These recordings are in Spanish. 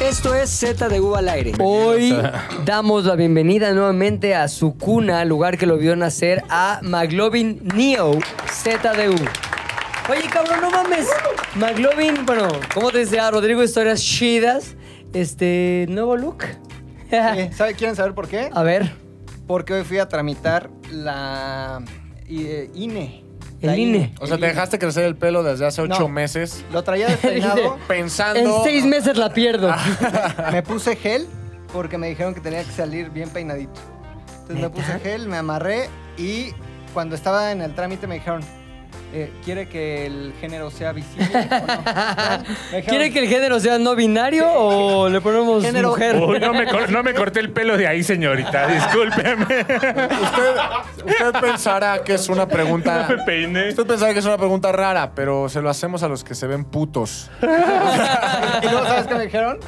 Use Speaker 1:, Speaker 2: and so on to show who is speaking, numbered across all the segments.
Speaker 1: Esto es Z de Uva al aire. Hoy damos la bienvenida nuevamente a su cuna, lugar que lo vio nacer, a McLovin Neo ZDU. Oye, cabrón, no mames. McLovin, bueno, ¿cómo te decía? Rodrigo Historias Chidas. Este, nuevo look.
Speaker 2: Sí, ¿sabe- ¿Quieren saber por qué?
Speaker 1: a ver,
Speaker 2: Porque hoy fui a tramitar la eh, INE.
Speaker 1: El E.
Speaker 2: La E.
Speaker 1: INE.
Speaker 3: O sea,
Speaker 2: El
Speaker 3: te
Speaker 2: INE.
Speaker 3: dejaste crecer el pelo desde hace ocho
Speaker 2: No.
Speaker 3: meses
Speaker 2: Lo traía
Speaker 1: E.
Speaker 2: despeinado,
Speaker 3: pensando.
Speaker 1: en seis meses la pierdo.
Speaker 2: me puse gel porque me dijeron que tenía que salir bien peinadito. Entonces me puse gel, me amarré y cuando estaba en el trámite me dijeron, eh, ¿quiere que el género sea visible o no? Me dijeron,
Speaker 1: ¿Quiere que el género sea no binario o le ponemos
Speaker 2: Género-
Speaker 1: mujer?
Speaker 4: Uy, no me, cor- no me corté el pelo de ahí, señorita. Discúlpeme.
Speaker 3: Usted, usted pensará que es una pregunta.
Speaker 4: No me peiné.
Speaker 3: Usted pensará que es una pregunta rara, pero se lo hacemos a los que se ven putos.
Speaker 2: "Ah". Y luego, ¿sabes qué me dijeron?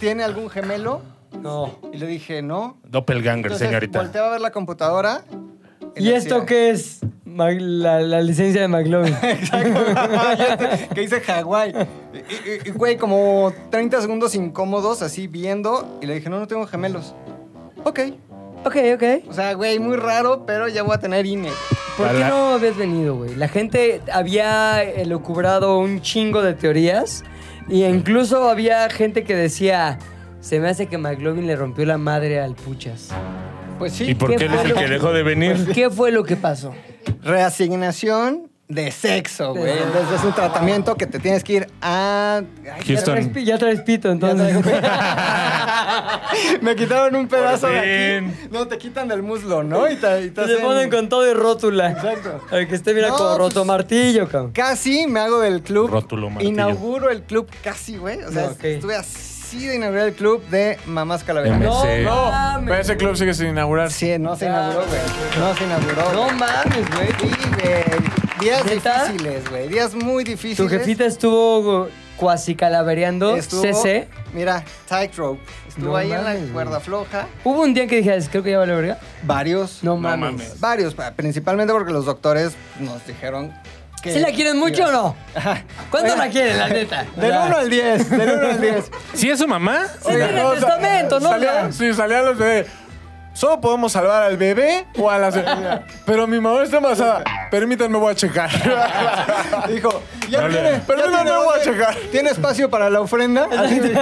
Speaker 2: ¿Tiene algún gemelo?
Speaker 1: No.
Speaker 2: Y le dije, no.
Speaker 4: Doppelganger,
Speaker 2: Entonces
Speaker 4: señorita.
Speaker 2: volteaba a ver la computadora.
Speaker 1: ¿Y esto
Speaker 2: qué?
Speaker 1: qué es? Mag- la, la licencia de McLovin.
Speaker 2: Exacto. que hice Hawái. Y- Y, y, güey, como 30 segundos incómodos, así viendo, y le dije, no, no tengo gemelos. Ok.
Speaker 1: ok, ok.
Speaker 2: O sea, güey, muy raro, pero ya voy a tener E. INE.
Speaker 1: ¿Por qué
Speaker 4: Para-
Speaker 1: no habías venido, güey? La gente había elucubrado un chingo de teorías y incluso había gente que decía, se me hace que McLovin le rompió la madre al Puchas.
Speaker 2: Pues sí. Pues
Speaker 4: ¿Y por qué él es el que dejó de venir?
Speaker 1: ¿Qué fue lo que pasó?
Speaker 2: Reasignación de sexo, güey.
Speaker 1: De-
Speaker 2: Desde es un tratamiento que te tienes que ir a... Ay,
Speaker 1: Ya
Speaker 4: Houston.
Speaker 1: traes, pi- ya traes pito,
Speaker 2: ya
Speaker 1: entonces.
Speaker 2: te- Me quitaron un pedazo
Speaker 4: Por
Speaker 2: de aquí.
Speaker 4: fin.
Speaker 2: No, te quitan del muslo, ¿no? Y te, y
Speaker 1: Te
Speaker 2: te hacen-
Speaker 1: ponen con todo y rótula.
Speaker 2: Exacto.
Speaker 1: El que esté, mira,
Speaker 2: No,
Speaker 1: como
Speaker 2: pues-
Speaker 1: roto martillo, cabrón.
Speaker 2: Casi me hago del club.
Speaker 4: Rótulo, martillo.
Speaker 2: Inauguro el club casi, güey. O sea,
Speaker 1: No, ok.
Speaker 2: estuve así de inaugurar el club de Mamás Calaveras.
Speaker 4: No,
Speaker 2: No.
Speaker 4: Sí.
Speaker 3: No,
Speaker 1: mames,
Speaker 3: pero ese club sigue sin inaugurar.
Speaker 2: Sí, no se inauguró, güey. No se inauguró.
Speaker 1: No
Speaker 2: güey.
Speaker 1: mames, güey.
Speaker 2: Sí, güey. Días
Speaker 1: ¿Neta?
Speaker 2: difíciles, güey. Días muy difíciles.
Speaker 1: Tu jefita estuvo cuasi calavereando
Speaker 2: Estuvo-
Speaker 1: CC.
Speaker 2: Mira, tightrope. Estuvo
Speaker 1: No
Speaker 2: ahí en
Speaker 1: mames,
Speaker 2: la cuerda
Speaker 1: güey.
Speaker 2: floja.
Speaker 1: Hubo un día en que dije, creo que ya vale verga.
Speaker 2: Varios.
Speaker 1: No,
Speaker 4: No
Speaker 1: mames.
Speaker 4: mames.
Speaker 2: Varios, pa- principalmente porque los doctores nos dijeron que...
Speaker 1: ¿Sí la quieren mucho o no? ¿Cuánto
Speaker 2: Oiga.
Speaker 1: la quieren, la neta?
Speaker 2: Del 1 al 10, del 1 al 10.
Speaker 4: ¿Sí es su mamá?
Speaker 1: Sí, tiene
Speaker 3: o sea,
Speaker 1: testamento, ¿no?
Speaker 3: salía- sí, salían los de. Solo podemos salvar al bebé o a la señora. Pero mi mamá está embarazada. Permítanme, voy a checar.
Speaker 2: Dijo, ya
Speaker 4: Dale.
Speaker 2: tiene,
Speaker 3: Pero
Speaker 2: ya
Speaker 3: no,
Speaker 2: tiene
Speaker 3: no voy a
Speaker 2: dónde-
Speaker 3: checar.
Speaker 2: ¿Tiene espacio para la ofrenda? Así de-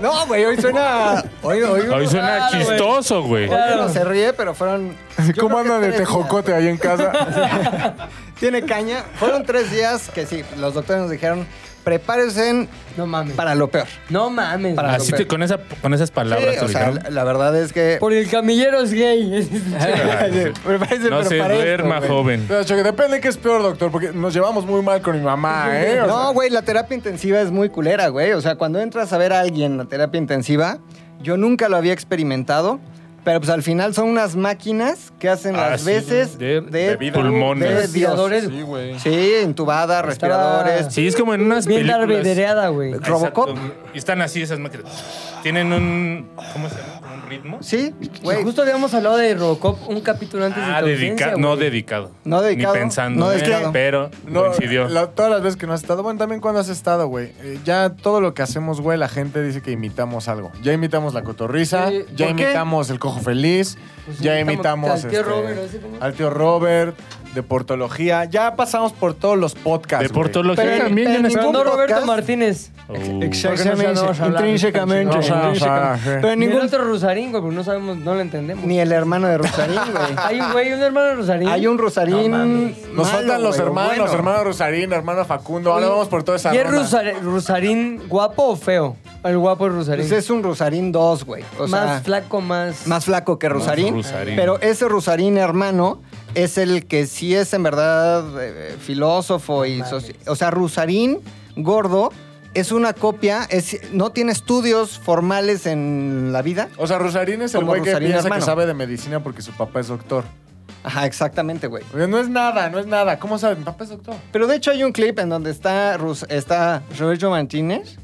Speaker 2: no, güey, hoy suena. Hoy, hoy,
Speaker 4: Hoy suena
Speaker 1: Claro, güey.
Speaker 4: chistoso, güey.
Speaker 2: hoy
Speaker 1: claro.
Speaker 2: uno se ríe, pero fueron. yo
Speaker 3: ¿Cómo
Speaker 2: creo que
Speaker 3: andan de
Speaker 2: tres
Speaker 3: tejocote ahí en casa?
Speaker 2: días. Tiene caña. Fueron tres días que sí, los doctores nos dijeron, prepárense
Speaker 1: No mames.
Speaker 2: para lo peor.
Speaker 1: No mames.
Speaker 2: Para-
Speaker 1: güey.
Speaker 4: Así te- con, esa, con esas palabras.
Speaker 2: Sí,
Speaker 4: te
Speaker 2: o sea,
Speaker 4: dijeron.
Speaker 2: la, la verdad es que.
Speaker 1: Porque el camillero es gay.
Speaker 2: Sí, prepárense,
Speaker 4: no
Speaker 2: pero
Speaker 4: se
Speaker 2: para esto,
Speaker 4: duerma,
Speaker 2: güey.
Speaker 4: joven.
Speaker 3: Pero, Choque, depende de qué es peor, doctor, porque nos llevamos muy mal con mi mamá, ¿eh? O sea,
Speaker 2: No, güey, la terapia intensiva es muy culera, güey. O sea, cuando entras a ver a alguien en la terapia intensiva, yo nunca lo había experimentado, pero pues al final son unas máquinas que hacen
Speaker 4: Ah,
Speaker 2: las
Speaker 4: sí,
Speaker 2: veces
Speaker 4: de- de vida. Pulmones.
Speaker 2: de Dios.
Speaker 1: Respiradores.
Speaker 3: Sí, güey.
Speaker 2: Sí, entubadas, respiradores.
Speaker 4: Sí, es como en unas
Speaker 1: Bien
Speaker 4: películas.
Speaker 1: darbidereada, güey.
Speaker 2: Ro- Robocop.
Speaker 4: Exacto. Y están así esas máquinas. Tienen un... ¿Cómo se llama? ¿Como ¿Un ritmo?
Speaker 2: Sí,
Speaker 1: Y
Speaker 2: güey.
Speaker 1: Justo habíamos hablado de Robocop un capítulo antes de
Speaker 4: Ah,
Speaker 1: tu
Speaker 4: dedicado.
Speaker 1: ausencia,
Speaker 4: No
Speaker 1: güey.
Speaker 4: dedicado.
Speaker 2: No dedicado,
Speaker 4: Ni pensando.
Speaker 2: no
Speaker 4: ¿eh?
Speaker 2: dedicado.
Speaker 4: Pero
Speaker 3: No,
Speaker 4: coincidió.
Speaker 3: la- todas las veces que no has estado. Bueno, también cuando has estado, güey. Eh, ya todo lo que hacemos, güey, la gente dice que imitamos algo. Ya imitamos la cotorriza,
Speaker 1: Sí,
Speaker 3: ya
Speaker 1: ¿por qué?
Speaker 3: imitamos el cojo feliz,
Speaker 1: Pues
Speaker 3: ya
Speaker 1: imitamos
Speaker 3: imitamos este,
Speaker 1: al tío Robert, ¿ese cómo?
Speaker 3: al tío Robert, de portología. Ya pasamos por todos los podcasts.
Speaker 4: De
Speaker 3: güey.
Speaker 4: portología
Speaker 2: Pero-
Speaker 4: también. yo
Speaker 2: pero
Speaker 4: no
Speaker 2: ningún-
Speaker 1: No
Speaker 4: estaba-
Speaker 1: Roberto
Speaker 2: podcast.
Speaker 1: Martínez.
Speaker 4: Oh.
Speaker 2: Exactamente,
Speaker 1: Porque no sabemos hablar.
Speaker 2: intrínsecamente.
Speaker 3: No sabemos hablar, sí.
Speaker 2: Pero
Speaker 1: Ni el
Speaker 2: ningún,
Speaker 1: otro Rosarín, güey, porque no sabemos, no lo entendemos.
Speaker 2: ni el hermano de Rosarín, güey.
Speaker 1: Hay un güey, un hermano de Rosarín.
Speaker 2: Hay un Rosarín.
Speaker 3: Nos
Speaker 2: malo,
Speaker 3: faltan los
Speaker 2: güey,
Speaker 3: hermanos,
Speaker 2: bueno.
Speaker 3: hermano Rosarín, hermano Facundo. Ahora vamos por toda esa
Speaker 1: ¿Y es
Speaker 3: ronda.
Speaker 1: Rosar- Rosarín guapo o feo? El guapo es Rosarín.
Speaker 2: Pues es un Rosarín 2, güey. O sea,
Speaker 1: más flaco, más...
Speaker 2: más flaco que Rosarín,
Speaker 4: Rosarín.
Speaker 2: Pero ese Rosarín hermano es el que sí es en verdad eh, filósofo y soci- O sea, Rosarín gordo es una copia, es, no tiene estudios formales en la vida.
Speaker 3: O sea, Rosarín es el
Speaker 2: Como
Speaker 3: güey que
Speaker 2: Rosarín,
Speaker 3: piensa
Speaker 2: hermano.
Speaker 3: que sabe de medicina porque su papá es doctor.
Speaker 2: Ajá, exactamente, güey.
Speaker 3: O sea, no es nada, no es nada. ¿Cómo sabe? Mi papá es doctor.
Speaker 2: Pero de hecho hay un clip en donde está, Rus- está Roberto Martínez,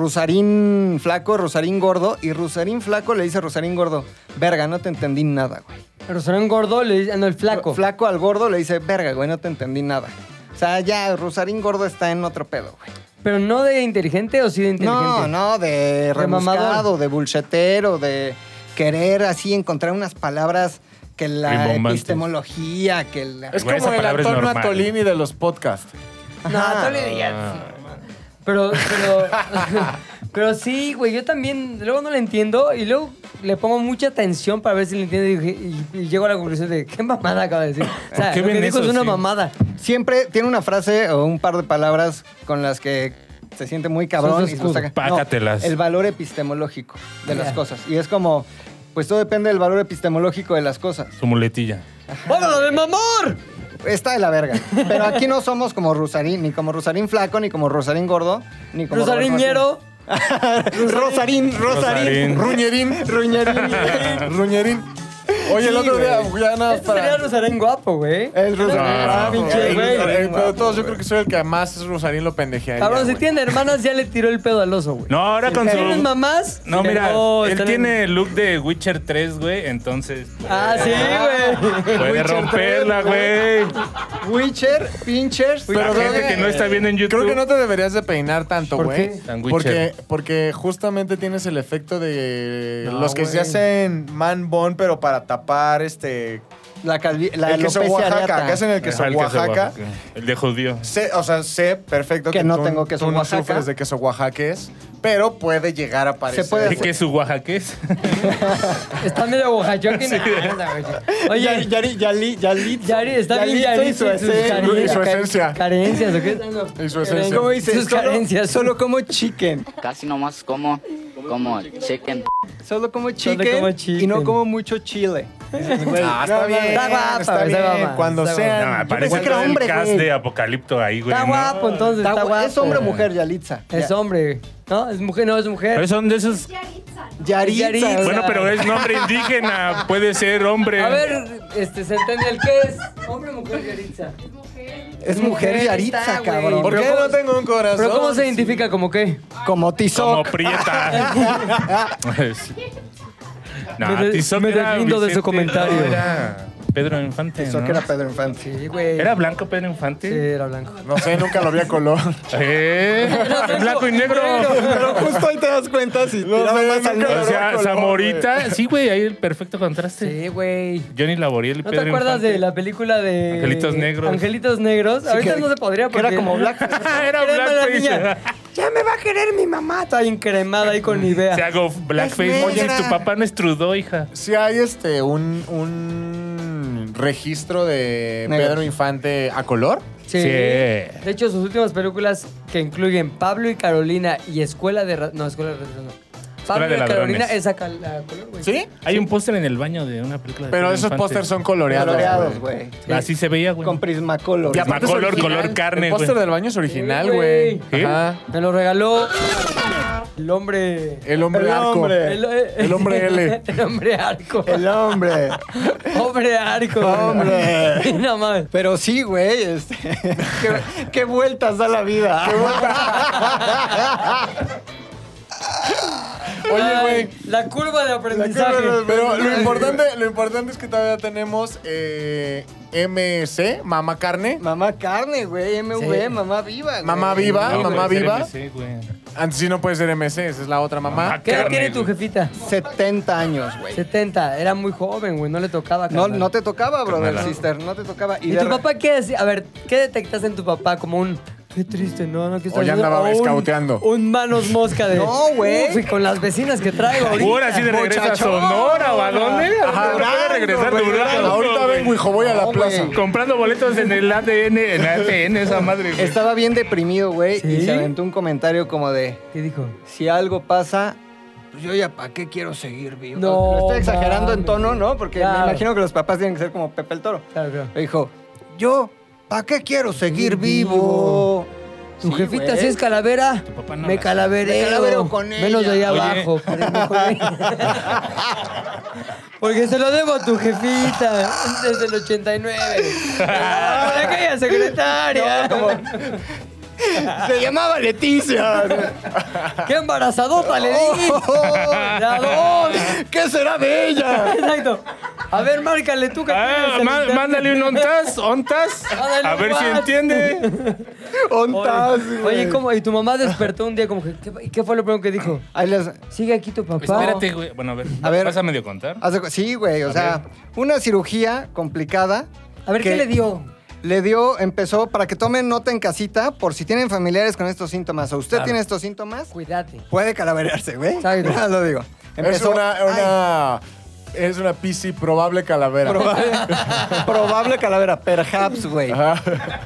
Speaker 2: Rosarín flaco, Rosarín gordo, y Rosarín flaco le dice a Rosarín gordo, verga, no te entendí nada, güey.
Speaker 1: Rosarín gordo, le dice- ah, no, el flaco.
Speaker 2: Flaco al gordo le dice, verga, güey, no te entendí nada. O sea, ya Rosarín gordo está en otro pedo, güey.
Speaker 1: Pero no de inteligente o sí de inteligente.
Speaker 2: No, no, de
Speaker 1: mamador.
Speaker 2: remascado, de bulchetero, de querer así encontrar unas palabras que la
Speaker 4: Rimbombantes.
Speaker 2: epistemología, que la...
Speaker 3: Es
Speaker 4: Güey,
Speaker 3: como
Speaker 4: esa
Speaker 3: el
Speaker 4: palabra es
Speaker 3: Antonio
Speaker 4: normal.
Speaker 3: Atolini de los podcasts.
Speaker 1: No, tú le- ya- Pero, pero, pero sí, güey, yo también luego no le entiendo y luego le pongo mucha atención para ver si le entiendo y, dije- y- y llego a la conclusión de qué mamada acaba de decir. O sea,
Speaker 4: Qué
Speaker 1: lo que
Speaker 4: bien
Speaker 1: dijo es
Speaker 4: eso,
Speaker 1: una
Speaker 4: sí.
Speaker 1: mamada.
Speaker 2: Siempre tiene una frase o un par de palabras con las que se siente muy
Speaker 1: Son
Speaker 2: cabrón
Speaker 1: su
Speaker 2: y
Speaker 1: escudo.
Speaker 2: lo saca. No,
Speaker 4: Pácatelas.
Speaker 2: el valor epistemológico de las
Speaker 1: Ya.
Speaker 2: cosas. Y es como, pues todo depende del valor epistemológico de las cosas.
Speaker 4: Su muletilla.
Speaker 1: ¡Vámonos de mamor!
Speaker 2: Está de la verga. Pero aquí no somos como Rosarín, ni como Rosarín flaco, ni como Rosarín gordo, ni como
Speaker 1: Rosariñero.
Speaker 2: Rosarín, Rosarín,
Speaker 4: Rosarín.
Speaker 3: Ruñerín. Ruñerín. Ruñerín. Oye, el
Speaker 2: Sí,
Speaker 3: otro día,
Speaker 2: güey.
Speaker 3: ya nada más
Speaker 1: Este sería
Speaker 3: para...
Speaker 1: Rosarín guapo, güey.
Speaker 2: El Rosarín.
Speaker 4: Ah,
Speaker 2: guapo,
Speaker 1: pinche
Speaker 2: el
Speaker 1: güey.
Speaker 2: Rosarín
Speaker 3: Eh, Pero
Speaker 2: guapo,
Speaker 3: todos yo
Speaker 2: güey.
Speaker 3: creo que soy el que más es Rosarín lo pendejearía.
Speaker 1: Cabrón, si
Speaker 3: güey.
Speaker 1: tiene hermanas, ya le tiró el pedo al oso, güey.
Speaker 4: No, ahora con
Speaker 1: ¿Tienes
Speaker 4: su.
Speaker 1: mamás?
Speaker 4: No,
Speaker 1: Sí,
Speaker 4: mira,
Speaker 1: no,
Speaker 4: él
Speaker 1: están en-
Speaker 4: tiene el look de Witcher 3, güey, entonces. eh,
Speaker 1: Ah, sí, güey.
Speaker 4: Puede
Speaker 3: Witcher 3,
Speaker 4: romperla, güey.
Speaker 2: Witcher, Pinchers.
Speaker 4: La
Speaker 3: Pero creo
Speaker 4: gente que no está viendo en YouTube.
Speaker 3: Creo que no te deberías de peinar tanto,
Speaker 1: ¿Por
Speaker 3: güey.
Speaker 1: qué?
Speaker 4: Tan
Speaker 3: Porque,
Speaker 4: Witcher.
Speaker 3: porque justamente tienes el efecto de
Speaker 2: No,
Speaker 3: los que se
Speaker 2: güey.
Speaker 3: hacen man bun, pero para tapar este.
Speaker 2: La, calvi- la
Speaker 3: el queso
Speaker 2: alopecia
Speaker 3: Oaxaca.
Speaker 2: areata.
Speaker 3: Que hacen el queso
Speaker 4: Ajá, el queso
Speaker 3: Oaxaca.
Speaker 4: Oaxaca. El de judío.
Speaker 3: Sé- o sea, sé perfecto que,
Speaker 2: Que no
Speaker 3: tú-
Speaker 2: tengo queso
Speaker 3: tú no
Speaker 2: Oaxaca.
Speaker 3: sufres de queso oaxaqués, pero puede llegar a parecer.
Speaker 2: puede
Speaker 4: ¿De
Speaker 2: hacer.
Speaker 4: qué su oaxaqués?
Speaker 1: Está medio bojachón que Oye,
Speaker 2: Oye, Yari, Yali, Yali,
Speaker 1: Yari, está bien
Speaker 2: Yalito y
Speaker 1: Yari
Speaker 2: su
Speaker 1: y sus
Speaker 2: esencia.
Speaker 1: carencias.
Speaker 3: Y su esencia.
Speaker 1: Carencias, ¿o qué?
Speaker 3: Y su esencia.
Speaker 2: ¿Cómo dices?
Speaker 1: Sus
Speaker 2: Solo-
Speaker 1: carencias.
Speaker 2: Solo como chicken.
Speaker 5: Casi nomás como, como chicken.
Speaker 2: Solo como
Speaker 1: Solo
Speaker 2: chicken.
Speaker 1: como
Speaker 2: Y
Speaker 1: chicken.
Speaker 2: no como mucho chile.
Speaker 3: Ah, está
Speaker 2: No,
Speaker 3: bien.
Speaker 2: mames.
Speaker 1: Está guapa,
Speaker 3: está
Speaker 1: güey, está
Speaker 3: bien.
Speaker 1: guapa.
Speaker 3: Cuando
Speaker 1: Está
Speaker 3: sean.
Speaker 4: No,
Speaker 3: yo
Speaker 4: parece
Speaker 3: pensé
Speaker 4: que
Speaker 2: que era
Speaker 4: el
Speaker 2: hombre,
Speaker 4: cast
Speaker 2: güey.
Speaker 4: de Apocalipto ahí, güey.
Speaker 1: Está
Speaker 4: ¿no?
Speaker 1: guapo, entonces,
Speaker 2: Está
Speaker 1: está
Speaker 2: gu-
Speaker 1: guapo.
Speaker 2: Es hombre o mujer, Yalitza.
Speaker 1: Es hombre. No, es mujer, no, es
Speaker 4: Pero
Speaker 1: mujer.
Speaker 4: son de esos.
Speaker 2: Yaritza.
Speaker 1: Yaritza.
Speaker 2: o sea,
Speaker 4: Bueno, pero es nombre indígena. Puede ser hombre.
Speaker 1: A ver, este, se entiende el que es hombre o mujer Yaritza.
Speaker 2: Es mujer
Speaker 1: Está,
Speaker 2: Yaritza,
Speaker 1: güey.
Speaker 2: cabrón.
Speaker 3: ¿Por
Speaker 1: Pero
Speaker 3: qué
Speaker 1: ¿cómo-
Speaker 3: no tengo un corazón?
Speaker 1: Pero ¿cómo se identifica? ¿Como qué?
Speaker 2: Como tizo.
Speaker 4: Como Prieta. Es- No,
Speaker 1: Me de-
Speaker 4: Tizoc
Speaker 1: me
Speaker 4: era
Speaker 1: deslindo de su
Speaker 4: Vicente,
Speaker 1: comentario.
Speaker 4: no, era Pedro Infante.
Speaker 2: Eso
Speaker 4: ¿no?
Speaker 2: que era Pedro Infante.
Speaker 1: Sí, güey.
Speaker 4: ¿Era blanco Pedro
Speaker 1: Sí,
Speaker 4: Infante?
Speaker 1: era blanco.
Speaker 3: No sé, nunca lo vi a color.
Speaker 4: ¡Eh!
Speaker 1: blanco,
Speaker 4: blanco y negro.
Speaker 2: Pero justo ahí te das cuenta si
Speaker 3: No
Speaker 2: tiraba
Speaker 3: sé,
Speaker 2: más al
Speaker 3: nunca
Speaker 2: norte.
Speaker 4: O sea,
Speaker 3: color,
Speaker 4: Zamorita. Sí, güey, ahí el perfecto contraste.
Speaker 1: Sí, güey.
Speaker 4: Johnny Laboriel y
Speaker 1: ¿No te
Speaker 4: Pedro
Speaker 1: acuerdas
Speaker 4: Infante.
Speaker 1: de la película de
Speaker 4: Angelitos Negros?
Speaker 1: Angelitos Negros. Ahorita
Speaker 2: que-
Speaker 1: no se podría
Speaker 2: que
Speaker 1: porque
Speaker 2: era como Blackface.
Speaker 4: Era
Speaker 1: Créeme la
Speaker 4: Blackface.
Speaker 1: niña. Ya me va a querer mi mamá. Está encremada ahí con Nivea.
Speaker 4: Se hago blackface.
Speaker 2: Es
Speaker 4: Oye,
Speaker 2: negra.
Speaker 4: tu papá no es Trudeau, hija.
Speaker 3: Si hay este un, un registro de
Speaker 2: Negro.
Speaker 3: Pedro Infante a color.
Speaker 1: Sí.
Speaker 4: Sí.
Speaker 1: De hecho, sus últimas películas que incluyen Pablo y Carolina y Escuela de... Ra- No, Escuela de Ratas no. Pablo
Speaker 4: de
Speaker 1: y Carolina
Speaker 4: Ladrones.
Speaker 1: es a cal- a color, güey.
Speaker 3: ¿Sí?
Speaker 4: Hay un póster en el baño de una película de
Speaker 3: Pero
Speaker 4: Pedro
Speaker 3: esos
Speaker 4: Infante.
Speaker 3: pósters son coloreados.
Speaker 2: Coloreados,
Speaker 3: güey.
Speaker 2: güey.
Speaker 4: Así se veía, güey.
Speaker 2: Con Prismacolor.
Speaker 3: Y aparte es
Speaker 4: Color,
Speaker 3: original.
Speaker 4: color carne,
Speaker 3: El póster
Speaker 4: güey.
Speaker 3: del baño es original,
Speaker 1: Sí, güey.
Speaker 3: güey.
Speaker 4: ¿Sí?
Speaker 3: Ajá.
Speaker 1: Me lo regaló el hombre...
Speaker 3: El hombre
Speaker 2: El
Speaker 3: arco.
Speaker 2: hombre.
Speaker 1: El, eh,
Speaker 3: El hombre L.
Speaker 1: el hombre arco.
Speaker 2: El hombre.
Speaker 1: hombre arco. güey.
Speaker 2: Hombre.
Speaker 1: No mames.
Speaker 2: Pero sí, güey. este, qué, qué vueltas da la vida.
Speaker 3: Oye, güey.
Speaker 1: La curva de aprendizaje.
Speaker 3: Pero lo importante, lo importante es que todavía tenemos eh, MC, Mamá Carne.
Speaker 2: Mamá carne, güey. MV,
Speaker 1: Sí.
Speaker 2: mamá viva. güey.
Speaker 3: Mamá viva,
Speaker 4: No,
Speaker 3: mamá
Speaker 4: güey,
Speaker 3: viva.
Speaker 4: sí, güey.
Speaker 3: Antes sí no puede ser MC, esa es la otra mamá.
Speaker 4: Mamá.
Speaker 1: ¿Qué edad
Speaker 4: Carne,
Speaker 1: tiene tu
Speaker 4: güey.
Speaker 1: jefita?
Speaker 2: 70 años, güey.
Speaker 1: 70. Era muy joven, güey. No le tocaba.
Speaker 2: No,
Speaker 1: carnal.
Speaker 2: no te tocaba, brother,
Speaker 4: Carnala.
Speaker 2: sister. No te tocaba.
Speaker 1: ¿Y,
Speaker 2: de
Speaker 1: tu
Speaker 2: re-
Speaker 1: papá qué decía? A ver, ¿qué detectas en tu papá? Como un. Qué triste, no, no, que
Speaker 3: O ya andaba escauteando.
Speaker 1: Un, manos mosca de.
Speaker 2: No, güey.
Speaker 1: Uf, y con las vecinas que traigo ahorita.
Speaker 4: Ahora sí de regreso a
Speaker 2: muchachón.
Speaker 4: Sonora o a dónde? ¿A dónde
Speaker 3: Ajá.
Speaker 4: voy a regresar
Speaker 3: Durango,
Speaker 4: Durango,
Speaker 3: güey. Ahorita
Speaker 4: güey?
Speaker 3: vengo, hijo, voy a la
Speaker 2: No,
Speaker 3: plaza.
Speaker 2: güey.
Speaker 4: Comprando boletos en el ADN, en la ADN, esa madre. güey.
Speaker 2: Estaba bien deprimido, güey,
Speaker 1: ¿Sí?
Speaker 2: y se aventó un comentario como de,
Speaker 1: ¿Qué dijo?
Speaker 2: si algo pasa, pues yo ya para qué quiero seguir vivo.
Speaker 1: No,
Speaker 2: Lo estoy exagerando
Speaker 1: mames.
Speaker 2: en tono, ¿no? Porque
Speaker 1: Claro.
Speaker 2: me imagino que los papás tienen que ser como Pepe el Toro.
Speaker 1: Claro, claro.
Speaker 2: Le dijo, yo para qué quiero seguir
Speaker 1: vivo.
Speaker 2: vivo.
Speaker 1: Tu
Speaker 2: Sí,
Speaker 1: jefita,
Speaker 2: güey.
Speaker 1: si es calavera,
Speaker 4: Tu papá no
Speaker 1: me
Speaker 4: la-
Speaker 1: calavereo.
Speaker 2: Me calavereo con ella.
Speaker 1: Menos de allá
Speaker 4: Oye.
Speaker 1: abajo. pero no con ella. Porque se lo debo a tu jefita desde el 89. Para que ella secretaria.
Speaker 2: Se llamaba Leticia.
Speaker 1: ¡Qué embarazadota le di!
Speaker 2: Oh,
Speaker 1: ¡La dos!
Speaker 2: ¿Qué será de ella?
Speaker 1: Exacto. A ver, márcale tú que
Speaker 4: Ah,
Speaker 1: tienes el
Speaker 4: má-
Speaker 1: internet.
Speaker 4: mándale un ontas, ontas.
Speaker 1: Mándale
Speaker 4: A
Speaker 1: un
Speaker 4: ver si
Speaker 1: ontas.
Speaker 4: entiende.
Speaker 3: Ontas,
Speaker 1: Oye,
Speaker 3: güey.
Speaker 1: Oye, ¿cómo? Y tu mamá despertó un día como que... ¿qué, y qué fue lo primero que dijo?
Speaker 2: Ahí les-
Speaker 1: Sigue aquí tu papá.
Speaker 4: Pues Espérate, güey. Bueno, a ver.
Speaker 2: A ver.
Speaker 4: ¿Vas a medio contar?
Speaker 2: haz de cu- Sí, güey, o
Speaker 4: A
Speaker 2: sea, una cirugía complicada.
Speaker 1: A ver, ¿qué
Speaker 2: que
Speaker 1: le dio?
Speaker 2: Le dio, empezó para que tomen nota en casita por si tienen familiares con estos síntomas. O usted
Speaker 1: Claro.
Speaker 2: tiene estos síntomas,
Speaker 1: Cuídate.
Speaker 2: puede calaverearse, güey.
Speaker 1: Exacto.
Speaker 2: Ya lo digo.
Speaker 3: Es
Speaker 2: Empezó-
Speaker 3: una, una, es una PC probable calavera.
Speaker 2: Probable, probable calavera, perhaps, güey.
Speaker 3: Ajá.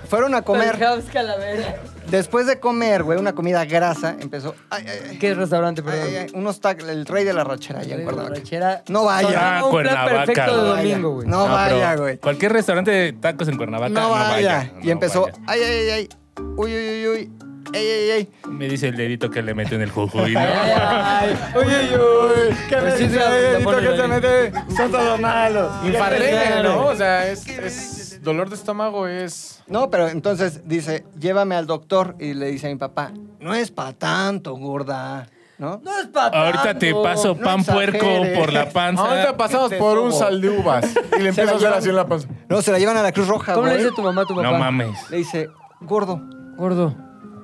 Speaker 2: Fueron a comer.
Speaker 1: Perhaps calavera.
Speaker 2: Después de comer, güey, una comida grasa, empezó. Ay, ay, ay.
Speaker 1: ¿Qué restaurante,
Speaker 2: Ay,
Speaker 1: perdón?
Speaker 2: ay, ay, unos tacos, el rey de la rachera allá en
Speaker 1: Rey de la
Speaker 2: Cuernavaca.
Speaker 1: Borrachera.
Speaker 2: No vaya.
Speaker 1: Sonaba
Speaker 4: Ah,
Speaker 1: un plan
Speaker 4: Cuernavaca,
Speaker 1: perfecto de
Speaker 4: güey.
Speaker 1: domingo, güey.
Speaker 2: No,
Speaker 4: pero
Speaker 2: vaya, güey.
Speaker 4: Cualquier restaurante de tacos en Cuernavaca.
Speaker 2: No vaya.
Speaker 4: no
Speaker 2: Y empezó,
Speaker 4: vaya.
Speaker 2: ay, ay, ay, ay. Uy, uy, uy, uy. Ey, ey, ey.
Speaker 4: Me dice el dedito que le mete en el jujuy.
Speaker 1: Ay,
Speaker 4: ¿no?
Speaker 1: ay, ay.
Speaker 2: Uy, uy, uy. ¿Qué
Speaker 1: Pues sí, se la- la pone Lolita.
Speaker 2: mete? Son todos malos.
Speaker 3: Infarreña, ¿no? O sea, es, es dolor de estómago, es...
Speaker 2: No, pero entonces dice, llévame al doctor. Y le dice a mi papá, no es para tanto, gorda. ¿No?
Speaker 1: No es para
Speaker 4: Ahorita te paso
Speaker 2: no
Speaker 4: pan
Speaker 2: exageres.
Speaker 4: puerco por la panza.
Speaker 3: Ahorita pasamos
Speaker 2: ¿qué te
Speaker 3: por un
Speaker 2: sobo?
Speaker 3: sal de uvas y le empieza a hacer así en la panza.
Speaker 2: No, se la llevan a la Cruz Roja,
Speaker 1: ¿Cómo le
Speaker 2: güey.
Speaker 1: dice tu mamá a tu papá?
Speaker 4: No mames.
Speaker 2: Le dice, gordo,
Speaker 1: Gordo,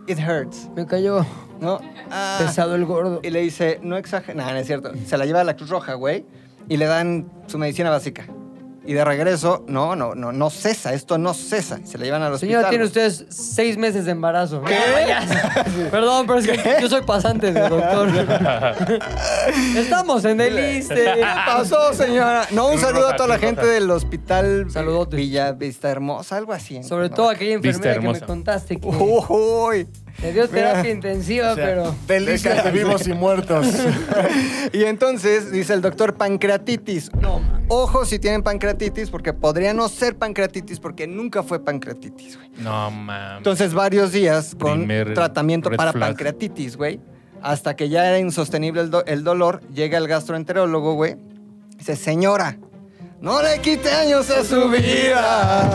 Speaker 2: it hurts.
Speaker 1: me cayó
Speaker 2: ¿No? Ah.
Speaker 1: pesado el gordo.
Speaker 2: Y le dice, no exageres. Nada, no es cierto. Se la lleva a la Cruz Roja, güey. Y le dan su medicina básica. Y de regreso, no, no, no, no cesa. Esto no cesa. Y Se la llevan al hospital.
Speaker 1: Señora, tiene
Speaker 2: güey.
Speaker 1: ustedes seis meses de embarazo. Perdón, pero es que yo soy pasante de doctor. Estamos en el ISTE.
Speaker 2: ¿Qué pasó, señora? No, un
Speaker 4: Cruz
Speaker 2: saludo
Speaker 4: Roja,
Speaker 2: a toda la
Speaker 4: Cruz
Speaker 2: gente
Speaker 4: Roja.
Speaker 2: del hospital
Speaker 1: Saludotes.
Speaker 2: Villa Vista Hermosa, algo así. ¿no?
Speaker 1: Sobre todo aquella
Speaker 4: Vista
Speaker 1: enfermera que me
Speaker 4: hermosa.
Speaker 1: contaste que
Speaker 2: Uy.
Speaker 1: te dio terapia
Speaker 2: Mira.
Speaker 1: intensiva, pero...
Speaker 3: Delicas de vivos y muertos.
Speaker 2: Y entonces dice el doctor pancreatitis. No, ojo si tienen pancreatitis, porque podría no ser pancreatitis, porque nunca fue pancreatitis, güey.
Speaker 4: No mames.
Speaker 2: Entonces, varios días con
Speaker 4: Primer
Speaker 2: tratamiento
Speaker 4: red
Speaker 2: para
Speaker 4: flag.
Speaker 2: pancreatitis, güey. Hasta que ya era insostenible el, do- el dolor, llega el gastroenterólogo, güey. Dice, señora, no le quite años a su vida.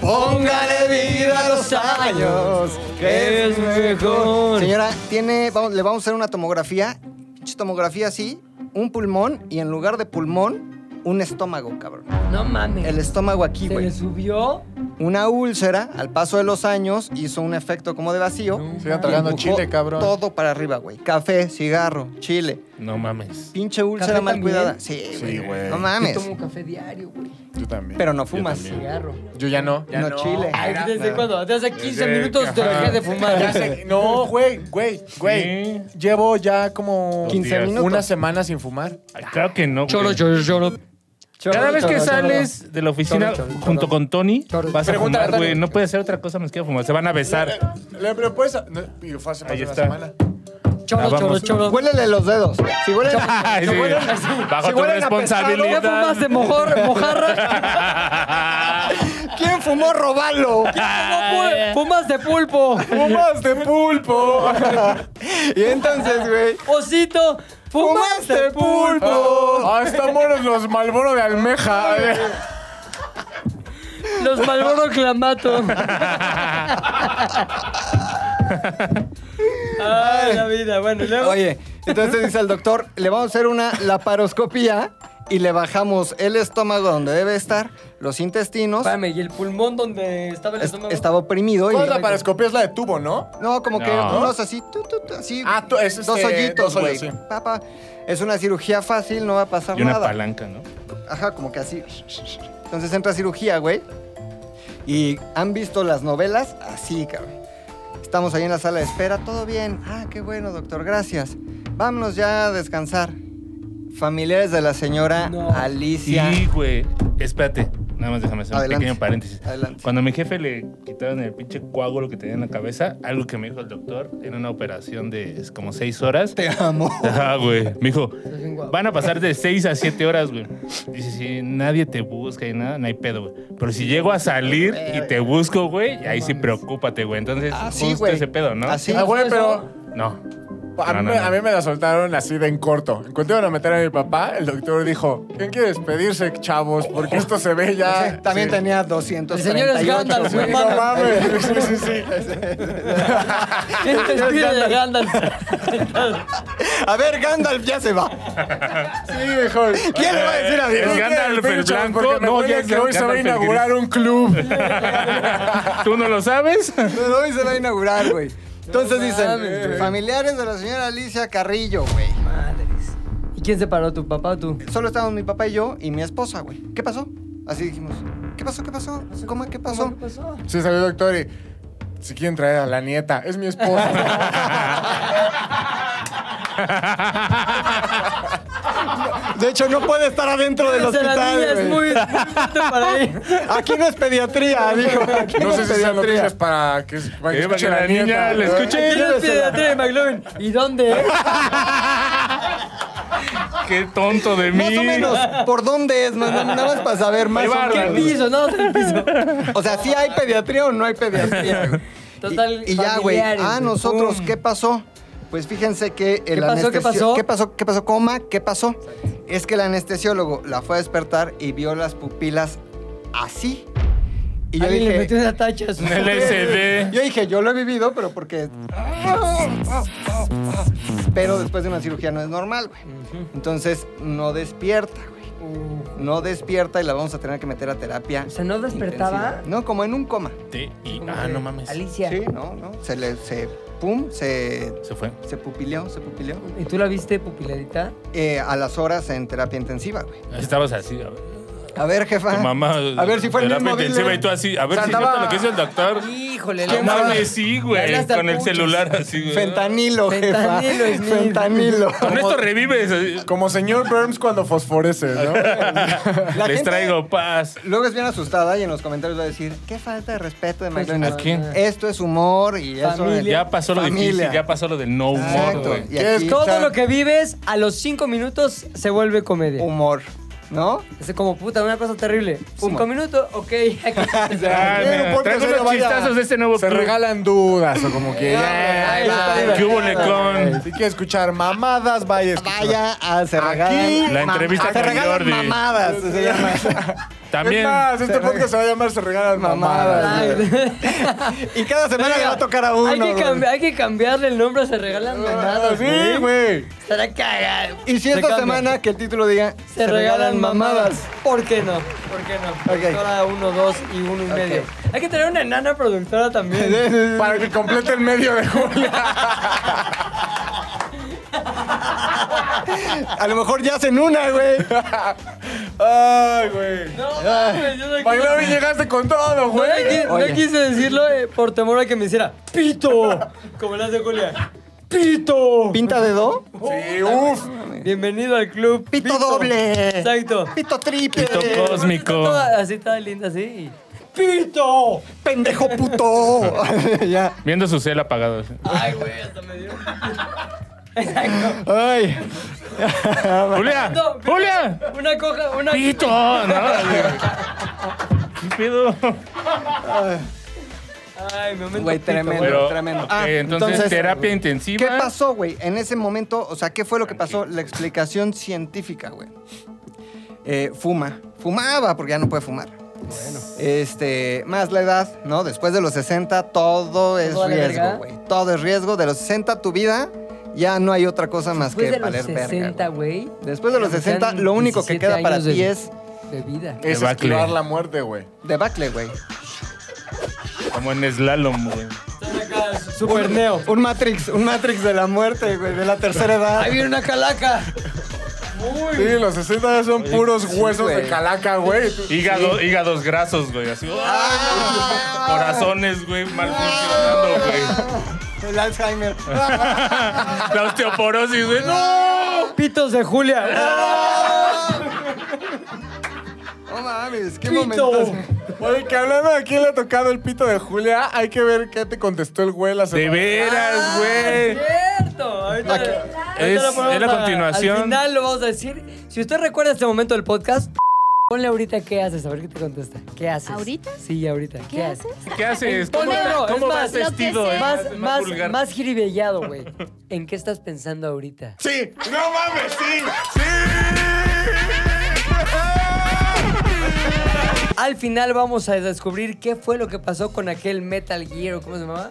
Speaker 2: Póngale vida a los años, que es mejor. Señora, tiene, vamos- le vamos a hacer una tomografía. Pinche tomografía así, un pulmón y en lugar de pulmón, un estómago, cabrón.
Speaker 1: No mames.
Speaker 2: El estómago aquí,
Speaker 1: se
Speaker 2: güey.
Speaker 1: le subió.
Speaker 2: Una úlcera, al paso de los años, hizo un efecto como de vacío.
Speaker 3: Sigan tragando
Speaker 2: Empujó
Speaker 3: chile, cabrón.
Speaker 2: Todo para arriba, güey. Café, cigarro, chile.
Speaker 4: No mames.
Speaker 2: Pinche úlcera
Speaker 1: ¿Café
Speaker 2: mal
Speaker 1: también?
Speaker 2: cuidada. Sí,
Speaker 3: Sí,
Speaker 2: güey.
Speaker 3: güey.
Speaker 2: no
Speaker 1: Yo
Speaker 2: mames.
Speaker 1: tomo café diario, güey.
Speaker 3: Yo también.
Speaker 2: Pero no fumas.
Speaker 3: Yo, también.
Speaker 1: Cigarro.
Speaker 3: Yo ya no.
Speaker 2: no, chile.
Speaker 1: Ay, ¿Desde cuándo? Desde hace 15
Speaker 4: Desde-
Speaker 1: minutos te
Speaker 4: Ajá.
Speaker 1: dejé de
Speaker 3: Ya
Speaker 1: fumar.
Speaker 3: sé- no, güey, güey, güey. Llevo ya como
Speaker 4: 15
Speaker 2: minutos.
Speaker 3: una semana sin fumar.
Speaker 4: Ay, Claro que no. güey.
Speaker 1: Choro, choro, choro.
Speaker 4: Cada vez que
Speaker 1: choro,
Speaker 4: sales de la oficina
Speaker 1: Choro, choro,
Speaker 4: junto
Speaker 1: choro.
Speaker 4: con Tony,
Speaker 1: Choro.
Speaker 4: vas a
Speaker 3: Pregúntale a
Speaker 4: fumar, güey.
Speaker 3: Tony.
Speaker 4: No puede hacer otra cosa más que fumar. Se van a besar.
Speaker 3: Eh, Le, pero puedes. no, y fue hace más
Speaker 4: Ahí
Speaker 3: de una
Speaker 4: está.
Speaker 3: semana.
Speaker 1: Choro,
Speaker 4: Ah,
Speaker 1: choro,
Speaker 4: vamos.
Speaker 1: choro.
Speaker 2: Huélele los dedos. Si huelen,
Speaker 4: Ay, sí. Bajo
Speaker 2: si
Speaker 4: tu
Speaker 2: huelen
Speaker 1: ¿Ya
Speaker 2: a
Speaker 4: responsabilidad.
Speaker 1: fumaste mojor, mojarra?
Speaker 2: ¿Quién fumó robalo?
Speaker 1: ¿Cómo pu- fumaste pulpo?
Speaker 3: ¡Fumaste pulpo!
Speaker 2: y entonces, güey.
Speaker 1: Osito, fumaste pulpo.
Speaker 3: ¡Ah, están buenos los malboros de almeja!
Speaker 1: Los Malboro Clamato. Ay, la vida. Bueno, y luego.
Speaker 2: Oye, entonces dice el doctor, le vamos a hacer una laparoscopía y le bajamos el estómago donde debe estar, los intestinos.
Speaker 1: Espérame, y el pulmón donde estaba el
Speaker 2: Est-
Speaker 1: estómago.
Speaker 2: estaba oprimido y
Speaker 3: ¿Cuál es la paroscopía? Es la de tubo, ¿no?
Speaker 2: No, como que
Speaker 4: No.
Speaker 2: unos así, tu, tu, tu, así.
Speaker 3: Ah, tú- es
Speaker 2: dos
Speaker 3: este,
Speaker 2: hoyitos,
Speaker 3: dos
Speaker 2: güey.
Speaker 3: hoyos, sí.
Speaker 2: Papá, es una cirugía fácil, no va a pasar
Speaker 4: Y una
Speaker 2: nada.
Speaker 4: palanca, ¿no?
Speaker 2: Ajá, como que así. Entonces entra a cirugía, güey. Y han visto las novelas así, cabrón. Estamos ahí en la sala de espera, todo bien. Ah, qué bueno, doctor, gracias. Vámonos ya a descansar. Familiares de la señora
Speaker 1: No.
Speaker 2: Alicia.
Speaker 4: Sí, güey. Espérate. Nada más déjame hacer
Speaker 2: Adelante.
Speaker 4: un pequeño paréntesis.
Speaker 2: Adelante.
Speaker 4: Cuando a mi jefe le quitaron el pinche coágulo que tenía en la cabeza, algo que me dijo el doctor en una operación de es como seis horas.
Speaker 2: Te amo.
Speaker 4: Ajá, güey. Me dijo,
Speaker 1: Estás bien guapo.
Speaker 4: van a pasar de 6 a 7 horas, güey. Dice, si nadie te busca y nada, no hay pedo, güey. Pero si llego a salir y te busco, güey, ahí sí preocúpate, güey. Entonces,
Speaker 2: Así,
Speaker 4: justo
Speaker 2: güey.
Speaker 4: ese pedo, ¿no?
Speaker 2: Así.
Speaker 3: Ah, güey, pero.
Speaker 4: No.
Speaker 3: A,
Speaker 4: No,
Speaker 3: mí,
Speaker 4: no,
Speaker 3: me-
Speaker 4: no.
Speaker 3: a mí me la soltaron así de en corto. En cuanto iban a meter a mi papá, el doctor dijo, ¿quién quiere despedirse, chavos? Porque esto se ve ya...
Speaker 2: Sí, también
Speaker 3: Sí.
Speaker 2: tenía
Speaker 1: El
Speaker 2: 200.
Speaker 1: señor es Gandalf,
Speaker 3: Sí, no mames. Sí, sí, sí.
Speaker 1: ¿Quién te despide de Gandalf?
Speaker 2: A ver, Gandalf ya se va.
Speaker 3: Sí, mejor.
Speaker 2: ¿Quién le va a decir a
Speaker 4: ¿El
Speaker 2: Dios?
Speaker 3: ¿Quién quiere
Speaker 4: Gandalf el
Speaker 3: pinche?
Speaker 4: blanco?
Speaker 3: Porque me
Speaker 4: No,
Speaker 3: huele
Speaker 4: ya
Speaker 3: que hoy se va a
Speaker 4: Gandalf el
Speaker 3: inaugurar un club.
Speaker 4: ¿Tú no lo sabes?
Speaker 2: Pero hoy se va a inaugurar, güey. Entonces
Speaker 1: mames,
Speaker 2: dicen,
Speaker 1: güey.
Speaker 2: familiares de la señora Alicia Carrillo, güey.
Speaker 1: Madres. ¿Y quién se paró, tu papá o tú?
Speaker 2: Solo estábamos mi papá y yo y mi esposa, güey. ¿Qué pasó? Así dijimos. ¿Qué pasó? ¿Qué pasó? ¿Cómo? ¿Qué pasó?
Speaker 1: pasó?
Speaker 3: Sí, salió el doctor y... Si quieren traer a la nieta, es mi esposa.
Speaker 2: De hecho, no puede estar adentro del
Speaker 1: Esa la niña
Speaker 2: hospital,
Speaker 1: es
Speaker 2: güey.
Speaker 1: muy, muy fuerte para ella.
Speaker 2: Aquí no es pediatría, dijo. Aquí
Speaker 3: No sé si esa noticia es
Speaker 2: pediatría.
Speaker 3: para que, para que
Speaker 4: Eh, para
Speaker 3: escuche
Speaker 4: que la niña la
Speaker 3: ¿verdad?
Speaker 4: escuche.
Speaker 1: ¿Quién es pediatra de McLovin? ¿Y dónde? eh? es?
Speaker 4: Qué tonto de mí.
Speaker 2: Más o menos, ¿por dónde es? Más- Nada más para saber más.
Speaker 4: Qué
Speaker 2: o menos.
Speaker 1: ¿Qué piso? No, el piso.
Speaker 2: O sea, ¿sí hay pediatría o no hay pediatría? güey?
Speaker 1: Total,
Speaker 2: Y, y ya, güey.
Speaker 1: familiares,
Speaker 2: Ah,
Speaker 1: güey.
Speaker 2: nosotros,
Speaker 1: Pum.
Speaker 2: ¿qué pasó? Pues fíjense que
Speaker 1: ¿Qué
Speaker 2: el
Speaker 1: pasó, qué
Speaker 2: anestesio-
Speaker 1: pasó?
Speaker 2: ¿Qué pasó? ¿Qué pasó? Coma, ¿qué pasó? Es que el anestesiólogo la fue a despertar y vio las pupilas así. Y yo
Speaker 1: Alguien le metió
Speaker 2: dije.
Speaker 1: una tacha a su...
Speaker 4: Un LSD.
Speaker 2: Yo dije, yo lo he vivido, pero porque. Pero después de una cirugía no es normal, güey. Entonces, no despierta, güey. No despierta y la vamos a tener que meter a terapia.
Speaker 1: O sea, ¿no despertaba?
Speaker 2: intensiva. No, como en un coma.
Speaker 4: T- y- Ah, no mames.
Speaker 1: Alicia.
Speaker 2: Sí, no, no. Se le, se, pum, se,
Speaker 4: Se fue.
Speaker 2: se pupileó, se pupileó.
Speaker 1: ¿Y tú la viste pupiladita?
Speaker 2: Eh, a las horas en terapia intensiva, güey.
Speaker 4: Estabas así. A ver,
Speaker 2: A ver, jefa.
Speaker 4: tu mamá.
Speaker 2: A ver si fue el
Speaker 4: terapia
Speaker 2: mismo, dile.
Speaker 4: intensiva Y tú así. A ver
Speaker 3: O sea,
Speaker 4: si es cierto
Speaker 3: andaba-
Speaker 4: lo que dice el doctor.
Speaker 1: Híjole,
Speaker 4: No
Speaker 1: la-
Speaker 4: mames, sí,
Speaker 1: Le
Speaker 4: güey.
Speaker 1: hablaste al
Speaker 4: Con el
Speaker 1: pucho.
Speaker 4: celular así, güey.
Speaker 2: Fentanilo, jefa.
Speaker 1: Fentanilo, Smith.
Speaker 2: Fentanilo.
Speaker 4: Con esto revives. así.
Speaker 3: Como señor Burns cuando fosforece, ¿no?
Speaker 2: La
Speaker 4: Les
Speaker 2: gente
Speaker 4: traigo paz.
Speaker 2: Luego es bien asustada y en los comentarios va a decir, qué falta de respeto de
Speaker 1: Pues,
Speaker 2: McLovin.
Speaker 4: ¿A quién?
Speaker 2: Esto es humor y eso
Speaker 1: Familia.
Speaker 4: Ya pasó lo
Speaker 2: Familia.
Speaker 4: difícil, ya pasó lo del no humor,
Speaker 2: Exacto.
Speaker 4: güey.
Speaker 2: Y
Speaker 3: ¿Qué
Speaker 2: aquí,
Speaker 3: es?
Speaker 1: Todo
Speaker 3: Chan.
Speaker 1: lo que vives a los cinco minutos se vuelve comedia.
Speaker 2: humor, ¿no?
Speaker 1: Es como puta, una cosa terrible. Cinco
Speaker 2: Humor.
Speaker 1: minutos, ok.
Speaker 4: Ah,
Speaker 3: Quiero un
Speaker 4: mira,
Speaker 3: podcast
Speaker 4: traigo
Speaker 3: que
Speaker 4: unos
Speaker 3: vaya-
Speaker 4: chistazos de este nuevo
Speaker 3: Se
Speaker 4: club.
Speaker 3: regalan dudas o como que. "Ah,
Speaker 1: Ay, está
Speaker 3: Ay,
Speaker 1: divertido.
Speaker 4: ¿Qué hubo, Lecón?
Speaker 3: Si quiere escuchar mamadas, vaya. a escuchar.
Speaker 2: Vaya a se
Speaker 3: Aquí,
Speaker 2: regalan
Speaker 4: La
Speaker 2: mam-
Speaker 4: entrevista
Speaker 2: a se
Speaker 4: con
Speaker 2: regalan
Speaker 4: Jordi.
Speaker 2: mamadas. se llama.
Speaker 4: También.
Speaker 3: Es más, este
Speaker 2: Se
Speaker 3: podcast se va a llamar Se regalan mamadas.
Speaker 1: Ay,
Speaker 3: güey.
Speaker 2: y cada semana le va a tocar a uno.
Speaker 1: hay, que
Speaker 2: güey.
Speaker 1: cambi- hay que cambiarle el nombre, se regalan
Speaker 3: Ah,
Speaker 1: manadas.
Speaker 3: Sí, güey.
Speaker 1: Estará cagado.
Speaker 2: Y si
Speaker 1: Se
Speaker 2: esta
Speaker 1: cambia.
Speaker 2: semana que el título diga
Speaker 1: se, regalan mamadas. ¿Por qué no? ¿Por qué no? Productora uno, dos y uno y medio. Hay que tener una enana productora también.
Speaker 3: Para que complete el medio de julio.
Speaker 2: A lo mejor ya hacen una, güey.
Speaker 3: Ay, güey.
Speaker 1: no, mames, yo no quise-
Speaker 3: Bailabi, llegaste con todo,
Speaker 1: no le
Speaker 3: güey.
Speaker 1: qui- no quise decirlo eh, por temor a que me hiciera pito,
Speaker 4: oh.
Speaker 1: como le hace Julia. ¡Pito!
Speaker 2: ¿Pinta de do?
Speaker 3: Sí, uff.
Speaker 1: Bienvenido al club.
Speaker 2: Pito doble.
Speaker 1: Exacto.
Speaker 2: Pito triple.
Speaker 4: Pito cósmico.
Speaker 1: Está toda- así está linda, así. ¡Pito!
Speaker 2: Pendejo puto. ya.
Speaker 4: Viendo su cel apagado.
Speaker 1: Ay, güey, hasta me dio. Exacto.
Speaker 2: Ay.
Speaker 4: ¡Julia!
Speaker 1: No, pero-
Speaker 4: ¡Julia!
Speaker 1: Una coja, una.
Speaker 4: ¡Pito! No, güey. ¿Qué pedo?
Speaker 1: Ay, me aumento.
Speaker 2: Güey,
Speaker 1: pito,
Speaker 2: tremendo,
Speaker 1: güey.
Speaker 4: Pero,
Speaker 2: tremendo. Ah,
Speaker 4: ok, entonces, terapia intensiva.
Speaker 2: ¿Qué pasó, güey? En ese momento, o sea, ¿qué fue lo que pasó? La explicación científica, güey. Eh, fuma. Fumaba, porque ya no puede fumar. Bueno. Este, más la edad, ¿no? Después de los 60, todo es
Speaker 1: vale verga.
Speaker 2: riesgo, güey. Todo es riesgo. De los 60, tu vida, ya no hay otra cosa más
Speaker 1: Después
Speaker 2: que
Speaker 1: de los
Speaker 2: valer verga,
Speaker 1: 60,
Speaker 2: güey.
Speaker 1: güey.
Speaker 2: Después de los
Speaker 1: eran
Speaker 2: 60, lo único que
Speaker 1: 17
Speaker 2: queda para
Speaker 1: años de-
Speaker 2: ti es
Speaker 1: De vida.
Speaker 3: Es
Speaker 4: Debacle.
Speaker 3: esquivar la muerte, güey.
Speaker 2: debacle, güey.
Speaker 4: Como en slalom, güey.
Speaker 1: Super neo.
Speaker 2: Un Matrix, un Matrix de la muerte, güey, de la tercera edad.
Speaker 1: Ahí viene una calaca.
Speaker 3: Sí, los 60 ya son puros huesos de
Speaker 2: güey.
Speaker 3: calaca, güey. Tú-
Speaker 4: Hígado, Hígados grasos, güey. Así. ¡ah! Corazones, güey, mal funcionando, güey.
Speaker 2: El Alzheimer.
Speaker 4: La osteoporosis, güey. ¡No!
Speaker 1: Pitos de Julia.
Speaker 2: No mames, qué
Speaker 1: Pito.
Speaker 2: momento.
Speaker 3: Oye, que hablando de quién le ha tocado el pito de Julia, hay que ver qué te contestó el güey la
Speaker 4: De
Speaker 3: semana.
Speaker 4: veras, güey.
Speaker 1: Ah,
Speaker 2: Ah.
Speaker 1: Cierto. Ahorita,
Speaker 2: Aquí-
Speaker 1: ahorita
Speaker 4: Es-
Speaker 1: lo ponemos
Speaker 4: es la
Speaker 1: a-
Speaker 4: continuación.
Speaker 1: al final lo vamos a decir. Si usted recuerda este momento del podcast, Ponle ahorita qué haces, a ver qué te contesta. ¿Qué haces?
Speaker 6: ¿Ahorita?
Speaker 1: Sí, ahorita. ¿Qué,
Speaker 6: ¿Qué haces?
Speaker 4: ¿Qué haces?
Speaker 1: Ponle
Speaker 4: ¿Cómo,
Speaker 1: uno, es
Speaker 4: cómo
Speaker 1: más,
Speaker 4: vas
Speaker 6: lo que
Speaker 4: vestido?
Speaker 6: sea.
Speaker 4: eh?
Speaker 1: Más, más,
Speaker 4: vulgar.
Speaker 1: más jiribillado, güey. ¿En qué estás pensando ahorita?
Speaker 3: ¡Sí! ¡No mames! ¡Sí! ¡Sí!
Speaker 1: Al final vamos a descubrir qué fue lo que pasó con aquel Metal Gear, o ¿cómo se llamaba?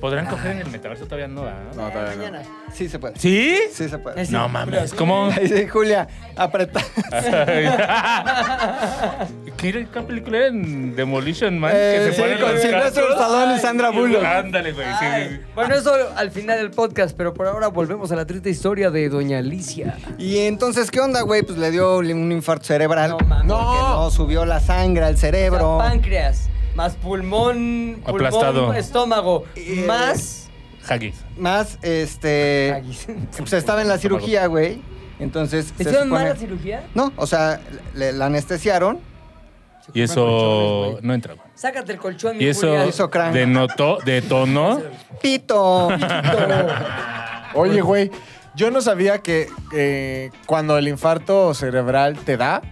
Speaker 4: ¿Podrán coger en el metaverso? Todavía Ah. no, ¿verdad?
Speaker 3: No, todavía no.
Speaker 1: Mañana.
Speaker 2: Sí se puede.
Speaker 4: ¿Sí?
Speaker 2: Sí se puede.
Speaker 1: Es-
Speaker 4: No mames, ¿cómo?
Speaker 2: Dice Julia, apretar.
Speaker 4: ¿Qué, era- ¿Qué película era? En Demolition Man.
Speaker 2: Eh,
Speaker 4: que
Speaker 2: sí,
Speaker 4: se ponen
Speaker 2: con
Speaker 4: los
Speaker 2: Silvestre
Speaker 4: cascos.
Speaker 2: Stallone y Sandra Bullock.
Speaker 4: Ándale, güey. sí, sí, sí.
Speaker 1: Bueno, eso al final del podcast, pero por ahora volvemos a la triste historia de Doña Alicia.
Speaker 2: Y entonces, ¿qué onda, güey? Pues le dio un infarto cerebral.
Speaker 1: No mames.
Speaker 2: No. Porque no subió la sangre al cerebro.
Speaker 1: O sea, páncreas, más pulmón, pulmón,
Speaker 4: Aplastado.
Speaker 1: estómago,
Speaker 2: Eh,
Speaker 1: más...
Speaker 4: Haggis.
Speaker 2: Más, este.
Speaker 1: Haggis.
Speaker 2: Pues estaba en la cirugía, güey. Entonces.
Speaker 1: ¿Te
Speaker 2: se
Speaker 1: hicieron
Speaker 2: supone-
Speaker 1: mala cirugía?
Speaker 2: No, o sea, le- la anestesiaron.
Speaker 4: Y
Speaker 1: colchones,
Speaker 4: eso
Speaker 1: güey.
Speaker 4: no entra, güey.
Speaker 1: Sácate el colchón,
Speaker 4: Y
Speaker 1: mi Julia.
Speaker 2: Hizo
Speaker 4: eso
Speaker 2: cráneo.
Speaker 4: denotó, detonó.
Speaker 2: Pito.
Speaker 3: Oye, güey, yo no sabía que eh, cuando el infarto cerebral te da,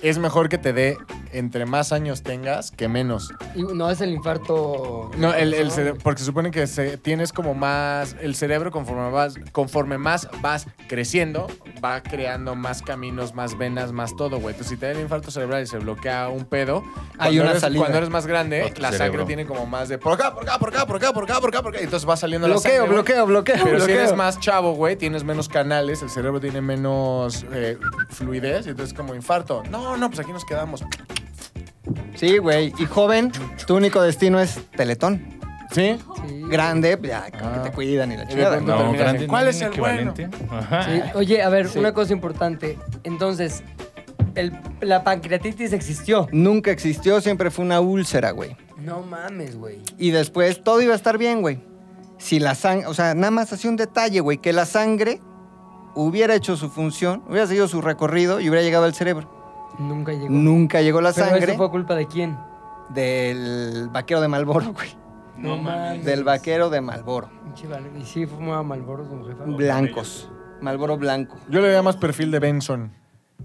Speaker 3: es mejor que te dé entre más años tengas que menos.
Speaker 1: Y no es el infarto...
Speaker 3: No, el, el cere- porque se supone que se- tienes como más. El cerebro, conforme, vas, conforme más vas creciendo, va creando más caminos, más venas, más todo, güey. Entonces, si te da el infarto cerebral y se bloquea un pedo,
Speaker 2: Hay
Speaker 3: cuando
Speaker 2: una
Speaker 3: eres-
Speaker 2: salida.
Speaker 3: Cuando eres más grande,
Speaker 4: Otro
Speaker 3: la
Speaker 4: cerebro.
Speaker 3: sangre tiene como más de por acá, por acá, por acá, por acá, por acá, por acá, por acá. Y entonces va saliendo la
Speaker 2: bloqueo,
Speaker 3: sangre. güey.
Speaker 2: bloqueo, bloqueo,
Speaker 3: Pero si
Speaker 2: bloqueo.
Speaker 3: eres más chavo, güey, tienes menos canales, el cerebro tiene menos eh, fluidez, y entonces como infarto. No, no, pues aquí nos quedamos.
Speaker 2: Sí, güey. Y joven, tu único destino es Teletón.
Speaker 3: ¿Sí?
Speaker 1: Sí.
Speaker 2: Grande, ya,
Speaker 3: Ah.
Speaker 2: que te cuidan y la
Speaker 3: Y de
Speaker 2: chingada.
Speaker 3: pronto
Speaker 4: No,
Speaker 3: terminas
Speaker 4: grande,
Speaker 3: en, ¿Cuál
Speaker 4: no,
Speaker 3: es el bueno?
Speaker 4: equivalente. Ajá.
Speaker 1: Sí, Oye, a ver,
Speaker 2: Sí.
Speaker 1: una cosa importante. Entonces, el- la pancreatitis existió.
Speaker 2: Nunca existió, siempre fue una úlcera, güey.
Speaker 1: No mames, güey.
Speaker 2: Y después todo iba a estar bien, güey. Si la sangre, o sea, nada más hacía un detalle, güey, que la sangre hubiera hecho su función, hubiera seguido su recorrido y hubiera llegado al cerebro.
Speaker 1: Nunca llegó.
Speaker 2: Nunca llegó la
Speaker 1: ¿Pero
Speaker 2: sangre
Speaker 1: eso fue culpa de quién?
Speaker 2: del vaquero de Malboro, güey.
Speaker 1: No mames.
Speaker 2: Del vaquero de Malboro.
Speaker 1: Pinche vale- Y sí, fumaba Malboros, don jefa.
Speaker 2: Blancos. Malboro blanco.
Speaker 3: Yo le daría más perfil de Benson.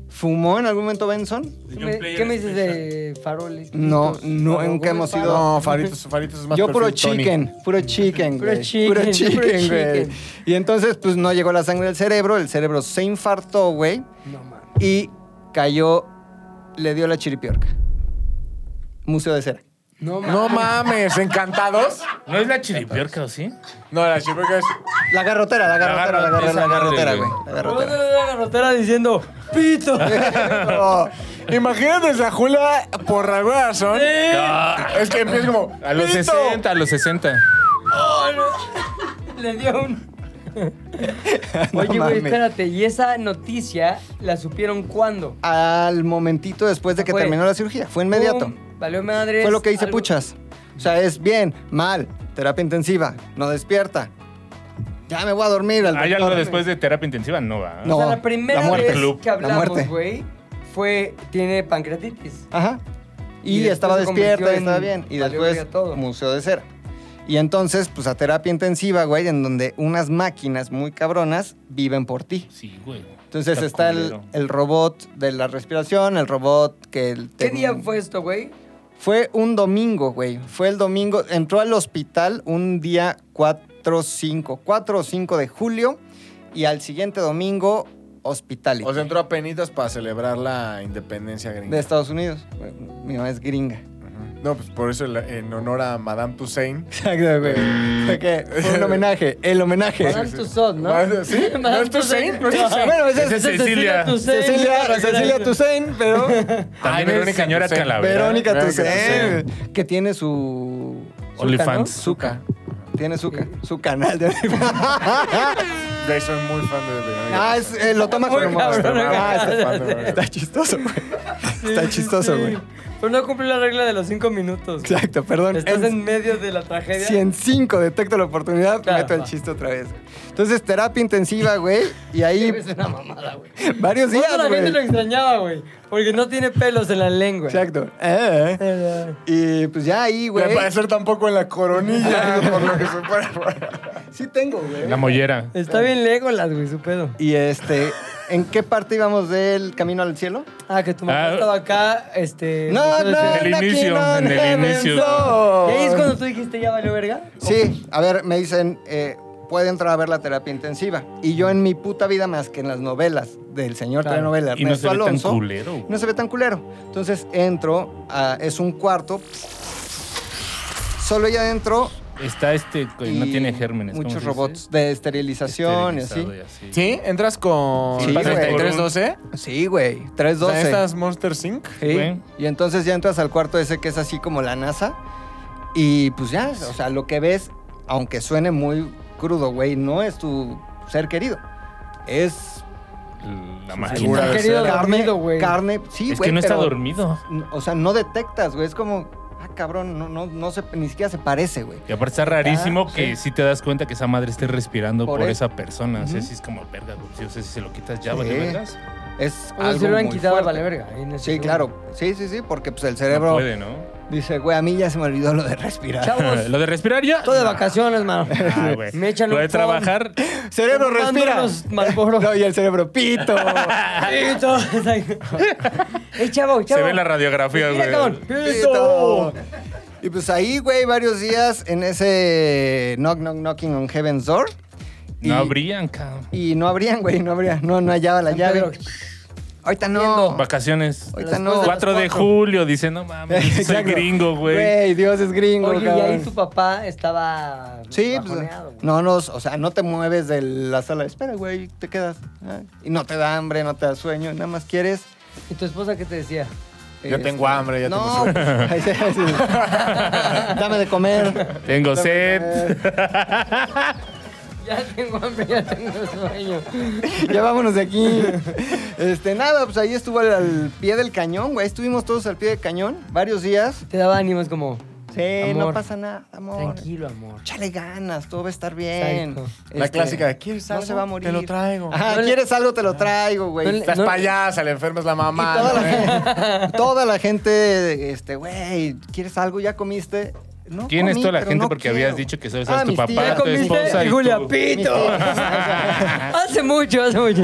Speaker 2: ¿Fumó en algún momento Benson?
Speaker 1: ¿Qué me, qué me dices de faroles?
Speaker 2: No,
Speaker 1: pitos,
Speaker 2: no,
Speaker 1: faroles,
Speaker 2: nunca hemos
Speaker 1: faroles?
Speaker 2: ido-
Speaker 3: No, Faritos, Faritos es más
Speaker 2: Yo
Speaker 3: perfil
Speaker 2: puro
Speaker 3: Tony.
Speaker 2: chicken, puro chicken,
Speaker 1: Puro
Speaker 2: güey.
Speaker 1: chicken, puro
Speaker 2: chicken, güey.
Speaker 1: chicken.
Speaker 2: Y entonces, pues no llegó la sangre al cerebro, el cerebro se infartó, güey.
Speaker 1: No mames.
Speaker 2: y cayó, le dio la chiripiorca. Museo de cera.
Speaker 1: No mames.
Speaker 3: No mames, encantados.
Speaker 4: ¿No es la chiripiorca o sí?
Speaker 3: No, la chiripiorca es.
Speaker 2: La garrotera, la garrotera, la garrotera, la garrotera, güey. La
Speaker 1: ¿Por qué no
Speaker 2: garrotera.
Speaker 1: le da la garrotera diciendo pito?
Speaker 3: No. Imagínate a Julia por alguna razón. Es que empieza como.
Speaker 4: A los
Speaker 3: "Pito".
Speaker 4: 60, a los 60.
Speaker 1: le dio un. Oye, güey,
Speaker 2: mames.
Speaker 1: espérate. ¿Y esa noticia la supieron cuándo?
Speaker 2: Al momentito después de que
Speaker 1: Fue-
Speaker 2: terminó la cirugía, fue inmediato.
Speaker 1: Pum, Valió madre.
Speaker 2: Fue lo que hice Puchas. O sea, es bien, mal, terapia intensiva, no despierta. Ya me voy a dormir. al
Speaker 4: ¿Hay
Speaker 2: doctor.
Speaker 4: algo Ah, después de terapia intensiva? No va.
Speaker 1: o
Speaker 2: No,
Speaker 1: sea, la primera
Speaker 2: la muerte.
Speaker 1: vez
Speaker 4: Club.
Speaker 1: que hablamos,
Speaker 2: muerte.
Speaker 1: güey, fue. Tiene pancreatitis.
Speaker 2: Ajá.
Speaker 1: Y
Speaker 2: Y,
Speaker 1: después
Speaker 2: estaba
Speaker 1: se convirtió
Speaker 2: despierta,
Speaker 1: en-
Speaker 2: estaba bien. Y
Speaker 1: valió
Speaker 2: después,
Speaker 1: verga todo.
Speaker 2: museo de cera. Y entonces, pues a terapia intensiva, güey, en donde unas máquinas muy cabronas viven por ti.
Speaker 4: Sí, güey.
Speaker 2: Entonces está, el,
Speaker 4: culero.
Speaker 2: el robot de la respiración, el robot que... el-
Speaker 1: ¿Qué
Speaker 2: te-
Speaker 1: día fue esto, güey?
Speaker 2: Fue un domingo, güey. Fue el domingo. Entró al hospital un día 4-5. 4 o 5 de julio. Y al siguiente domingo, hospital.
Speaker 3: O sea, entró a penitas para celebrar la independencia gringa.
Speaker 2: De Estados Unidos. Mi mamá es gringa.
Speaker 3: Ujú. No, pues por eso la- en honor a Madame Toussaint.
Speaker 2: Exacto, güey.
Speaker 1: Mm.
Speaker 2: Fue que fue un homenaje. El homenaje. Ah,
Speaker 1: Madame Tussaud, ¿no?
Speaker 3: Madame- ¿sí?
Speaker 1: Madame
Speaker 3: ¿No es Toussaint? ¿No es Toussaint?
Speaker 2: Bueno, esa
Speaker 4: Ese
Speaker 2: es
Speaker 4: es Cecilia.
Speaker 1: Toussaint.
Speaker 2: Cecilia, Cecilia Toussaint, pero
Speaker 4: También
Speaker 3: Ay,
Speaker 4: es señora
Speaker 3: Toussaint.
Speaker 4: Calavera.
Speaker 2: Verónica
Speaker 3: Verónica
Speaker 2: Toussaint, que tiene su...
Speaker 4: OnlyFans.
Speaker 2: Su ca- Tiene su, ca-
Speaker 1: Sí.
Speaker 2: su canal de
Speaker 3: Güey, soy muy fan de Verónica.
Speaker 2: Ah, es- eh, lo toma
Speaker 1: Muy
Speaker 2: como
Speaker 1: cabrón,
Speaker 2: Ah,
Speaker 1: cabrón.
Speaker 2: está-
Speaker 3: fan de Verónica.
Speaker 2: Está chistoso, güey. Está chistoso, güey.
Speaker 1: Pero no cumplió la regla de los cinco minutos. güey.
Speaker 2: Exacto, perdón.
Speaker 1: Estás
Speaker 2: En-
Speaker 1: en medio de la tragedia.
Speaker 2: Si en 5 detecto la oportunidad,
Speaker 1: Claro,
Speaker 2: meto el
Speaker 1: va.
Speaker 2: chiste otra vez. Entonces, terapia intensiva, güey. Y ahí
Speaker 1: Es una mamada, güey.
Speaker 2: varios
Speaker 1: Por
Speaker 2: días,
Speaker 1: eso la gente lo
Speaker 2: güey.
Speaker 1: extrañaba, güey. Porque no tiene pelos en la lengua.
Speaker 2: Exacto. Eh, eh.
Speaker 1: Eh,
Speaker 2: Y pues ya ahí,
Speaker 3: Y al
Speaker 2: güey. Ah.
Speaker 3: parecer tampoco en la coronilla, por lo que se puede.
Speaker 2: Sí tengo, güey.
Speaker 4: La mollera.
Speaker 1: Está bien Legolas, güey, su pedo.
Speaker 2: Y este. ¿En qué parte íbamos del camino al cielo?
Speaker 1: Ah, que tu mamá
Speaker 4: Ah.
Speaker 1: estaba acá, este...
Speaker 2: No, no,
Speaker 1: buscando
Speaker 4: En
Speaker 1: este-
Speaker 4: el
Speaker 2: no, aquí
Speaker 4: inicio,
Speaker 2: no,
Speaker 4: en el
Speaker 2: no,
Speaker 4: inicio.
Speaker 2: no.
Speaker 1: ¿Y ahí es cuando tú dijiste ya valió verga?
Speaker 2: Sí, a ver, me dicen, eh, puede entrar a ver la terapia intensiva. Y yo en mi puta vida, más que en las novelas del señor
Speaker 1: Claro.
Speaker 2: telenovela
Speaker 4: Ah, Y no
Speaker 2: Ernesto
Speaker 4: se ve tan
Speaker 2: Alonso,
Speaker 4: culero. güey.
Speaker 2: no se ve tan culero. Entonces entro, a- es un cuarto. Solo ya adentro.
Speaker 4: Está este, güey, no
Speaker 2: y
Speaker 4: tiene gérmenes. ¿cómo se
Speaker 2: Muchos
Speaker 4: dice?
Speaker 2: robots de esterilización y así.
Speaker 4: Esterilizado y así.
Speaker 3: ¿Sí? ¿Entras con
Speaker 2: Sí, güey.
Speaker 3: 3312?
Speaker 2: Sí, güey. 312.
Speaker 3: ¿Estas Monster Sync?
Speaker 2: Sí.
Speaker 4: Güey.
Speaker 2: Y entonces ya entras al cuarto ese que es así como la NASA. Y pues ya, o sea, lo que ves, aunque suene muy crudo, güey, no es tu ser querido. Es
Speaker 4: La
Speaker 3: Segura
Speaker 4: máquina.
Speaker 3: de
Speaker 1: querido
Speaker 3: ser.
Speaker 2: carne,
Speaker 1: dormido, güey.
Speaker 2: carne, sí,
Speaker 4: Es
Speaker 2: güey,
Speaker 4: que no está
Speaker 2: pero-
Speaker 4: dormido.
Speaker 2: n- O sea, no detectas, güey. Es como, ah, cabrón, no, no, no se, ni siquiera se parece, güey.
Speaker 4: Y aparte está rarísimo que si te das cuenta que esa madre esté respirando por,
Speaker 2: Por él.
Speaker 4: esa persona. O sea,
Speaker 2: Ujú.
Speaker 4: si es como verga, güey. Sí, O sea, si se lo quitas ya,
Speaker 2: Sí.
Speaker 4: vale, vergas.
Speaker 2: Es
Speaker 1: O sea,
Speaker 2: algo
Speaker 1: si lo hubieran
Speaker 2: muy
Speaker 1: quitado,
Speaker 2: fuerte.
Speaker 1: vale verga. ahí en ese
Speaker 2: Sí,
Speaker 1: segundo.
Speaker 2: claro. Sí, sí, sí, porque pues el
Speaker 4: No
Speaker 2: cerebro
Speaker 4: puede, ¿no?
Speaker 2: dice, güey, a mí ya se me olvidó lo de respirar.
Speaker 1: Chavos,
Speaker 4: Lo de respirar ya.
Speaker 1: todo de vacaciones, mano.
Speaker 4: Ah, güey.
Speaker 1: Me echan
Speaker 4: Lo
Speaker 1: un
Speaker 4: de
Speaker 1: phone.
Speaker 4: trabajar.
Speaker 2: Cerebro, respira.
Speaker 1: Los Marlboro.
Speaker 2: No, y el cerebro, pito.
Speaker 1: Pito. Ey, chavo, chavo.
Speaker 4: Se ve la radiografía,
Speaker 1: Mira, cabrón.
Speaker 4: güey.
Speaker 1: Pito.
Speaker 2: Y pues ahí, güey, varios días en ese knock, knock, knocking on heaven's door. Y,
Speaker 4: No abrían, cabrón.
Speaker 2: Y no abrían, güey, no abrían. No, no hallaba la
Speaker 1: San
Speaker 2: llave.
Speaker 1: Pedro.
Speaker 2: Ahorita no.
Speaker 4: Vacaciones.
Speaker 2: Ahorita no.
Speaker 4: 4 de julio, dice, no mames, soy
Speaker 2: Exacto.
Speaker 4: gringo, güey.
Speaker 2: Güey, Dios es gringo,
Speaker 1: Oye, y ahí
Speaker 2: cabrón.
Speaker 1: tu papá estaba
Speaker 2: Sí, pues,
Speaker 1: bajoneado, güey.
Speaker 2: no nos, o sea, no te mueves de la sala. Espera, güey, te quedas. Ah, Y no te da hambre, no te da sueño, nada más quieres.
Speaker 1: ¿Y
Speaker 2: este,
Speaker 1: tu esposa qué te decía?
Speaker 3: Ya tengo hambre, ya tengo
Speaker 2: no, pues, sueño. Dame de comer.
Speaker 4: Tengo
Speaker 2: Dame de
Speaker 4: sed.
Speaker 2: comer.
Speaker 1: Ya tengo hambre, ya tengo sueño.
Speaker 2: Ya vámonos de aquí. Este, nada, pues ahí estuvo al, al pie del cañón, güey. Estuvimos todos al pie del cañón varios días.
Speaker 1: Te daba ánimos como,
Speaker 2: Sí,
Speaker 1: Amor.
Speaker 2: no pasa nada, amor.
Speaker 1: tranquilo, amor.
Speaker 2: Échale ganas, todo va a estar bien.
Speaker 1: Exacto.
Speaker 3: La
Speaker 2: Este,
Speaker 3: clásica de ¿quieres
Speaker 2: No
Speaker 3: algo?
Speaker 2: se va a morir.
Speaker 3: Te lo traigo.
Speaker 2: Ajá,
Speaker 1: No le-
Speaker 2: quieres algo, te lo traigo,
Speaker 1: No
Speaker 2: güey.
Speaker 1: le-
Speaker 3: Las payasas, la enferma es la mamá.
Speaker 2: toda, la
Speaker 3: Ah, ¿no?
Speaker 2: gente, toda la gente, este, güey, ¿quieres algo? ¿Ya comiste? No
Speaker 4: ¿Quién es
Speaker 2: comí,
Speaker 4: toda la
Speaker 2: pero
Speaker 4: gente?
Speaker 2: no
Speaker 4: Porque
Speaker 2: quiero.
Speaker 4: habías dicho que solo
Speaker 2: Ah,
Speaker 4: sabes tu
Speaker 2: mis tías.
Speaker 4: papá,
Speaker 2: Ya
Speaker 4: tu esposa y
Speaker 1: Julia
Speaker 4: tú.
Speaker 1: Pito? hace mucho, hace mucho.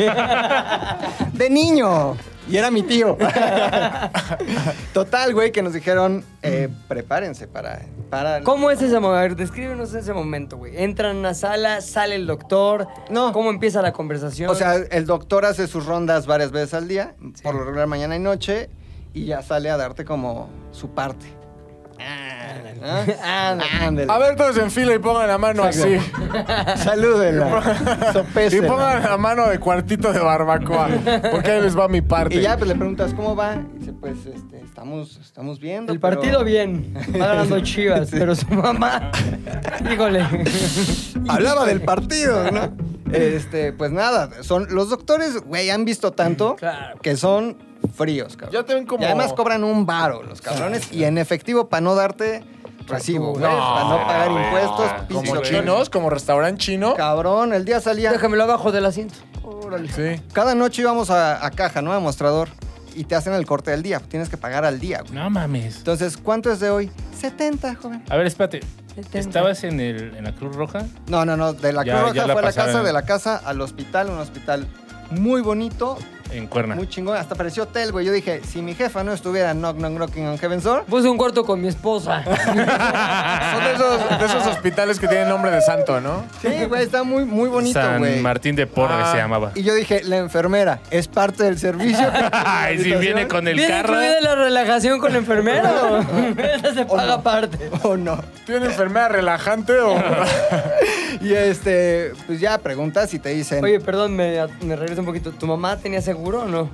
Speaker 2: De niño. Y era mi tío. Total, güey, que nos dijeron, eh, prepárense para... para
Speaker 1: ¿Cómo es ese momento? Descríbenos ese momento, güey. Entran a una sala, sale el doctor.
Speaker 2: No.
Speaker 1: ¿Cómo empieza la conversación?
Speaker 2: O sea, el doctor hace sus rondas varias veces al día, por lo regular mañana y noche, y ya sale a darte como su parte. ¿Ah?
Speaker 1: Ándale.
Speaker 2: Ándale.
Speaker 3: A ver, todos en fila y pongan la mano así.
Speaker 2: salúdela.
Speaker 3: Y
Speaker 2: sopésela.
Speaker 3: pongan la mano de cuartito de barbacoa. Porque ahí les va mi parte.
Speaker 2: Y ya pues, le preguntas cómo va. Y dice, pues este, estamos, estamos viendo.
Speaker 1: el
Speaker 2: pero-
Speaker 1: partido bien, va ganando Chivas, pero su mamá, híjole.
Speaker 2: Hablaba del partido, ¿no? Este, pues nada, son los doctores, güey, han visto tanto
Speaker 1: Claro.
Speaker 2: que son fríos, cabrón.
Speaker 3: Mm, Ya te ven como-
Speaker 2: Y además cobran un varo los cabrones y en efectivo para no darte recibo, güey, para no pagar
Speaker 4: güey.
Speaker 2: impuestos,
Speaker 4: Ah,
Speaker 2: pinche
Speaker 3: Como
Speaker 2: doctor.
Speaker 3: chinos, como restaurante chino.
Speaker 2: Cabrón, el día salía
Speaker 1: Déjamelo abajo del asiento.
Speaker 3: Sí.
Speaker 2: Cada noche íbamos a, a caja, ¿no? A mostrador. Y te hacen el corte del día. Tienes que pagar al día, güey.
Speaker 4: No mames.
Speaker 2: Entonces, ¿cuánto es de hoy? 70, joven.
Speaker 4: A ver, espérate.
Speaker 1: Setenta.
Speaker 4: ¿Estabas en, el, en la Cruz Roja?
Speaker 2: No, no, no. De la
Speaker 4: Ya-
Speaker 2: Cruz Roja
Speaker 4: ya la
Speaker 2: fue a la
Speaker 4: pasaron.
Speaker 2: casa, de la casa al hospital. Un hospital muy bonito,
Speaker 4: En Cuerna.
Speaker 2: muy chingón. Hasta pareció hotel, güey. Yo dije, si mi jefa no estuviera knock, knock, knocking on Heaven's Door...
Speaker 1: Puse un cuarto con mi esposa.
Speaker 3: Son de esos, de esos hospitales que tienen nombre de santo, ¿no?
Speaker 2: Sí, güey, está muy, muy bonito,
Speaker 4: San
Speaker 2: güey.
Speaker 4: Martín de Porres
Speaker 3: Ah,
Speaker 4: se llamaba.
Speaker 2: Y yo dije, la enfermera es parte del servicio.
Speaker 4: Ay, si viene con el
Speaker 1: Viene
Speaker 4: carro.
Speaker 1: incluida la relajación con enfermero. Esa se paga aparte.
Speaker 2: ¿O no?
Speaker 3: ¿Tiene enfermedad relajante o.?
Speaker 2: Y este, pues ya preguntas y te dicen...
Speaker 1: Oye, perdón, me, me regreso un poquito. ¿Tu mamá tenía seguro o no?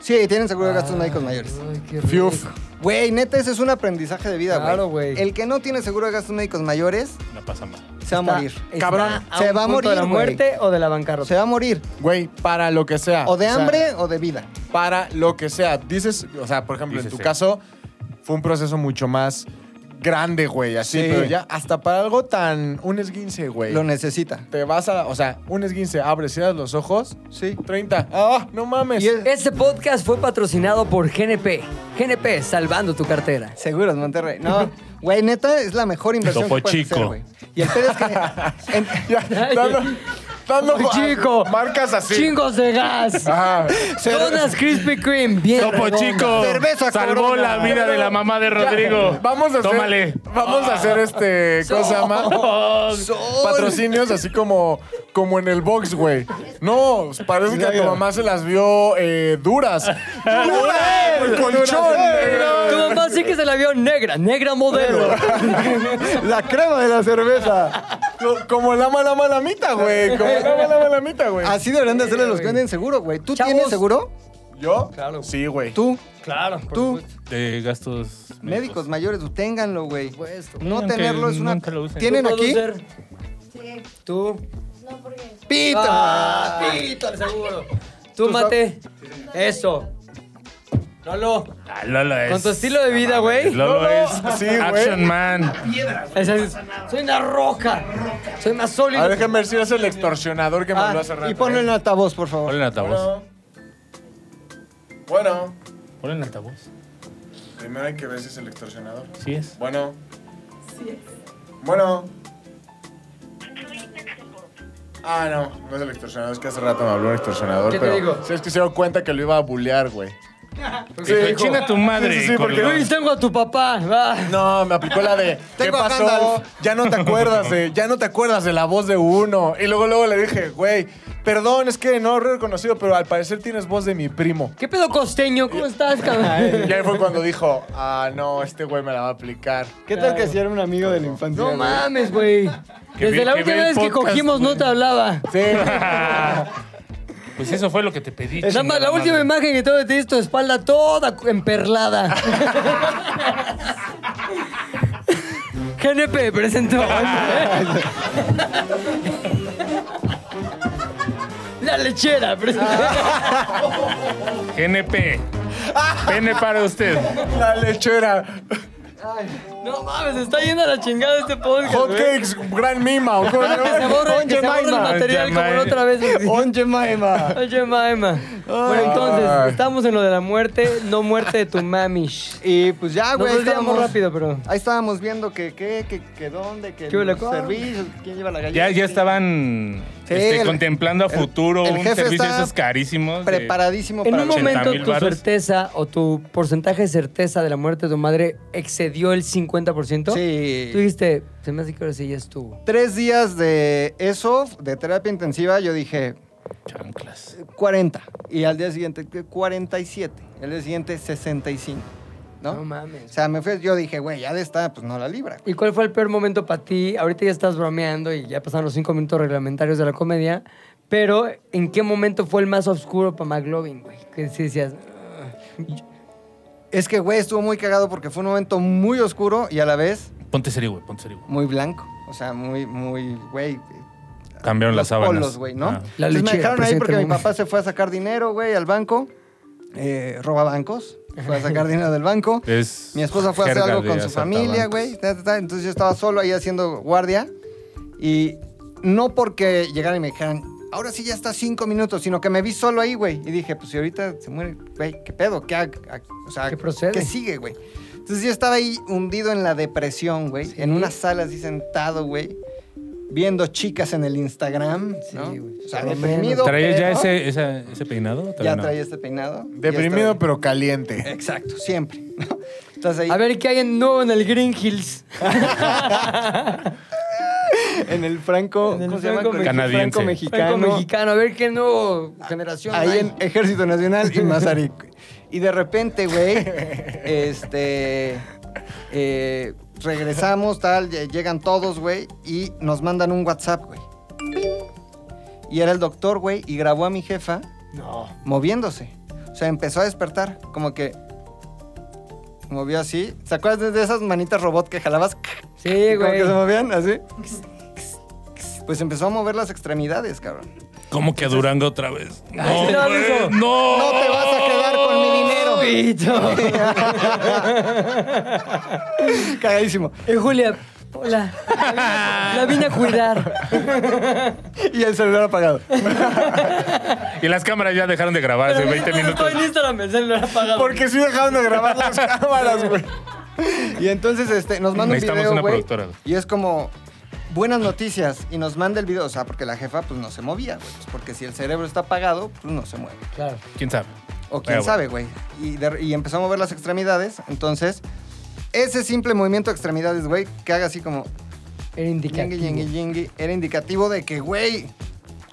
Speaker 2: sí, tienen seguro de gastos
Speaker 1: Ah.
Speaker 2: médicos mayores.
Speaker 1: Ay, qué
Speaker 3: Fiuf.
Speaker 1: rico.
Speaker 2: Güey, neta, ese es un aprendizaje de vida, güey.
Speaker 1: Claro, güey.
Speaker 2: El que no tiene seguro de gastos médicos mayores
Speaker 4: No pasa mal.
Speaker 2: se va
Speaker 1: Está-
Speaker 2: a morir.
Speaker 1: está
Speaker 3: Cabrón,
Speaker 1: a
Speaker 2: se
Speaker 1: un
Speaker 2: va a
Speaker 1: punto
Speaker 2: morir,
Speaker 1: ¿De la
Speaker 2: güey.
Speaker 1: muerte o de la bancarrota?
Speaker 2: Se va a morir.
Speaker 3: Güey, para lo que sea.
Speaker 2: O de
Speaker 3: Ah, sea,
Speaker 2: hambre o de vida.
Speaker 3: para lo que sea. Dices, o sea, por ejemplo, en tu
Speaker 4: Dícese.
Speaker 3: caso, fue un proceso mucho más grande, güey, así,
Speaker 2: Sí.
Speaker 3: pero ya hasta para algo tan. Un esguince, güey.
Speaker 2: Lo necesita.
Speaker 3: Te vas a. O sea, un esguince, abres, cierras los ojos.
Speaker 2: Sí.
Speaker 3: 30. ¡Ah! no mames.
Speaker 2: Y es-
Speaker 1: Este podcast fue patrocinado por GNP. GNP, salvando tu cartera.
Speaker 2: Seguros, Monterrey. No, güey, neta, es la mejor inversión
Speaker 4: Topo
Speaker 2: que puedes
Speaker 4: Chico.
Speaker 2: hacer, güey. Y el pedo es que... en-
Speaker 3: Ya, dando- dando
Speaker 1: Ay, chico.
Speaker 3: marcas así.
Speaker 1: Chingos de gas.
Speaker 3: Ajá.
Speaker 1: Donas Krispy Kreme. Bien.
Speaker 4: Topo
Speaker 1: redondas.
Speaker 4: Chico
Speaker 2: Cerveza
Speaker 4: salvó
Speaker 2: Corona.
Speaker 4: la vida de la mamá de Rodrigo.
Speaker 3: Vamos a hacer.
Speaker 4: Tómale.
Speaker 3: Vamos a hacer este. ¿Cómo se llama? Patrocinios así como, como en el box, güey. No, parece que a tu mamá se las vio eh, duras. ¡Duras! ¡Colchón!
Speaker 1: Tu mamá sí que se la vio negra. Negra modelo.
Speaker 6: La crema de la cerveza.
Speaker 3: Co- Como la mala malamita, güey. Como la mala malamita, güey.
Speaker 2: Así deberían de hacerle los que venden seguro, güey. ¿Tú
Speaker 1: Chavos.
Speaker 2: tienes seguro?
Speaker 3: ¿Yo? Claro. Sí, güey.
Speaker 2: Tú,
Speaker 4: Claro.
Speaker 2: tú,
Speaker 4: De gastos
Speaker 2: médicos mayores, tú, ténganlo, güey. No
Speaker 4: Aunque
Speaker 2: tenerlo es una.
Speaker 4: nunca lo usen.
Speaker 2: ¿Tienen aquí?
Speaker 1: Producer, Tú.
Speaker 2: ¡Pita!
Speaker 1: Pito, seguro. Tú, mate. Eso. Lolo.
Speaker 4: Ah, Lolo es.
Speaker 1: Con tu estilo de vida, güey.
Speaker 4: Lolo es.
Speaker 3: Pues, Sí, güey.
Speaker 4: Action Man.
Speaker 1: Esa es- Soy una roca. Soy más
Speaker 3: A
Speaker 1: sólido.
Speaker 3: ver, déjame ver si es el extorsionador que me
Speaker 2: Ah,
Speaker 3: mandó hace rato. eh.
Speaker 2: y ponlo en altavoz, por favor.
Speaker 4: Ponle en altavoz.
Speaker 3: Bueno. Bueno.
Speaker 4: Ponle en altavoz.
Speaker 3: Primero hay que ver si es el extorsionador.
Speaker 4: Sí es.
Speaker 3: Bueno. Bueno. Ah, no, no es el extorsionador, es que hace rato me habló un extorsionador.
Speaker 1: ¿Qué te
Speaker 3: pero
Speaker 1: digo?
Speaker 3: Sí, es que se dio cuenta que lo iba a bulear, güey. Sí,
Speaker 4: Dijo,
Speaker 3: dijo-
Speaker 4: Chinga tu madre.
Speaker 3: Sí, sí, sí, porque-
Speaker 4: colgado".
Speaker 1: Luis, tengo a tu papá. va.
Speaker 3: No, me aplicó la de ¿Qué
Speaker 2: Tengo a
Speaker 3: pasó?
Speaker 2: Gandalf.
Speaker 3: Ya no te acuerdas de, ya no te acuerdas de la voz de uno. Y luego luego le dije, güey, perdón, es que no lo he reconocido, pero al parecer tienes voz de mi primo.
Speaker 1: ¿Qué pedo costeño? ¿Cómo estás, cabrón?
Speaker 3: Y ahí fue cuando dijo, ah, no, este güey me la va a aplicar.
Speaker 6: ¿Qué tal que si era un amigo de la infancia?
Speaker 1: No
Speaker 6: güey?
Speaker 1: mames, güey.
Speaker 4: Que
Speaker 1: Desde
Speaker 4: vi-
Speaker 1: la
Speaker 4: que
Speaker 1: última
Speaker 4: vi el
Speaker 1: vez que
Speaker 4: podcast,
Speaker 1: cogimos no
Speaker 4: güey.
Speaker 1: te hablaba.
Speaker 3: Sí.
Speaker 4: Pues eso fue lo que te pedí.
Speaker 1: Nada más, la
Speaker 4: chingada
Speaker 1: última
Speaker 4: madre.
Speaker 1: imagen que tengo de ti es tu espalda toda emperlada. GNP presentó. La lechera presentó.
Speaker 4: GNP. Pene para usted.
Speaker 3: la lechera.
Speaker 1: No mames, se está yendo a la chingada este podcast. güey.
Speaker 3: Hotcakes, gran mima. ¿o cómo se
Speaker 1: Que se
Speaker 3: llama?
Speaker 1: borre, que se borre el material como la otra vez.
Speaker 6: On Jemima.
Speaker 1: Oye, Maema. Bueno, entonces, estamos en lo de la muerte, no muerte de tu mamish.
Speaker 2: Y pues ya,
Speaker 1: Nos
Speaker 2: güey. ahí
Speaker 1: olvidamos
Speaker 2: estábamos-
Speaker 1: rápido, pero...
Speaker 2: Ahí estábamos viendo que qué, que, que dónde, que
Speaker 1: ¿Qué huele
Speaker 2: los
Speaker 1: con?
Speaker 2: servicios, que quién lleva la galleta.
Speaker 4: Ya, ya estaban
Speaker 2: Sí,
Speaker 4: este,
Speaker 2: el-
Speaker 4: contemplando a
Speaker 2: el-
Speaker 4: futuro
Speaker 2: el
Speaker 4: un
Speaker 2: jefe
Speaker 4: servicio
Speaker 2: está
Speaker 4: esos carísimos. de-
Speaker 2: Preparadísimo
Speaker 1: En
Speaker 2: para
Speaker 1: un
Speaker 4: 80,000
Speaker 1: momento tu
Speaker 4: varos.
Speaker 1: certeza o tu porcentaje de certeza de la muerte de tu madre excedió el 50%.
Speaker 2: Sí.
Speaker 1: Tú dijiste, se me hace que ahora sí ya estuvo.
Speaker 2: Tres días de eso, de terapia intensiva, yo dije
Speaker 4: Chanclas.
Speaker 2: 40. Y al día siguiente, ¿qué? 47. Y al día siguiente, 65. ¿No?
Speaker 1: No
Speaker 2: O
Speaker 1: mames.
Speaker 2: sea, me fui, yo dije, güey, ya de esta, pues no la libra. güey.
Speaker 1: ¿Y cuál fue el peor momento para ti? Ahorita ya estás bromeando y ya pasaron los cinco minutos reglamentarios de la comedia, pero ¿en qué momento fue el más oscuro para McLovin, güey? Que sí decías,
Speaker 2: Es que, güey, estuvo muy cagado porque fue un momento muy oscuro y a la vez
Speaker 4: Ponte serio, güey. Ponte serio. güey.
Speaker 2: muy blanco. O sea, muy, muy, güey,
Speaker 4: Cambiaron las
Speaker 2: los
Speaker 4: sábanas.
Speaker 2: polos, güey, ¿no?
Speaker 4: Ah.
Speaker 1: La
Speaker 2: Entonces
Speaker 1: lechera,
Speaker 2: me dejaron ahí porque mi
Speaker 1: preséntame.
Speaker 2: papá se fue a sacar dinero, güey, al banco. Eh, roba bancos. Fue a sacar dinero del banco.
Speaker 4: Es
Speaker 2: Mi esposa fue a hacer
Speaker 4: jerga
Speaker 2: algo
Speaker 4: de
Speaker 2: con su
Speaker 4: asaltabancos.
Speaker 2: familia, güey. ta, ta, ta. Entonces yo estaba solo ahí haciendo guardia. Y no porque llegaran y me dijeran, ahora sí ya está cinco minutos, sino que me vi solo ahí, güey. Y dije, pues si ahorita se muere, güey, ¿qué pedo? ¿Qué, hago? o sea,
Speaker 1: ¿Qué procede?
Speaker 2: ¿Qué sigue, güey? Entonces yo estaba ahí hundido en la depresión, güey. En una sala así sentado, güey. Viendo chicas en el Instagram.
Speaker 1: Sí,
Speaker 2: ¿no?
Speaker 1: güey.
Speaker 2: O sea,
Speaker 1: Por lo
Speaker 2: deprimido.
Speaker 4: ¿Traías ya
Speaker 2: pero-
Speaker 4: ese, esa- ese peinado?
Speaker 2: Ya
Speaker 4: Todavía no.
Speaker 2: traía este peinado. y
Speaker 3: Deprimido
Speaker 2: estaba-
Speaker 3: pero caliente.
Speaker 2: Exacto, siempre. ¿no? Entonces ahí.
Speaker 1: a ver qué hay en nuevo en el Green Hills.
Speaker 6: En el franco.
Speaker 1: En el
Speaker 6: ¿Cómo se llama?
Speaker 1: franco
Speaker 4: canadiense.
Speaker 6: Franco
Speaker 1: Franco
Speaker 6: mexicano.
Speaker 1: mexicano, a ver qué nuevo generación.
Speaker 2: Ahí
Speaker 1: hay.
Speaker 2: en Ejército Nacional y Mazarik. Y de repente, güey, este. eh, regresamos, tal, lle- llegan todos, güey, y nos mandan un WhatsApp, güey. Y era el doctor, güey, y grabó a mi jefa
Speaker 1: No.
Speaker 2: moviéndose. O sea, empezó a despertar, como que. Movió así. ¿Se acuerdas de esas manitas robot que jalabas?
Speaker 1: Sí,
Speaker 2: Como
Speaker 1: güey.
Speaker 2: que se movían así. Pues empezó a mover las extremidades, cabrón.
Speaker 4: ¿Cómo que a Durango otra vez? No,
Speaker 1: sí, no,
Speaker 4: güey,
Speaker 1: eso.
Speaker 4: no.
Speaker 2: No te vas a quedar con mi dinero.
Speaker 1: Pito.
Speaker 2: Cagadísimo.
Speaker 1: Eh, Julia, hola. La vine a cuidar.
Speaker 2: Y el celular apagado.
Speaker 4: Y las cámaras ya dejaron de grabar hace 20 minutos.
Speaker 1: Estoy en Instagram, el celular apagado.
Speaker 3: Porque sí dejaron de grabar las cámaras, güey.
Speaker 2: Y entonces este, nos manda un
Speaker 4: Necesitamos
Speaker 2: video,
Speaker 4: una
Speaker 2: güey.
Speaker 4: productora, güey.
Speaker 2: Y es como, buenas noticias y nos manda el video, o sea, porque la jefa pues no se movía, güey, pues, porque si el cerebro está apagado, pues no se mueve.
Speaker 1: Claro.
Speaker 4: ¿Quién sabe?
Speaker 2: O quién
Speaker 4: Pero bueno.
Speaker 2: sabe, güey. Y, de- y empezó a mover las extremidades, entonces ese simple movimiento de extremidades, güey, que haga así como
Speaker 1: Era indicativo.
Speaker 2: yingui, yingui, yingui, era indicativo de que, güey,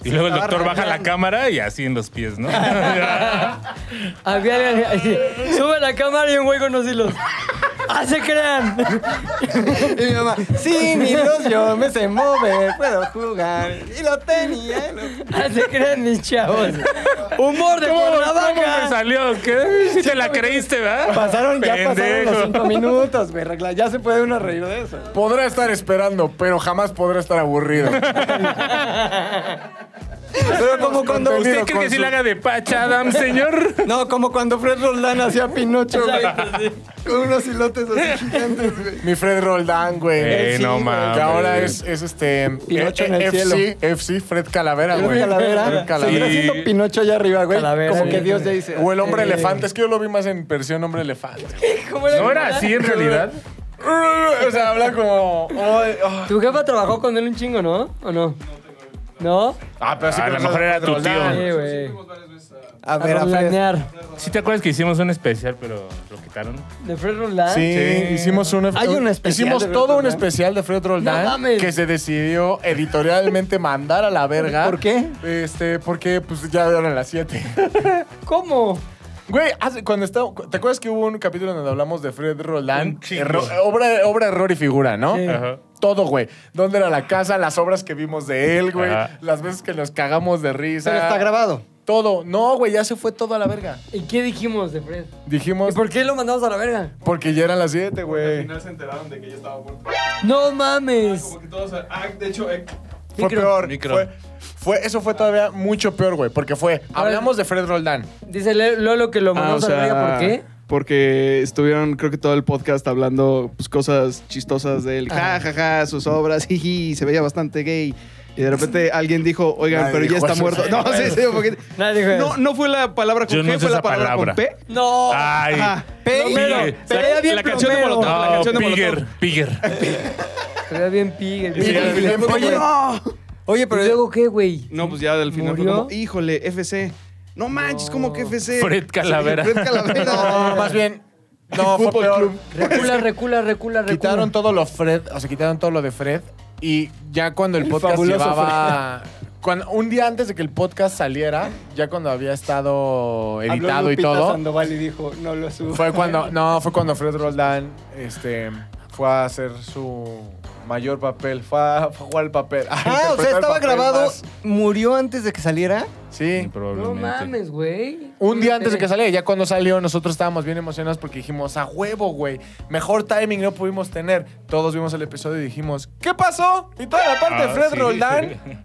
Speaker 4: Y luego el
Speaker 2: estaba
Speaker 4: doctor baja la
Speaker 2: arreglando.
Speaker 4: cámara y así en los pies, ¿no?
Speaker 1: Había alguien así, Sube la cámara y un güey con los hilos. ¡Ah, se crean!
Speaker 2: Y mi mamá, sí, mi Dios, yo me sé mover, puedo jugar. Y lo tenía. y lo-
Speaker 1: ¡Ah, se crean, mis chavos! ¡Humor de
Speaker 4: ¿Cómo, cómo me
Speaker 1: Cuernavaca!
Speaker 4: salió? ¿Qué? Si te la creíste, ¿verdad?
Speaker 6: Pasaron, ya pasaron los
Speaker 4: Pendejo.
Speaker 6: cinco minutos, güey. regla- Ya se puede uno reír de eso.
Speaker 3: Podrá estar esperando, pero jamás podrá estar aburrido.
Speaker 6: Pero como cuando.
Speaker 3: Contenido.
Speaker 4: ¿Usted cree que
Speaker 3: con
Speaker 4: sí
Speaker 3: su-
Speaker 4: la haga de Pacha, Adam, señor?
Speaker 6: No, como cuando Fred Roldán hacía Pinocho, güey.
Speaker 1: Exacto, sí.
Speaker 6: Con unos hilotes así gigantes, güey.
Speaker 3: Mi Fred Roldán, güey.
Speaker 4: Ey, Eh, no
Speaker 3: güey,
Speaker 4: mames.
Speaker 3: Que ahora es, es este.
Speaker 6: Pinocho
Speaker 3: eh,
Speaker 6: en el
Speaker 3: FC,
Speaker 6: cielo.
Speaker 3: FC, Fred Calavera,
Speaker 6: Fred
Speaker 3: güey.
Speaker 6: Calavera.
Speaker 3: Fred
Speaker 6: Seguirá
Speaker 3: Calavera.
Speaker 4: Sí.
Speaker 6: siendo Pinocho allá arriba, güey.
Speaker 1: Calavera,
Speaker 6: Como que
Speaker 1: sí.
Speaker 6: Dios le dice.
Speaker 3: O el hombre
Speaker 6: eh,
Speaker 3: elefante. Es que yo lo vi más en versión hombre elefante.
Speaker 1: ¿Cómo
Speaker 4: ¿No era así en realidad?
Speaker 3: o sea, habla como. "Ay, ay".
Speaker 1: Tu jefa trabajó con él un chingo, ¿no? ¿O no? ¿No?
Speaker 3: Ah, pero sí
Speaker 4: A
Speaker 3: que
Speaker 4: lo
Speaker 3: no
Speaker 4: mejor
Speaker 3: sabes
Speaker 4: era tu
Speaker 3: controlar.
Speaker 1: Sí,
Speaker 4: tío.
Speaker 1: güey.
Speaker 6: A
Speaker 1: A
Speaker 6: ver, a Fred.
Speaker 1: planear.
Speaker 4: ¿Sí te acuerdas que hicimos un especial, pero lo quitaron?
Speaker 1: ¿De Fred Roland?
Speaker 3: Sí,
Speaker 4: Sí.
Speaker 3: hicimos un,
Speaker 6: Hay un especial de
Speaker 3: Hicimos
Speaker 6: Fred
Speaker 3: todo un
Speaker 6: Roldán.
Speaker 3: especial de Fred
Speaker 1: No
Speaker 3: Roldán
Speaker 1: mames.
Speaker 3: que se decidió editorialmente mandar a la verga.
Speaker 6: ¿Por qué?
Speaker 3: Este, porque pues ya eran las 7.
Speaker 1: ¿Cómo?
Speaker 3: Güey, hace- cuando estaba. ¿Te acuerdas que hubo un capítulo donde hablamos de Fred Roland?
Speaker 4: Un chingo.
Speaker 3: Erro- obra, obra, error y figura, ¿no?
Speaker 1: Sí.
Speaker 4: Ajá.
Speaker 3: Todo, güey. ¿Dónde era la casa? Las obras que vimos de él, güey.
Speaker 4: Ajá.
Speaker 3: Las veces que nos cagamos de risa.
Speaker 2: Pero está grabado.
Speaker 3: Todo. No, güey, ya se fue todo a la verga.
Speaker 1: ¿Y qué dijimos de Fred? ¿Y
Speaker 3: Dijimos.
Speaker 1: por qué lo mandamos a la verga?
Speaker 3: Porque ya eran las 7,
Speaker 7: Al
Speaker 3: güey.
Speaker 7: final se enteraron de que yo estaba muerto.
Speaker 1: ¡No mames!
Speaker 7: Como que todos. Ah, de hecho, eh,
Speaker 3: Fue
Speaker 1: Micro.
Speaker 3: peor.
Speaker 4: Micro.
Speaker 3: Fue, fue- eso fue todavía mucho peor, güey. Porque fue. Hablamos de Fred Roldán.
Speaker 1: Dice Le- Lolo que lo mandamos
Speaker 7: Ah, o
Speaker 1: a la verga,
Speaker 7: sea,
Speaker 1: ¿por qué?
Speaker 7: Porque estuvieron, creo que todo el podcast hablando pues, cosas chistosas de él.
Speaker 1: Ah.
Speaker 7: Ja, ja, ja, sus obras, jiji, se veía bastante gay. Y de repente alguien dijo, oigan,
Speaker 3: Nadie
Speaker 7: pero ya
Speaker 3: dijo
Speaker 7: está
Speaker 3: eso.
Speaker 7: muerto. No, sí, sí, porque-
Speaker 1: Nadie dijo eso.
Speaker 7: No, no fue la palabra con
Speaker 4: Yo no
Speaker 7: G,
Speaker 4: sé
Speaker 7: fue
Speaker 4: esa
Speaker 7: la palabra,
Speaker 4: palabra.
Speaker 7: con P.
Speaker 1: ¡No!
Speaker 3: Ah,
Speaker 4: Ay.
Speaker 1: Pero,
Speaker 4: Plomero,
Speaker 1: Oh, pero,
Speaker 4: pero
Speaker 1: era bien
Speaker 7: la canción de
Speaker 1: plomero.
Speaker 7: Molotov, la
Speaker 4: No,
Speaker 7: canción de
Speaker 4: Bigger,
Speaker 7: Molotov.
Speaker 4: Bigger.
Speaker 1: Se veía bien pigue.
Speaker 3: Y al final fue
Speaker 2: Oye,
Speaker 3: como-
Speaker 2: Oye, pero
Speaker 1: ¿Y luego qué, güey?
Speaker 7: No, pues ya al final fue
Speaker 1: ¿Murió?
Speaker 7: como, híjole, FC. No manches, como que FC.
Speaker 4: Fred Calavera.
Speaker 7: Fred Calavera.
Speaker 3: No, más bien. No, fue
Speaker 7: Fútbol
Speaker 3: peor.
Speaker 7: club.
Speaker 1: Recula, recula, recula, recula.
Speaker 3: Quitaron todo lo Fred, o sea, quitaron todo lo de Fred. Y ya cuando el,
Speaker 6: El
Speaker 3: podcast
Speaker 6: fabuloso
Speaker 3: llevaba. Cuando, un día antes de que el podcast saliera, ya cuando había estado
Speaker 6: Habló
Speaker 3: editado y
Speaker 6: Lupita
Speaker 3: todo,
Speaker 6: Sandoval y dijo, no lo subo.
Speaker 3: fue cuando. No, fue cuando Fred Roldán este, fue a hacer su mayor papel. Fue a, fue a jugar el papel. a
Speaker 2: Ah, o
Speaker 3: interpretar
Speaker 2: sea,
Speaker 3: el
Speaker 2: estaba
Speaker 3: papel
Speaker 2: grabado,
Speaker 3: más-
Speaker 2: murió antes de que saliera.
Speaker 3: Sí.
Speaker 1: No
Speaker 4: Probablemente.
Speaker 1: mames, güey.
Speaker 3: Un día antes de que saliera, ya cuando salió, nosotros estábamos bien emocionados porque dijimos, a huevo, güey, mejor timing no pudimos tener. Todos vimos el episodio y dijimos, ¿qué pasó? Y toda la parte de
Speaker 4: Ah,
Speaker 3: Fred
Speaker 4: sí.
Speaker 3: Roldán,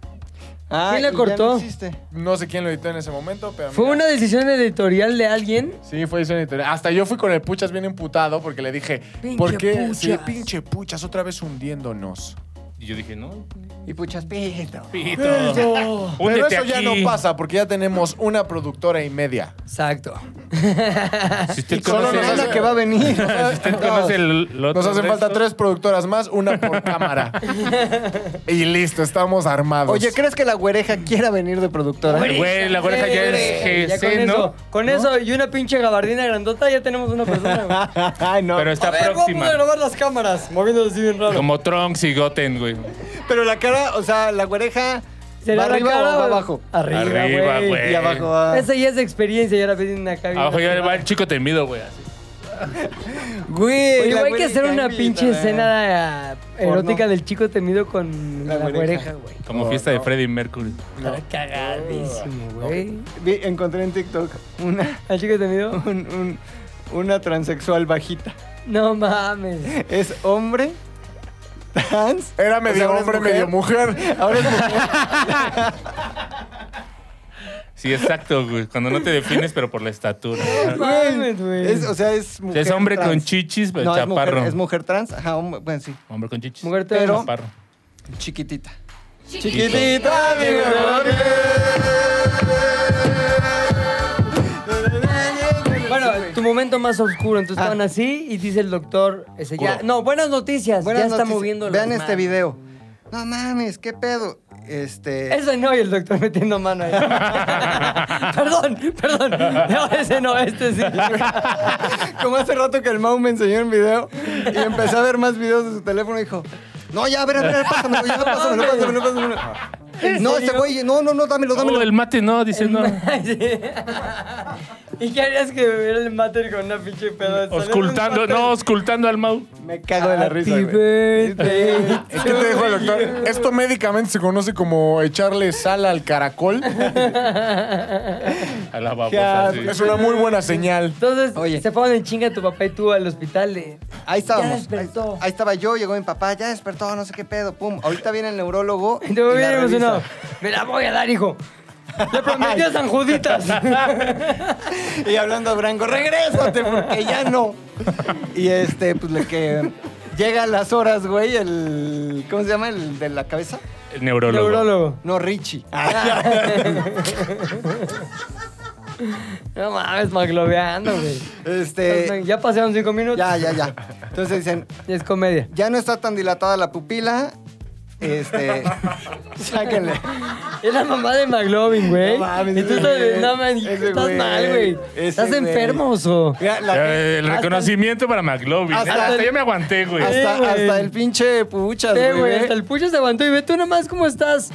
Speaker 2: Ah,
Speaker 1: ¿Quién la
Speaker 2: y ya
Speaker 1: cortó?
Speaker 2: no existe.
Speaker 3: no sé quién lo editó en ese momento, pero...
Speaker 1: ¿Fue
Speaker 3: mira.
Speaker 1: una decisión editorial de alguien?
Speaker 3: Sí, fue edición editorial. Hasta yo fui con el Puchas bien imputado porque le dije,
Speaker 1: Pinche
Speaker 3: ¿por qué?
Speaker 1: Puchas.
Speaker 3: Sí, pinche Puchas, otra vez hundiéndonos.
Speaker 4: Y yo dije, no.
Speaker 2: Y puchas pito.
Speaker 4: Pito.
Speaker 3: Pero
Speaker 4: Únete
Speaker 3: eso ya
Speaker 4: aquí.
Speaker 3: no pasa porque ya tenemos una productora y media.
Speaker 1: Exacto.
Speaker 4: Si usted
Speaker 3: Solo
Speaker 4: conoce,
Speaker 3: nos
Speaker 2: Es
Speaker 3: hace-
Speaker 2: la que va a venir.
Speaker 4: si usted conoce el otro
Speaker 3: Nos hacen
Speaker 4: resto,
Speaker 3: falta tres productoras más, una por cámara. y listo, estamos armados.
Speaker 2: Oye, ¿crees que la güereja quiera venir de productora?
Speaker 4: Güey, la oreja ya es
Speaker 1: Ya con
Speaker 4: GC, ¿no?
Speaker 1: eso, con eso y una pinche gabardina grandota ya tenemos una persona, güey.
Speaker 6: Ay, no.
Speaker 4: Pero está
Speaker 1: A ver,
Speaker 4: próxima.
Speaker 1: vamos a grabar las cámaras, moviéndose así bien raro.
Speaker 4: Como Trunks y Goten, güey.
Speaker 2: Pero la cara, o sea, la güereja
Speaker 1: ¿Será
Speaker 2: va
Speaker 1: la
Speaker 2: arriba
Speaker 1: cara
Speaker 2: o va
Speaker 1: o-
Speaker 2: abajo.
Speaker 1: Arriba,
Speaker 4: Arriba,
Speaker 1: güey.
Speaker 4: güey.
Speaker 2: Y abajo ah. va.
Speaker 1: Esa ya es experiencia, ya la pedí en la cabina.
Speaker 4: Abajo ya va el chico temido, güey. así.
Speaker 2: Güey,
Speaker 1: Oye,
Speaker 2: la
Speaker 1: güey, hay que
Speaker 2: güereja
Speaker 1: hacer una
Speaker 2: grita,
Speaker 1: pinche
Speaker 2: eh.
Speaker 1: escena erótica del chico temido con la,
Speaker 2: La
Speaker 1: oreja,
Speaker 2: güereja.
Speaker 1: güey.
Speaker 4: Como fiesta de Freddie Mercury.
Speaker 1: Está cagadísimo, güey.
Speaker 6: Vi- encontré en TikTok una,
Speaker 1: ¿Al chico temido?
Speaker 6: un- un- una transexual bajita.
Speaker 1: No mames.
Speaker 6: Es hombre, trans.
Speaker 3: Era
Speaker 6: o sea,
Speaker 3: medio
Speaker 6: ahora es
Speaker 3: hombre,
Speaker 6: mujer.
Speaker 3: medio mujer.
Speaker 6: Ahora es mujer.
Speaker 4: Sí, exacto, güey. Cuando no te defines, pero por la estatura.
Speaker 1: No mames, güey.
Speaker 6: Es, o sea, es mujer.
Speaker 4: es hombre
Speaker 6: trans.
Speaker 4: con chichis, pero
Speaker 2: No, es mujer,
Speaker 4: chaparro.
Speaker 2: es mujer trans. Ajá, hombre, bueno, sí.
Speaker 4: Hombre con chichis.
Speaker 1: Mujer trans.
Speaker 4: pero chaparro.
Speaker 2: Chiquitita.
Speaker 1: Chiquitita, mi Bueno, tu momento más oscuro, entonces
Speaker 2: Ah.
Speaker 1: estaban así y dice el doctor, ese ya, no, buenas noticias,
Speaker 2: Buenas
Speaker 1: ya está
Speaker 2: noticias.
Speaker 1: moviendo los
Speaker 2: Vean
Speaker 1: manos.
Speaker 2: este video. No mames, qué pedo. Este.
Speaker 1: Ese no, y el doctor metiendo mano ahí. perdón, perdón. No, ese no, este sí.
Speaker 2: Como hace rato que el Mau me enseñó un video y empecé a ver más videos de su teléfono y dijo, no, ya, a ver, a ver, pásamelo, ya, pásamelo, pásamelo, pásamelo.
Speaker 1: ¿En
Speaker 2: No,
Speaker 1: serio?
Speaker 2: ese güey, no, no, no, dámelo, dámelo.
Speaker 4: Oh, el mate no, dice no.
Speaker 1: ¿Y qué harías que bebiera el mate con una pinche pedazo?
Speaker 4: Oscultando, no, oscultando al Mau.
Speaker 2: Me cago de la risa,
Speaker 1: Happy
Speaker 2: güey.
Speaker 1: birthday.
Speaker 3: ¿Qué te dijo el doctor? Esto médicamente se conoce como echarle sal al caracol.
Speaker 4: A la
Speaker 2: Ah,
Speaker 4: babosa, sí.
Speaker 3: Es una muy buena señal.
Speaker 1: Entonces,
Speaker 2: Oye.
Speaker 1: se ponen en chinga tu papá y tú al hospital. eh.
Speaker 2: Ahí
Speaker 1: Ya
Speaker 2: estábamos. Ahí,
Speaker 1: despertó.
Speaker 2: ahí estaba yo, llegó mi papá, ya despertó, no sé qué pedo, pum. Ahorita viene el neurólogo.
Speaker 1: Y te voy
Speaker 2: y la
Speaker 1: bien
Speaker 2: revisa.
Speaker 1: emocionado. Me la voy a dar, hijo. Le prometí a San Juditas.
Speaker 2: Y hablando a Branco, regrésate porque ya no. Y este, pues le que llega a las horas, güey, el. ¿Cómo se llama? El de la cabeza.
Speaker 4: El neurólogo.
Speaker 1: Neurólogo.
Speaker 2: No, Richie.
Speaker 1: Ah. No mames, maglobeando, güey.
Speaker 2: Este.
Speaker 1: ya pasaron cinco minutos.
Speaker 2: Ya, ya, ya. Entonces dicen,
Speaker 1: Y es comedia.
Speaker 2: ya no está tan dilatada la pupila. Este. Sáquenle.
Speaker 1: Es la mamá de McLovin, güey.
Speaker 2: No mames,
Speaker 1: y tú
Speaker 2: ese
Speaker 1: estás,
Speaker 2: güey.
Speaker 1: no, man,
Speaker 2: Ese
Speaker 1: estás
Speaker 2: güey.
Speaker 1: mal, güey.
Speaker 2: Ese
Speaker 1: Estás
Speaker 2: güey.
Speaker 1: enfermo, oso.
Speaker 2: Mira, la-
Speaker 4: Eh, El reconocimiento para McLovin.
Speaker 2: hasta-
Speaker 4: Hasta, yo me aguanté, güey.
Speaker 2: hasta,
Speaker 1: güey.
Speaker 2: hasta el pinche puchas,
Speaker 1: Ve,
Speaker 2: güey. ¿eh?
Speaker 1: güey, hasta el pucho se levantó y ve tú nomás cómo estás.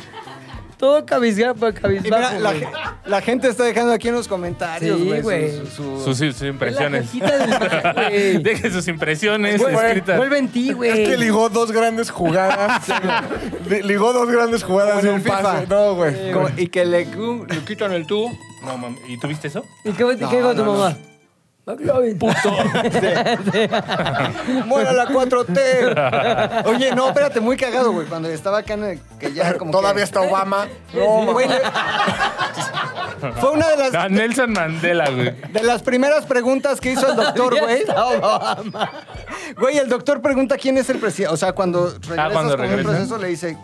Speaker 1: Todo cabizbajo,
Speaker 2: Y mira,
Speaker 1: cabizbajo,
Speaker 2: la,
Speaker 1: güey.
Speaker 2: ge- la gente está dejando aquí en los comentarios,
Speaker 1: Sí,
Speaker 2: güey.
Speaker 1: güey.
Speaker 2: su- su- su-
Speaker 4: Sus, sus impresiones.
Speaker 1: Es la cajita del- güey.
Speaker 4: Dejen sus impresiones
Speaker 3: Güey,
Speaker 4: escritas.
Speaker 1: Vuelve en ti, güey.
Speaker 3: Es que ligó dos grandes jugadas. Li- ligó dos grandes jugadas
Speaker 2: Como
Speaker 3: de
Speaker 2: en
Speaker 3: un
Speaker 2: el FIFA.
Speaker 3: pase. No, güey.
Speaker 2: como- y que le, cu- le quitan el tubo.
Speaker 4: No, mami. ¿Y tuviste eso?
Speaker 1: ¿Y qué, qué dijo tu mamá? McLovin.
Speaker 4: Puto.
Speaker 2: ¡Muera la 4T! Oye, no, espérate, muy cagado, güey. Cuando estaba acá, en el- que ya como
Speaker 3: Todavía
Speaker 2: que-
Speaker 3: está Obama.
Speaker 2: No, güey, le- Fue una de las,
Speaker 4: A Nelson Mandela, güey.
Speaker 2: de las primeras preguntas que hizo el doctor, güey. Güey, el doctor pregunta quién es el presidente. O sea, cuando
Speaker 3: Ah,
Speaker 2: regresas
Speaker 4: cuando
Speaker 2: con un
Speaker 4: regresan.
Speaker 2: proceso, le dice,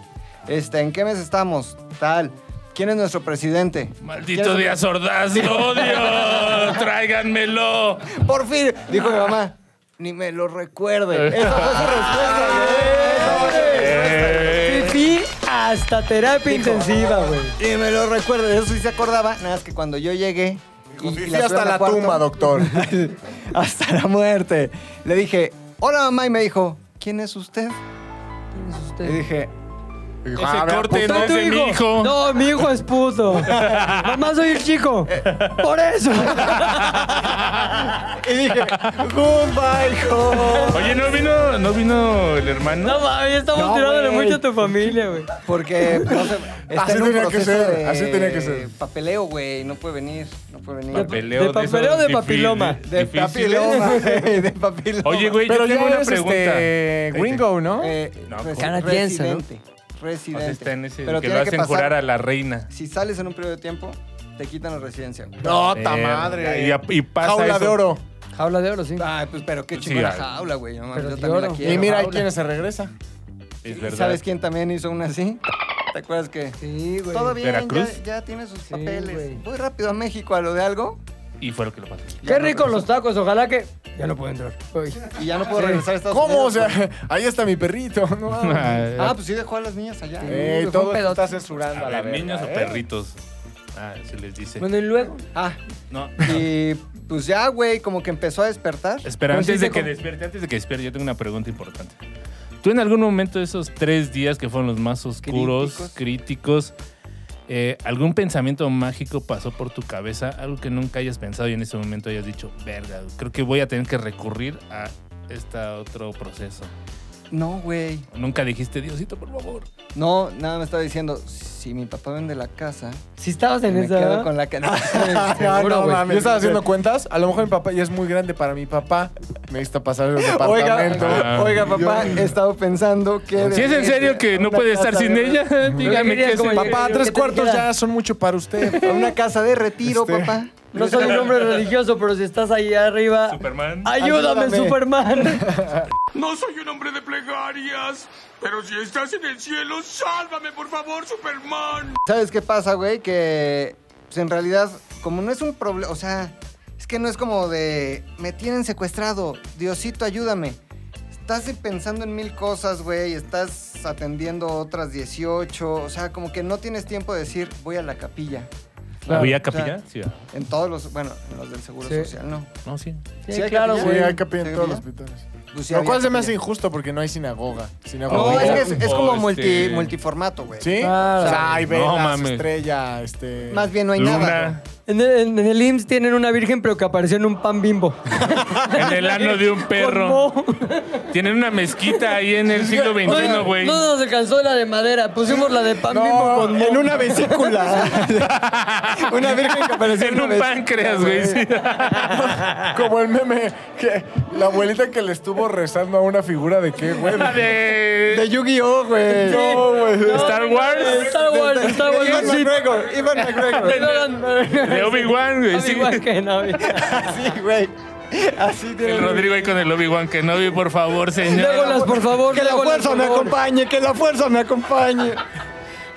Speaker 2: este, ¿en qué mes estamos? Tal. ¿Quién es nuestro presidente?
Speaker 4: Maldito Díaz Ordaz, lo odio. Tráiganmelo.
Speaker 2: Por fin, dijo mi mamá. Ni me lo recuerde. Esa fue su respuesta, güey.
Speaker 4: Eh,
Speaker 1: Sí, hasta terapia intensiva, güey.
Speaker 2: Ni me lo recuerde. De eso sí se acordaba. Nada más que cuando yo llegué. y- y
Speaker 3: Y
Speaker 2: subieron
Speaker 3: hasta
Speaker 2: al
Speaker 3: la
Speaker 2: cuarto,
Speaker 3: tumba, doctor.
Speaker 2: Hasta la muerte. Le dije, hola mamá. Y me dijo, ¿quién es usted?
Speaker 1: ¿Quién es usted?
Speaker 2: Le dije,
Speaker 3: Ese
Speaker 4: Ese corte no
Speaker 1: Soy
Speaker 4: es de mi hijo.
Speaker 1: No, mi hijo es puto. Mamá, soy el chico. Por eso.
Speaker 2: y dije, goodbye, home.
Speaker 4: Oye, ¿no vino, ¿no vino el hermano?
Speaker 1: No mames, estamos
Speaker 2: No,
Speaker 1: tirándole
Speaker 2: güey.
Speaker 1: mucho a tu familia, güey.
Speaker 2: Porque no sé, está
Speaker 3: Así
Speaker 2: en un
Speaker 3: tenía que
Speaker 2: proceso
Speaker 3: ser,
Speaker 2: de
Speaker 3: así tenía que ser.
Speaker 2: Papeleo, güey. No puede venir. No puede venir.
Speaker 4: Papeleo
Speaker 1: de papeleo
Speaker 4: esos
Speaker 1: de
Speaker 4: difí-
Speaker 1: papiloma.
Speaker 2: de
Speaker 4: difíciles.
Speaker 2: papiloma, güey, de papiloma.
Speaker 4: ¿eh? Oye, güey, yo
Speaker 3: Pero
Speaker 4: tengo
Speaker 3: ya
Speaker 4: una
Speaker 3: es
Speaker 4: pregunta.
Speaker 3: este gringo, ¿no?
Speaker 2: Eh,
Speaker 4: No,
Speaker 2: resi-
Speaker 1: Canadiense, ¿no?
Speaker 2: residente.
Speaker 4: O
Speaker 2: Residente.
Speaker 4: sea, Pues está en ese,
Speaker 2: Pero
Speaker 4: que
Speaker 2: tiene
Speaker 4: lo hacen
Speaker 2: pasar-
Speaker 4: jurar a la reina.
Speaker 2: Si sales en un periodo de tiempo, te quitan la residencia. güey.
Speaker 3: No, ta
Speaker 4: Verga,
Speaker 3: madre.
Speaker 4: Eh, Y, a- y pasa
Speaker 3: Jaula
Speaker 4: eso.
Speaker 3: de oro.
Speaker 1: Jaula de oro, sí.
Speaker 2: Ay, pues, pero qué
Speaker 4: Sí,
Speaker 2: chingona
Speaker 4: ay.
Speaker 2: jaula, güey. No, mames,
Speaker 1: Pero
Speaker 2: yo
Speaker 1: de
Speaker 2: también
Speaker 1: oro.
Speaker 2: la quiero.
Speaker 3: Y mira, hay
Speaker 2: Jaula.
Speaker 3: quienes se regresa.
Speaker 4: Es verdad.
Speaker 2: ¿Sabes quién también hizo una así? ¿Te acuerdas que?
Speaker 1: Sí, güey.
Speaker 2: Todo bien, ya,
Speaker 4: ¿Veracruz?
Speaker 2: ya tiene sus
Speaker 1: güey.
Speaker 2: papeles. Voy rápido a México a lo de algo
Speaker 4: Y fue lo que lo pasó.
Speaker 1: Qué rico los tacos, ojalá que. Ya no puedo entrar. Uy.
Speaker 2: y ya no puedo
Speaker 1: Sí.
Speaker 2: regresar a Estados
Speaker 3: ¿Cómo? O
Speaker 2: Unidos.
Speaker 3: sea, ahí está mi perrito. No, mames.
Speaker 2: Ah, pues sí dejó a las niñas allá.
Speaker 1: fue
Speaker 3: Ey,
Speaker 1: un
Speaker 3: todo esto
Speaker 1: pedote.
Speaker 3: está
Speaker 7: pues,
Speaker 3: censurando a la
Speaker 4: a ver, niños o
Speaker 3: verga, ¿eh?
Speaker 4: perritos. Ah, se les dice.
Speaker 1: Bueno, y luego.
Speaker 2: Ah,
Speaker 4: No.
Speaker 2: y pues ya, güey, como que empezó a despertar. Pero
Speaker 4: Espera, antes
Speaker 2: sí
Speaker 4: de
Speaker 2: se
Speaker 4: que
Speaker 2: com-
Speaker 4: despierte, antes de que despierte, yo tengo una pregunta importante. ¿Tú en algún momento de esos tres días que fueron los más oscuros, críticos, eh, algún pensamiento mágico pasó por tu cabeza? Algo que nunca hayas pensado y en ese momento hayas dicho, verga, creo que voy a tener que recurrir a este otro proceso.
Speaker 2: No, güey.
Speaker 4: Nunca dijiste, Diosito, por favor.
Speaker 2: No, nada me estaba diciendo, si mi papá vende la casa,
Speaker 1: Si estabas en
Speaker 2: me quedo
Speaker 1: esa.
Speaker 2: con la casa.
Speaker 3: Ah,
Speaker 1: Seguro,
Speaker 3: no,
Speaker 1: güey.
Speaker 3: mames. Yo estaba haciendo cuentas. A lo mejor mi papá ya es muy grande para mi papá. Necesita pasar el departamento.
Speaker 4: Ah.
Speaker 2: Oiga, papá,
Speaker 1: eh,
Speaker 2: he estado pensando que...
Speaker 4: Si es en serio que no puede estar sin ella, dígame
Speaker 1: quería
Speaker 4: qué es.
Speaker 1: como llegar.
Speaker 3: Papá,
Speaker 1: Yo
Speaker 3: tres
Speaker 1: que te
Speaker 3: cuartos
Speaker 1: dijera.
Speaker 3: ya son mucho para usted.
Speaker 2: A una casa de retiro,
Speaker 3: Este.
Speaker 2: papá.
Speaker 1: No soy un hombre religioso, pero si estás ahí arriba.
Speaker 4: Superman.
Speaker 1: Ayúdame,
Speaker 2: Ayúdame.
Speaker 1: Superman.
Speaker 7: No soy un hombre de plegarias, pero si estás en el cielo, sálvame, por favor, Superman.
Speaker 2: ¿Sabes qué pasa, güey? Que pues, en realidad, como no es un problema, o sea, es que no es como de, me tienen secuestrado, Diosito, ayúdame. estás pensando en mil cosas, güey, estás atendiendo otras 18, o sea, como que no tienes tiempo de decir, voy a la capilla.
Speaker 4: ¿Había
Speaker 2: O sea,
Speaker 4: capilla? Sí, ah.
Speaker 2: en todos los, bueno, en los del Seguro
Speaker 1: Sí.
Speaker 2: Social, no.
Speaker 4: no, sí.
Speaker 1: Sí,
Speaker 2: Sí, hay
Speaker 1: claro,
Speaker 2: capilla.
Speaker 3: Sí,
Speaker 1: güey.
Speaker 3: hay capilla en todos los
Speaker 2: ¿Capilla?
Speaker 3: hospitales.
Speaker 2: Pues sí
Speaker 3: Lo
Speaker 2: había
Speaker 3: cual se me hace
Speaker 2: capilla.
Speaker 3: injusto porque no hay sinagoga.
Speaker 2: No,
Speaker 3: Sinagoga.
Speaker 4: Oh,
Speaker 2: es que es, es
Speaker 4: o
Speaker 2: como
Speaker 4: este-
Speaker 2: multi, multiformato, güey.
Speaker 3: ¿Sí?
Speaker 1: Claro.
Speaker 3: O sea, hay velas,
Speaker 4: No mames.
Speaker 3: estrella, este...
Speaker 2: Más bien no hay nada. güey.
Speaker 4: Luna
Speaker 1: En el, en el IMSS tienen una virgen, pero que apareció en un pan bimbo.
Speaker 4: en el ano de un perro.
Speaker 1: Con mo.
Speaker 4: Tienen una mezquita ahí en el siglo XXI, güey.
Speaker 1: No nos alcanzó la de madera, pusimos la de pan bimbo
Speaker 3: No,
Speaker 1: con mo.
Speaker 3: en una
Speaker 2: Una virgen que apareció
Speaker 4: En un
Speaker 2: vez.
Speaker 4: páncreas, güey. sí.
Speaker 3: Como el meme, que la abuelita que le estuvo rezando a una figura de qué, güey.
Speaker 2: De
Speaker 4: De
Speaker 2: Yu-Gi-Oh, güey.
Speaker 3: No, güey.
Speaker 4: Star Wars.
Speaker 1: Star Wars, Star Wars.
Speaker 2: Ivan
Speaker 1: sí.
Speaker 2: McGregor, Ivan McGregor.
Speaker 4: De Obi-Wan, güey. sí.
Speaker 1: Obi-Wan Kenobi.
Speaker 2: Sí, güey. Así tiene.
Speaker 4: El Rodrigo ahí con el Obi-Wan Kenobi, por favor, señor.
Speaker 1: Legolas, por favor.
Speaker 2: Que la
Speaker 1: Legolas,
Speaker 2: fuerza
Speaker 1: por
Speaker 2: me
Speaker 1: favor.
Speaker 2: acompañe, que la fuerza me acompañe.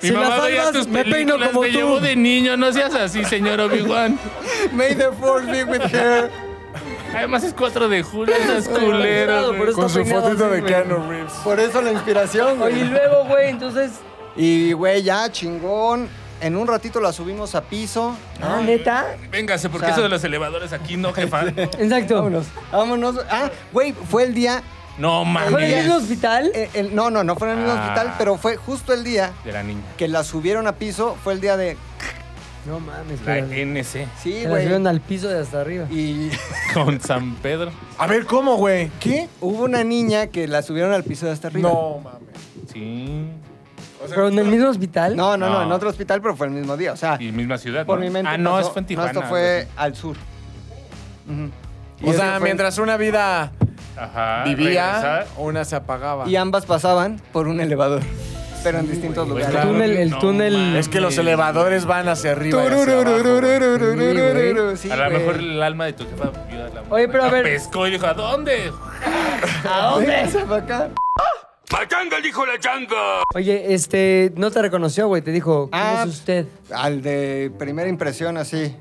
Speaker 4: Mi
Speaker 1: Si la
Speaker 4: mamá veía
Speaker 1: salvas,
Speaker 4: tus
Speaker 1: me peino
Speaker 4: películas,
Speaker 1: como
Speaker 4: me
Speaker 1: tú.
Speaker 4: llevó de niño. No seas así, señor Obi-Wan.
Speaker 2: May the force be with her.
Speaker 4: Además es 4 de julio, estás
Speaker 1: Cuidado,
Speaker 4: culero,
Speaker 1: por
Speaker 4: güey.
Speaker 1: eso
Speaker 3: Con
Speaker 1: está
Speaker 3: su
Speaker 1: peinado
Speaker 3: fotito
Speaker 1: así,
Speaker 3: de
Speaker 1: güey.
Speaker 3: Keanu Reeves.
Speaker 2: Por eso la inspiración,
Speaker 1: Oye, y
Speaker 2: güey.
Speaker 1: luego, güey, entonces.
Speaker 2: Y, güey, ya, chingón. En un ratito la subimos a piso.
Speaker 1: Ah, neta.
Speaker 4: Véngase, porque
Speaker 2: O sea-
Speaker 4: eso de los elevadores aquí no, jefa.
Speaker 1: Exacto.
Speaker 2: Vámonos. Ah, güey, fue el día.
Speaker 4: No
Speaker 1: ¿Fue en el mismo
Speaker 4: mames.
Speaker 1: hospital?
Speaker 2: eh, el- no, no, no fue en el mismo
Speaker 4: Ah.
Speaker 2: hospital, pero fue justo el día
Speaker 4: De la niña.
Speaker 2: que la subieron a piso. Fue el día de.
Speaker 1: No mames,
Speaker 4: La
Speaker 1: güey.
Speaker 4: NC.
Speaker 2: Sí,
Speaker 1: Se la
Speaker 2: güey.
Speaker 1: subieron al piso de hasta arriba.
Speaker 2: Y
Speaker 4: Con San Pedro.
Speaker 3: A ver, ¿cómo, güey? ¿Qué?
Speaker 2: hubo una niña que la subieron al piso de hasta arriba.
Speaker 3: No, mames.
Speaker 4: Sí.
Speaker 3: O sea,
Speaker 1: ¿Pero en el mismo hospital?
Speaker 2: No, no, no,
Speaker 4: No.
Speaker 2: en otro hospital, pero fue el mismo día. O sea,
Speaker 4: Y misma ciudad.
Speaker 2: por
Speaker 4: ¿no?
Speaker 2: mi mente.
Speaker 4: Ah, no,
Speaker 2: pasó-
Speaker 4: es fue en Tijuana.
Speaker 2: No, esto fue al sur. Ujú. Y
Speaker 3: O
Speaker 2: eso
Speaker 3: sea,
Speaker 2: fue-
Speaker 3: mientras una vida
Speaker 4: Ajá.
Speaker 3: vivía,
Speaker 4: Ah, regresar.
Speaker 3: una se apagaba.
Speaker 2: Y ambas pasaban por un elevador, pero en distintos
Speaker 4: Pues
Speaker 2: lugares.
Speaker 1: El túnel, el
Speaker 4: No
Speaker 1: túnel.
Speaker 4: mames.
Speaker 3: Es que los elevadores van hacia arriba. y hacia abajo.
Speaker 1: Turururururururu,
Speaker 2: Sí,
Speaker 4: a lo
Speaker 2: güey.
Speaker 4: mejor el alma de tu jefa vio a la
Speaker 1: Oye, pero a
Speaker 4: la
Speaker 1: ver-
Speaker 4: pescó y dijo, ¿a dónde?
Speaker 1: ¿A dónde?
Speaker 2: Pasa pa' acá.
Speaker 8: ¡Pachanga, dijo la changa!
Speaker 1: Oye, este, no te reconoció, güey. Te dijo, ¿quién
Speaker 2: Ah,
Speaker 1: es usted?
Speaker 2: Al de primera impresión, así.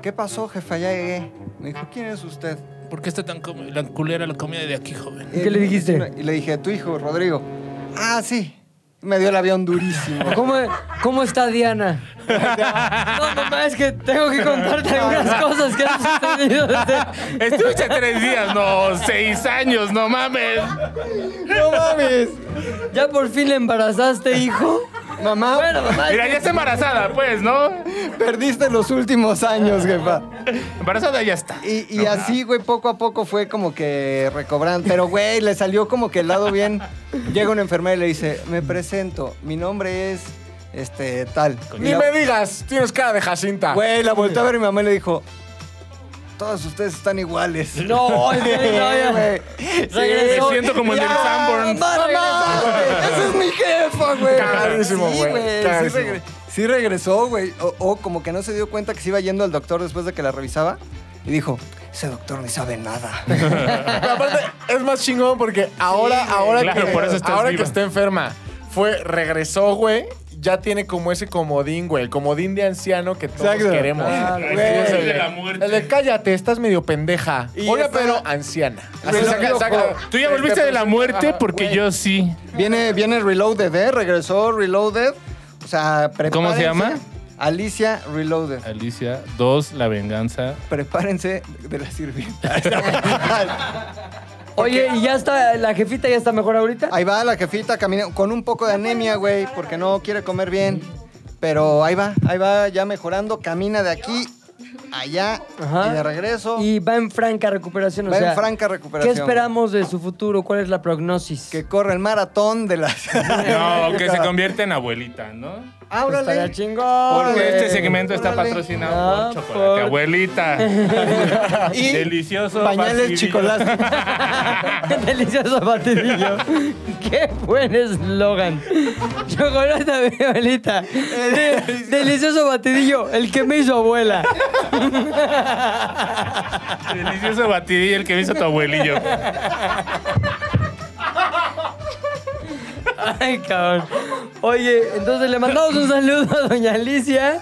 Speaker 2: ¿Qué pasó, jefa? Ya llegué. Me dijo, ¿quién es usted?
Speaker 4: ¿Por qué está tan com- la culera la comida de aquí, joven?
Speaker 1: ¿Y qué le dijiste?
Speaker 2: Y le dije, tu hijo, Rodrigo. Ah, sí. Me dio el avión durísimo.
Speaker 1: ¿Cómo, ¿Cómo está Diana? No, mamá, es que tengo que contarte algunas cosas que han sucedido. Este, desde-
Speaker 4: Estuviste tres días, no, seis años, no mames.
Speaker 2: ¡No mames!
Speaker 1: ¿Ya por fin la embarazaste, hijo?
Speaker 2: Mamá,
Speaker 1: Bueno, mamá.
Speaker 4: Mira, ya está embarazada, pues, ¿no?
Speaker 2: perdiste los últimos años, jefa.
Speaker 4: Embarazada ya está.
Speaker 2: Y, y así, güey, poco a poco fue como que recobrando. Pero, güey, le salió como que el lado bien. Llega una enfermera y le dice, me presento, mi nombre es, este, tal. Y
Speaker 3: Ni
Speaker 2: la-
Speaker 3: me digas, tienes cara de Jacinta.
Speaker 2: Güey, la volteó a ver y mi mamá y le dijo, todos ustedes están iguales.
Speaker 1: No, es que no, ya.
Speaker 2: güey.
Speaker 1: Regresó.
Speaker 4: Me siento como el del
Speaker 2: Ya,
Speaker 4: Sanborn.
Speaker 2: mamá, ¡Ese es mi jefa, güey!
Speaker 3: Cagadísimo,
Speaker 2: Sí,
Speaker 3: güey,
Speaker 2: güey. Sí,
Speaker 3: cagadísimo.
Speaker 2: regre- sí regresó, güey. O, o como que no se dio cuenta que se iba yendo al doctor después de que la revisaba. Y dijo, ese doctor no sabe nada.
Speaker 3: Pero aparte, es más chingón porque ahora,
Speaker 2: güey.
Speaker 3: ahora,
Speaker 4: Claro,
Speaker 3: que,
Speaker 4: por eso estás
Speaker 3: ahora
Speaker 4: viva.
Speaker 3: que está enferma, fue, regresó, güey. Ya tiene como ese comodín, güey. El comodín de anciano que todos
Speaker 2: Exacto.
Speaker 3: queremos.
Speaker 2: Ah,
Speaker 3: Así
Speaker 2: güey.
Speaker 3: es
Speaker 4: El de la muerte.
Speaker 3: El de cállate, estás medio pendeja.
Speaker 2: Y
Speaker 3: Oye,
Speaker 2: esta-
Speaker 3: pero anciana. Así
Speaker 2: Güey,
Speaker 3: saca-
Speaker 2: loco.
Speaker 3: saca- Este,
Speaker 4: Tú ya volviste de la muerte
Speaker 3: Ajá,
Speaker 4: porque
Speaker 3: güey.
Speaker 4: yo sí.
Speaker 2: Viene, viene Reloaded, ¿eh? Regresó Reloaded. O sea, prepárense.
Speaker 4: ¿Cómo se llama?
Speaker 2: Alicia Reloaded.
Speaker 4: Alicia, dos, la venganza.
Speaker 2: Prepárense de la sirvienta.
Speaker 1: Oye, ¿y ya está, la jefita ya está mejor ahorita?
Speaker 2: Ahí va la jefita caminando con un poco de anemia, güey, porque no quiere comer bien. Pero ahí va, ahí va ya mejorando. Camina de aquí, allá
Speaker 1: Ajá.
Speaker 2: y de regreso.
Speaker 1: Y va en franca recuperación, o
Speaker 2: Va en
Speaker 1: sea,
Speaker 2: franca recuperación.
Speaker 1: ¿Qué esperamos de su futuro? ¿Cuál es la prognosis?
Speaker 2: Que corre el maratón de las.
Speaker 4: No, que se convierte en abuelita, ¿no?
Speaker 2: Ah,
Speaker 1: Pues
Speaker 2: órale.
Speaker 1: Estaría chingón.
Speaker 2: Órale.
Speaker 4: Porque este segmento está
Speaker 2: Órale.
Speaker 4: patrocinado
Speaker 1: Ah,
Speaker 4: por chocolate,
Speaker 1: por-
Speaker 4: abuelita.
Speaker 2: Y
Speaker 4: Delicioso.
Speaker 2: Pañales
Speaker 4: batidizo.
Speaker 2: chicolásticos.
Speaker 1: Delicioso batidillo. Qué buen eslogan. Chocolate, a mi abuelita. De- delicioso batidillo, el que me hizo abuela.
Speaker 4: Delicioso batidillo el que me hizo tu abuelillo.
Speaker 1: Ay, cabrón. Oye, entonces le mandamos un saludo a doña Alicia.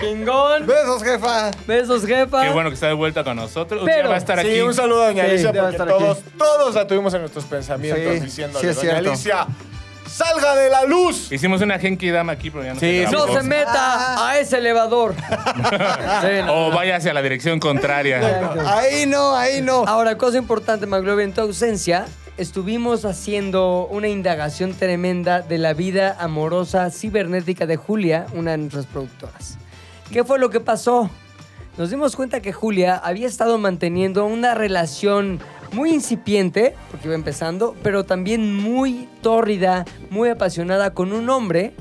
Speaker 1: Chingón.
Speaker 6: Besos, jefa.
Speaker 1: Besos, jefa.
Speaker 4: Qué bueno que está de vuelta con nosotros. Un
Speaker 1: Pero-
Speaker 4: día va a estar
Speaker 3: Sí,
Speaker 4: aquí.
Speaker 3: un saludo a Doña
Speaker 6: Sí,
Speaker 3: Alicia,
Speaker 6: debe
Speaker 3: porque
Speaker 6: estar aquí.
Speaker 3: todos, todos la tuvimos en nuestros pensamientos
Speaker 6: Sí,
Speaker 3: diciéndole,
Speaker 6: sí es
Speaker 3: Doña
Speaker 6: cierto.
Speaker 3: Alicia, salga de la luz.
Speaker 4: Hicimos una Genki Dama aquí, pero ya no
Speaker 3: Sí,
Speaker 4: grabó.
Speaker 1: No se meta a ese elevador. Sí, no.
Speaker 4: O vaya hacia la dirección contraria.
Speaker 6: Ahí no, ahí no.
Speaker 1: Ahora, cosa importante, McLovin, en tu ausencia, estuvimos haciendo una indagación tremenda de la vida amorosa cibernética de Julia, una de nuestras productoras. ¿Qué fue lo que pasó? Nos dimos cuenta que Julia había estado manteniendo una relación muy incipiente, porque iba empezando, pero también muy tórrida, muy apasionada con un hombre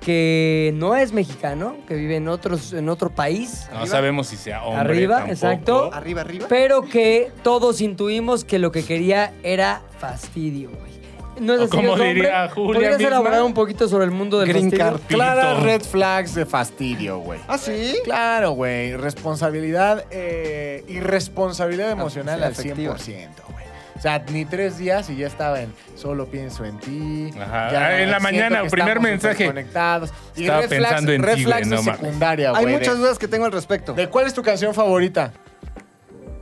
Speaker 1: que no es mexicano, que vive en, otros, en otro país.
Speaker 4: No sabemos si sea hombre.
Speaker 1: Arriba,
Speaker 4: tampoco.
Speaker 1: exacto.
Speaker 6: Arriba, arriba.
Speaker 1: Pero que todos intuimos que lo que quería era fastidio, güey. No es
Speaker 4: O
Speaker 1: así,
Speaker 4: como
Speaker 1: es hombre.
Speaker 4: diría Julia
Speaker 1: ¿Podrías
Speaker 4: misma?
Speaker 1: elaborar un poquito sobre el mundo del
Speaker 6: Green
Speaker 1: fastidio?
Speaker 6: card.
Speaker 3: Claras red flags de fastidio, güey.
Speaker 6: ¿Ah, sí?
Speaker 3: Claro, güey. Responsabilidad, eh, irresponsabilidad
Speaker 4: Ah,
Speaker 3: emocional
Speaker 6: sí,
Speaker 3: al
Speaker 6: afectiva.
Speaker 3: 100%, güey. O sea, ni tres días y ya estaba en solo pienso en ti.
Speaker 4: Ajá.
Speaker 3: ya
Speaker 4: En la
Speaker 3: siento
Speaker 4: mañana,
Speaker 3: que
Speaker 4: primer
Speaker 3: estamos
Speaker 4: mensaje.
Speaker 3: Conectados.
Speaker 4: Estaba pensando en
Speaker 3: red
Speaker 4: ti, güey,
Speaker 3: flags
Speaker 4: no
Speaker 3: de
Speaker 4: mames.
Speaker 3: secundaria, güey.
Speaker 6: Hay
Speaker 3: de-
Speaker 6: muchas dudas que tengo al respecto.
Speaker 3: ¿De cuál es tu canción favorita?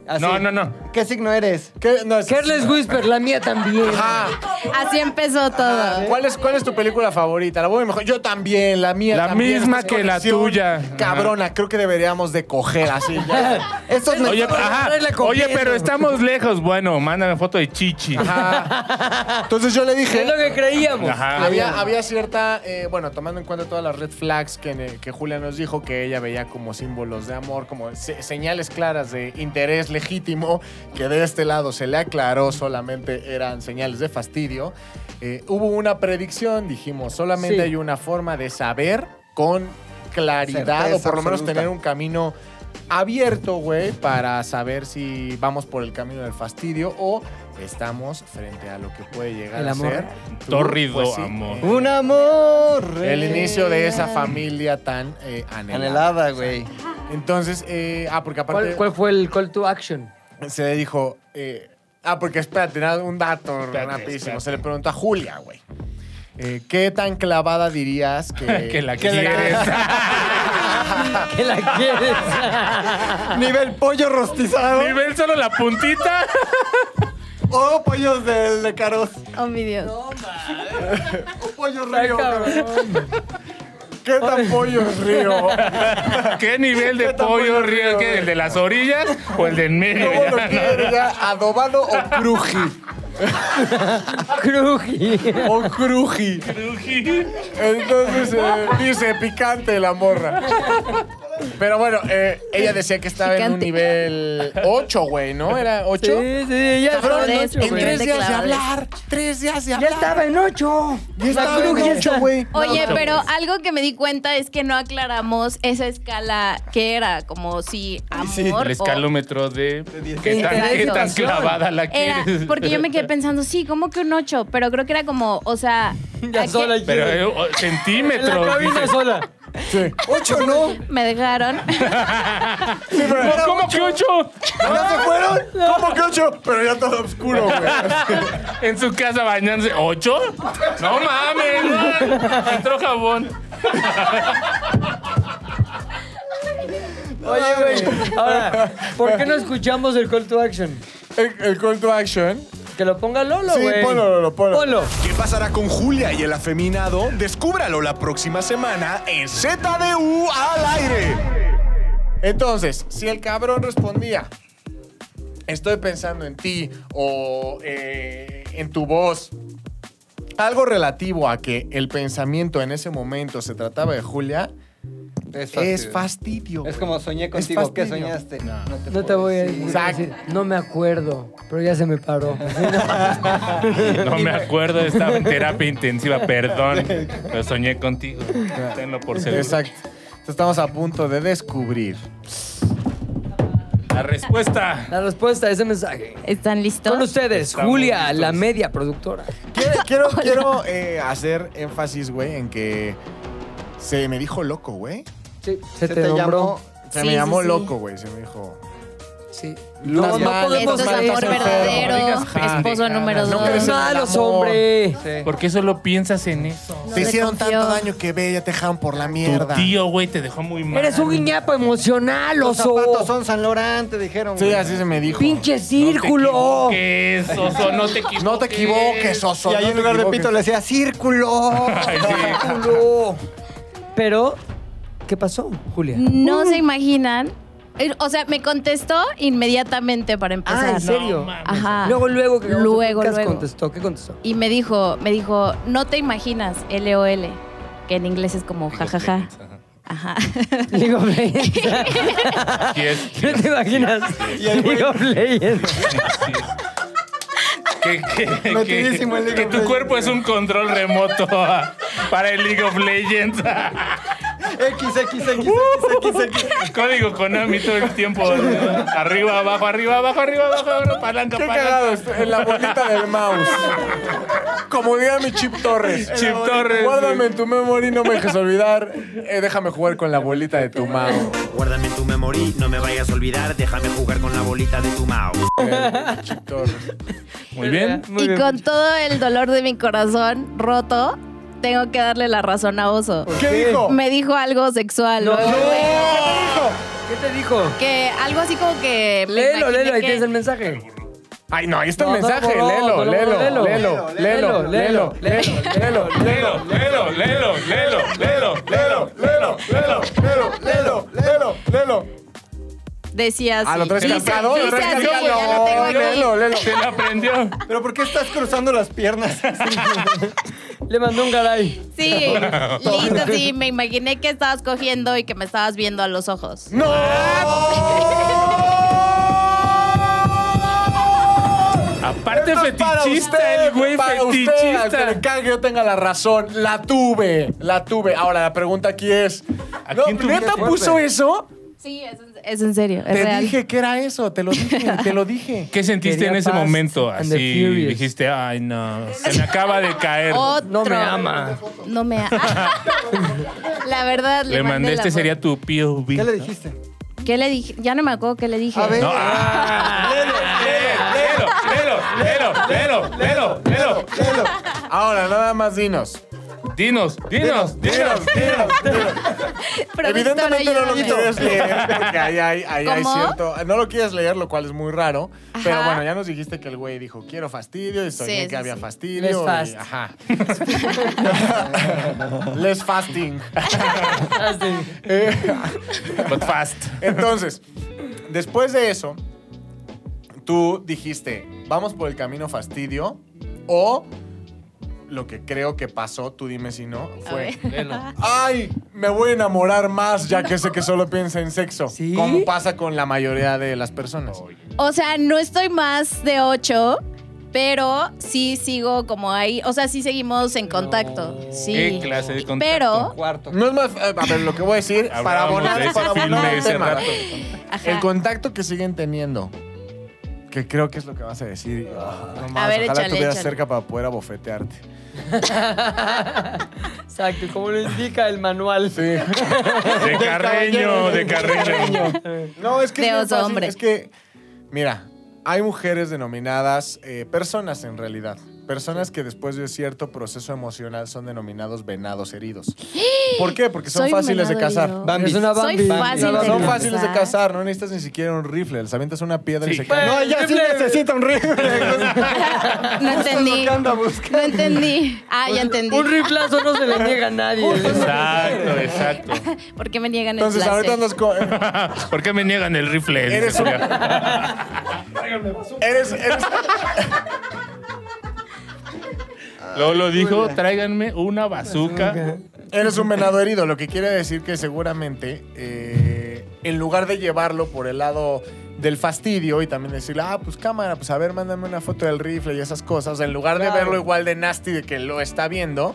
Speaker 6: Así.
Speaker 4: No, no, no.
Speaker 6: ¿Qué signo eres?
Speaker 3: ¿Qué? No, es- Ah.
Speaker 1: Careless Whisper, la mía también.
Speaker 3: Ajá.
Speaker 9: Ah, Así empezó todo.
Speaker 3: ¿Cuál es, ¿Cuál es tu película favorita? La voy mejor. Yo también, la mía.
Speaker 4: La
Speaker 3: también.
Speaker 4: misma
Speaker 3: Esta
Speaker 4: que la
Speaker 3: conexión
Speaker 4: tuya.
Speaker 3: Cabrona, creo que deberíamos de coger así. ya.
Speaker 6: Estos me-
Speaker 4: Oye, ajá.
Speaker 1: traerla con
Speaker 4: Oye,
Speaker 1: queso.
Speaker 4: pero estamos lejos. Bueno, mándame foto de Chichi.
Speaker 3: Ajá. Entonces yo le dije.
Speaker 1: Es lo que creíamos.
Speaker 4: Ajá.
Speaker 3: Había, había cierta, eh, bueno, tomando en cuenta todas las red flags que, ne- que Julia nos dijo que ella veía como símbolos de amor, como se- señales claras de interés legítimo, que de este lado se le aclaró, solamente eran señales de fastidio. Eh, hubo una predicción, dijimos, solamente
Speaker 1: Sí.
Speaker 3: hay una forma de saber con claridad
Speaker 6: Certeza
Speaker 3: o por lo menos
Speaker 6: absoluta.
Speaker 3: tener un camino abierto, güey, para saber si vamos por el camino del fastidio o estamos frente a lo que puede llegar
Speaker 1: El
Speaker 3: a
Speaker 1: amor.
Speaker 3: ser
Speaker 4: Tórrido
Speaker 3: Pues sí.
Speaker 4: amor.
Speaker 6: Un amor.
Speaker 3: El
Speaker 6: real.
Speaker 3: inicio de esa
Speaker 2: Eh.
Speaker 3: familia tan eh, anhelada.
Speaker 6: Anhelada, güey.
Speaker 3: Entonces, eh, ah, porque aparte
Speaker 1: ¿Cuál, cuál fue el call to action?
Speaker 3: se le dijo, eh, ah, porque espérate, nada, un dato rapidísimo.
Speaker 4: espérate.
Speaker 3: Se le preguntó a Julia, güey. eh, ¿Qué tan clavada dirías que,
Speaker 4: Que la quieres.
Speaker 1: ¿Qué la quieres?
Speaker 6: Nivel pollo rostizado
Speaker 4: Nivel solo la puntita.
Speaker 2: Oh,
Speaker 6: o pollos del de caros.
Speaker 9: Oh, mi Dios.
Speaker 6: O pollo
Speaker 1: Ay,
Speaker 6: río.
Speaker 1: cabrón.
Speaker 3: ¿Qué tan pollo es río?
Speaker 4: ¿Qué nivel de pollo río? ¿Qué? ¿El de las orillas o el de en medio?
Speaker 3: ¿Cómo lo
Speaker 4: Ya, ¿no?
Speaker 3: quieres? ya? ¿Adobado o cruji?
Speaker 1: Cruji.
Speaker 3: O cruji. Entonces eh, dice picante la morra. Pero bueno, eh, ella decía que estaba en un
Speaker 9: Picante.
Speaker 3: nivel 8, güey, ¿no? ¿Era 8?
Speaker 1: Sí, sí, ya estaba en ocho,
Speaker 9: Tres, en
Speaker 1: güey.
Speaker 9: tres. días de hablar,
Speaker 3: tres días de
Speaker 1: Ya estaba en ocho.
Speaker 3: Ya estaba
Speaker 1: La
Speaker 3: en
Speaker 1: Cruji
Speaker 3: ocho,
Speaker 1: está-
Speaker 3: güey.
Speaker 9: Oye,
Speaker 4: no,
Speaker 9: pero algo que me di cuenta es que no aclaramos esa escala que era, como si amor
Speaker 4: El
Speaker 9: o-
Speaker 4: escalómetro de. ¿Qué
Speaker 1: diez.
Speaker 4: tan, qué tan
Speaker 9: Exacto.
Speaker 4: clavada la
Speaker 9: Era,
Speaker 4: quieres?
Speaker 9: porque yo me quedé pensando, sí, como que un 8, pero creo que era como, o sea, ¿a
Speaker 1: Ya
Speaker 9: qué-
Speaker 1: sola.
Speaker 4: Pero eh, o-
Speaker 1: En la
Speaker 4: centímetros.
Speaker 1: cabina
Speaker 4: dice.
Speaker 1: sola.
Speaker 6: Ocho no.
Speaker 9: me dejaron.
Speaker 4: ¿Cómo que ocho?
Speaker 3: ¿No se fueron? ¿Cómo que 8? Pero ya todo oscuro, güey.
Speaker 4: En su casa bañándose. ¿Ocho? No mames. no. Entró jabón.
Speaker 1: Oye, güey. Ahora, ¿por qué no escuchamos el call to action?
Speaker 3: El, el call to action.
Speaker 1: Que lo ponga Lolo,
Speaker 3: Sí,
Speaker 1: güey.
Speaker 3: ponlo, Lolo, ponlo.
Speaker 1: Ponlo.
Speaker 8: ¿Qué pasará con Julia y el afeminado? Descúbralo la próxima semana en ZDU al aire.
Speaker 3: Entonces, si el cabrón respondía, estoy pensando en ti o eh, en tu voz, algo relativo a que el pensamiento en ese momento se trataba de Julia,
Speaker 6: Es
Speaker 3: es fastidio.
Speaker 6: Es
Speaker 3: güey.
Speaker 6: como soñé
Speaker 3: Es
Speaker 6: contigo. ¿Qué
Speaker 3: fastidio.
Speaker 6: soñaste? No,
Speaker 1: No te voy a decir.
Speaker 3: Exacto.
Speaker 1: No me acuerdo, pero ya se me paró.
Speaker 4: No me acuerdo. Estaba en terapia intensiva. Perdón. Lo soñé contigo. Tenlo por seguro.
Speaker 3: Exacto. Entonces, Estamos a punto de descubrir.
Speaker 4: La respuesta.
Speaker 1: La respuesta a ese mensaje.
Speaker 9: ¿Están listos?
Speaker 1: Con ustedes,
Speaker 4: Estamos
Speaker 1: Julia,
Speaker 4: listos.
Speaker 1: la media productora.
Speaker 3: Quiero, quiero, quiero, eh, hacer énfasis, güey, en que se me dijo loco, güey.
Speaker 1: Sí, se, te, nombró.
Speaker 3: Se
Speaker 9: Sí,
Speaker 3: me
Speaker 9: sí,
Speaker 3: llamó
Speaker 9: sí.
Speaker 3: loco, güey. Se me dijo.
Speaker 1: Sí.
Speaker 3: Lo
Speaker 1: No, no
Speaker 3: malo,
Speaker 1: podemos
Speaker 9: Esto es
Speaker 1: mal,
Speaker 9: amor
Speaker 1: enfermo.
Speaker 9: verdadero,
Speaker 4: No digas pendejadas.
Speaker 9: esposo número
Speaker 3: No
Speaker 9: dos.
Speaker 3: crees en-
Speaker 1: malos,
Speaker 3: amor.
Speaker 1: hombre.
Speaker 2: Sí.
Speaker 4: ¿Por qué solo piensas en eso?
Speaker 9: No
Speaker 3: Te hicieron
Speaker 9: desconfío.
Speaker 3: tanto daño que ve, ya te dejaron por la mierda.
Speaker 4: Tu tío, güey, te dejó muy mal.
Speaker 1: Eres un guiñapo emocional,
Speaker 2: Los
Speaker 1: oso.
Speaker 2: zapatos son San Laurent, te dijeron.
Speaker 3: Sí,
Speaker 2: güey.
Speaker 3: así se me dijo.
Speaker 1: Pinche
Speaker 4: No te
Speaker 1: círculo.
Speaker 4: equivoques, oso, no te equivoques.
Speaker 3: No te equivoques, oso.
Speaker 2: Y ahí
Speaker 3: no
Speaker 2: en
Speaker 3: te
Speaker 2: lugar de
Speaker 3: equivoques.
Speaker 2: pito le decía círculo.
Speaker 1: Círculo. Pero, ¿qué pasó, Julia?
Speaker 9: No se imaginan. Eh, O sea, me contestó inmediatamente para empezar.
Speaker 1: Ah, ¿en serio?
Speaker 4: mames.
Speaker 9: Ajá.
Speaker 1: Luego, luego que acabamos el
Speaker 9: Luego,
Speaker 1: podcast,
Speaker 9: luego.
Speaker 1: contestó. ¿Qué contestó?
Speaker 9: Y me dijo, me dijo, no te imaginas, LOL, que en inglés es como jajaja. Ajá.
Speaker 1: League of Legends.
Speaker 4: Yes,
Speaker 1: ¿No
Speaker 4: yes,
Speaker 1: te imaginas? League of Legends.
Speaker 4: sí. Que, que- que-
Speaker 2: Metidísimo en League
Speaker 4: que
Speaker 2: of
Speaker 4: tu
Speaker 2: Legends.
Speaker 4: cuerpo es un control remoto ah, para el League of Legends. Código Konami todo el tiempo. ¿no? Arriba, abajo, arriba, abajo, arriba, abajo, abajo, palanca,
Speaker 3: Qué
Speaker 4: palanca.
Speaker 3: cagado, en la bolita del mouse. Como diría mi Chip Torres.
Speaker 4: Chip Torres.
Speaker 3: Guárdame en tu memoria y no me dejes olvidar. Eh, déjame jugar con la bolita de tu mouse.
Speaker 10: Guárdame en tu memory, no me vayas a olvidar, déjame jugar con la bolita de tu mao.
Speaker 3: Chip Torres.
Speaker 4: Muy bien.
Speaker 1: Muy
Speaker 9: y
Speaker 1: bien.
Speaker 9: con todo el dolor de mi corazón roto, tengo que darle la razón a Oso.
Speaker 2: ¿Qué
Speaker 3: Oh.
Speaker 2: dijo?
Speaker 9: Me dijo algo sexual. o algo así.
Speaker 1: ¿Qué te dijo?
Speaker 9: Que algo así como que. me
Speaker 1: Léelo,
Speaker 9: imaginé
Speaker 1: léelo, ahí
Speaker 9: que-
Speaker 1: tienes el mensaje.
Speaker 3: Ay, no, ahí está
Speaker 1: No,
Speaker 3: el
Speaker 1: no,
Speaker 3: mensaje.
Speaker 1: no, no, no,
Speaker 3: Lelo, lelo,
Speaker 1: léelo.
Speaker 3: lelo, lelo, lelo, lelo,
Speaker 1: léelo,
Speaker 3: lelo, lelo.
Speaker 4: Lelo, lelo, lelo, lelo, lelo, lelo, lelo, lelo.
Speaker 3: Lelo, lelo, lelo, lelo.
Speaker 9: Decía así.
Speaker 3: Ah, lo traes
Speaker 9: Dice-
Speaker 3: cascado, lo
Speaker 9: dice
Speaker 3: traes
Speaker 9: así,
Speaker 3: cascado.
Speaker 9: ya lo tengo aquí.
Speaker 3: Lelo, lelo.
Speaker 4: Se la aprendió.
Speaker 2: ¿Pero por qué estás cruzando las piernas?
Speaker 1: Le mandó un garay.
Speaker 9: Sí, lindo, sí. Me imaginé que estabas cogiendo y que me estabas viendo a los ojos.
Speaker 3: ¡No!
Speaker 4: Aparte
Speaker 3: Esto es para
Speaker 4: fetichista,
Speaker 3: usted,
Speaker 4: el güey
Speaker 3: para usted, al que le
Speaker 4: fetichista.
Speaker 3: cague yo tenga la razón. La tuve, la tuve. Ahora, la pregunta aquí es...
Speaker 4: ¿A
Speaker 3: No,
Speaker 4: quién tuviste
Speaker 3: ¿Neta
Speaker 4: fuerte?
Speaker 3: puso eso?
Speaker 9: Sí, es, en- es en serio. Es
Speaker 3: te
Speaker 9: real.
Speaker 3: dije que era eso, te lo dije, te lo dije.
Speaker 4: ¿Qué sentiste
Speaker 1: Quería
Speaker 4: en ese
Speaker 1: Fast
Speaker 4: momento?
Speaker 1: and the
Speaker 4: Así
Speaker 1: Furious.
Speaker 4: dijiste, ay no, se me acaba de caer.
Speaker 9: Otro.
Speaker 1: No me ama.
Speaker 9: No me ama. La verdad, le,
Speaker 4: Le mandé,
Speaker 9: la
Speaker 4: este
Speaker 9: foto.
Speaker 4: sería tu POV.
Speaker 2: ¿Qué le dijiste?
Speaker 9: ¿Qué le dije? Ya no me acuerdo qué le dije.
Speaker 2: A ver.
Speaker 4: No, ah. Lelo, lelo, lelo, lelo, lelo, lelo.
Speaker 3: Ahora, nada más dinos.
Speaker 4: Dinos, dinos, dinos.
Speaker 9: Productora,
Speaker 3: Evidentemente no lo
Speaker 9: ayúdame.
Speaker 3: quieres leer, porque ahí hay, ahí hay
Speaker 9: ¿Cómo?
Speaker 3: cierto. No lo quieres leer, lo cual es muy raro. Pero
Speaker 9: Ajá.
Speaker 3: bueno, ya nos dijiste que el güey dijo, quiero fastidio, y soñé
Speaker 9: Sí,
Speaker 3: que
Speaker 9: sí,
Speaker 3: había
Speaker 9: sí.
Speaker 3: fastidio.
Speaker 1: Les
Speaker 3: y-
Speaker 1: fast.
Speaker 3: ajá. Les fasting. Eh,
Speaker 4: But fast.
Speaker 3: Entonces, después de eso, tú dijiste, vamos por el camino fastidio o lo que creo que pasó, tú dime si no,
Speaker 9: A
Speaker 3: fue...
Speaker 9: ver.
Speaker 3: Ay, me voy a enamorar más ya que sé que solo piensa en sexo.
Speaker 1: ¿Sí?
Speaker 3: Como pasa con la mayoría de las personas.
Speaker 9: O sea, no estoy más de 8, pero sí sigo como ahí. O sea, sí seguimos en contacto. Sí.
Speaker 4: ¿Qué clase de contacto?
Speaker 9: Pero.
Speaker 2: Cuarto.
Speaker 3: No es más, eh, a ver, lo que voy a decir, para
Speaker 4: Hablábamos de
Speaker 3: abonar,
Speaker 4: ese
Speaker 3: para abonar
Speaker 4: filme
Speaker 3: al
Speaker 4: ese
Speaker 3: tema,
Speaker 4: rato.
Speaker 9: Ajá.
Speaker 3: el contacto que siguen teniendo, que creo que es lo que vas a decir. Ah, no más,
Speaker 9: ver,
Speaker 3: ojalá
Speaker 9: échale,
Speaker 3: estuvieras
Speaker 9: échale.
Speaker 3: cerca para poder abofetearte.
Speaker 1: Exacto, como lo indica el manual.
Speaker 3: Sí.
Speaker 4: De Carreño, de Carreño.
Speaker 3: No, es que
Speaker 9: De
Speaker 3: es, bien
Speaker 9: oso
Speaker 3: fácil.
Speaker 9: hombre.
Speaker 3: es que, mira, hay mujeres denominadas eh, personas en realidad. Personas que después de cierto proceso emocional son denominados venados heridos. ¿Por qué? Porque son
Speaker 9: Soy un
Speaker 3: fáciles de
Speaker 9: venado
Speaker 3: cazar.
Speaker 9: herido.
Speaker 1: Es una
Speaker 9: Soy
Speaker 1: Bambi.
Speaker 9: fácil
Speaker 1: Una Bambi.
Speaker 9: de
Speaker 3: Son
Speaker 9: cazar.
Speaker 3: fáciles de cazar, no necesitas ni siquiera un rifle, les avientas una piedra y
Speaker 4: Sí.
Speaker 3: se caen.
Speaker 2: No, ella sí necesita un rifle.
Speaker 9: No
Speaker 2: Lo
Speaker 9: entendí.
Speaker 2: que anda buscando.
Speaker 9: No entendí. Ah,
Speaker 1: pues,
Speaker 9: ya entendí.
Speaker 1: Un riflazo no se le niega a nadie.
Speaker 4: Exacto, exacto.
Speaker 9: ¿Por qué me niegan el
Speaker 3: Entonces, ahorita
Speaker 9: placer?
Speaker 3: andas con-
Speaker 4: ¿Por qué me niegan el rifle?
Speaker 3: Eres un-
Speaker 4: Sería-
Speaker 3: Eres, eres-
Speaker 4: Luego lo dijo, tráiganme una bazooka.
Speaker 3: eres un venado herido, lo que quiere decir que seguramente eh, en lugar de llevarlo por el lado del fastidio y también decirle, ah, pues cámara, pues a ver, mándame una foto del rifle y esas cosas, en lugar de
Speaker 1: Claro.
Speaker 3: verlo igual de nasty de que lo está viendo,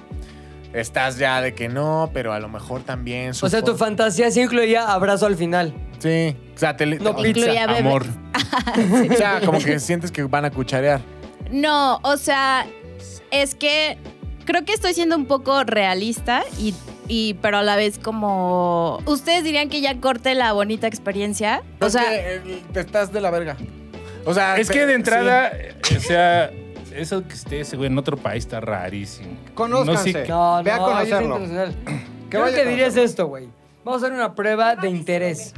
Speaker 3: estás ya de que no, pero a lo mejor también...
Speaker 1: O sea, tu
Speaker 3: supo-
Speaker 1: fantasía sí incluía abrazo al final.
Speaker 3: Sí, o sea, te-
Speaker 1: No, pues,
Speaker 3: te-
Speaker 9: Incluía bebé.
Speaker 4: Amor.
Speaker 3: o sea, como que sientes que van a cucharear.
Speaker 9: No, o sea, es que creo que estoy siendo un poco realista y y pero a la vez como ustedes dirían que ya corte la bonita experiencia. O
Speaker 3: Es
Speaker 9: sea,
Speaker 3: que, eh, te estás de la verga. O sea,
Speaker 4: Es que
Speaker 3: te-
Speaker 4: de entrada, eh, o sea, eso que esté ese güey en otro país está rarísimo. No
Speaker 2: Conózcanse.
Speaker 4: sé qué-
Speaker 1: No,
Speaker 2: Ve a
Speaker 1: no, yo soy
Speaker 2: conocerlo.
Speaker 1: internacional.
Speaker 2: Que
Speaker 1: Yo
Speaker 2: vaya
Speaker 1: lo que
Speaker 2: a
Speaker 1: diría es esto, güey. Vamos a hacer una prueba de interés.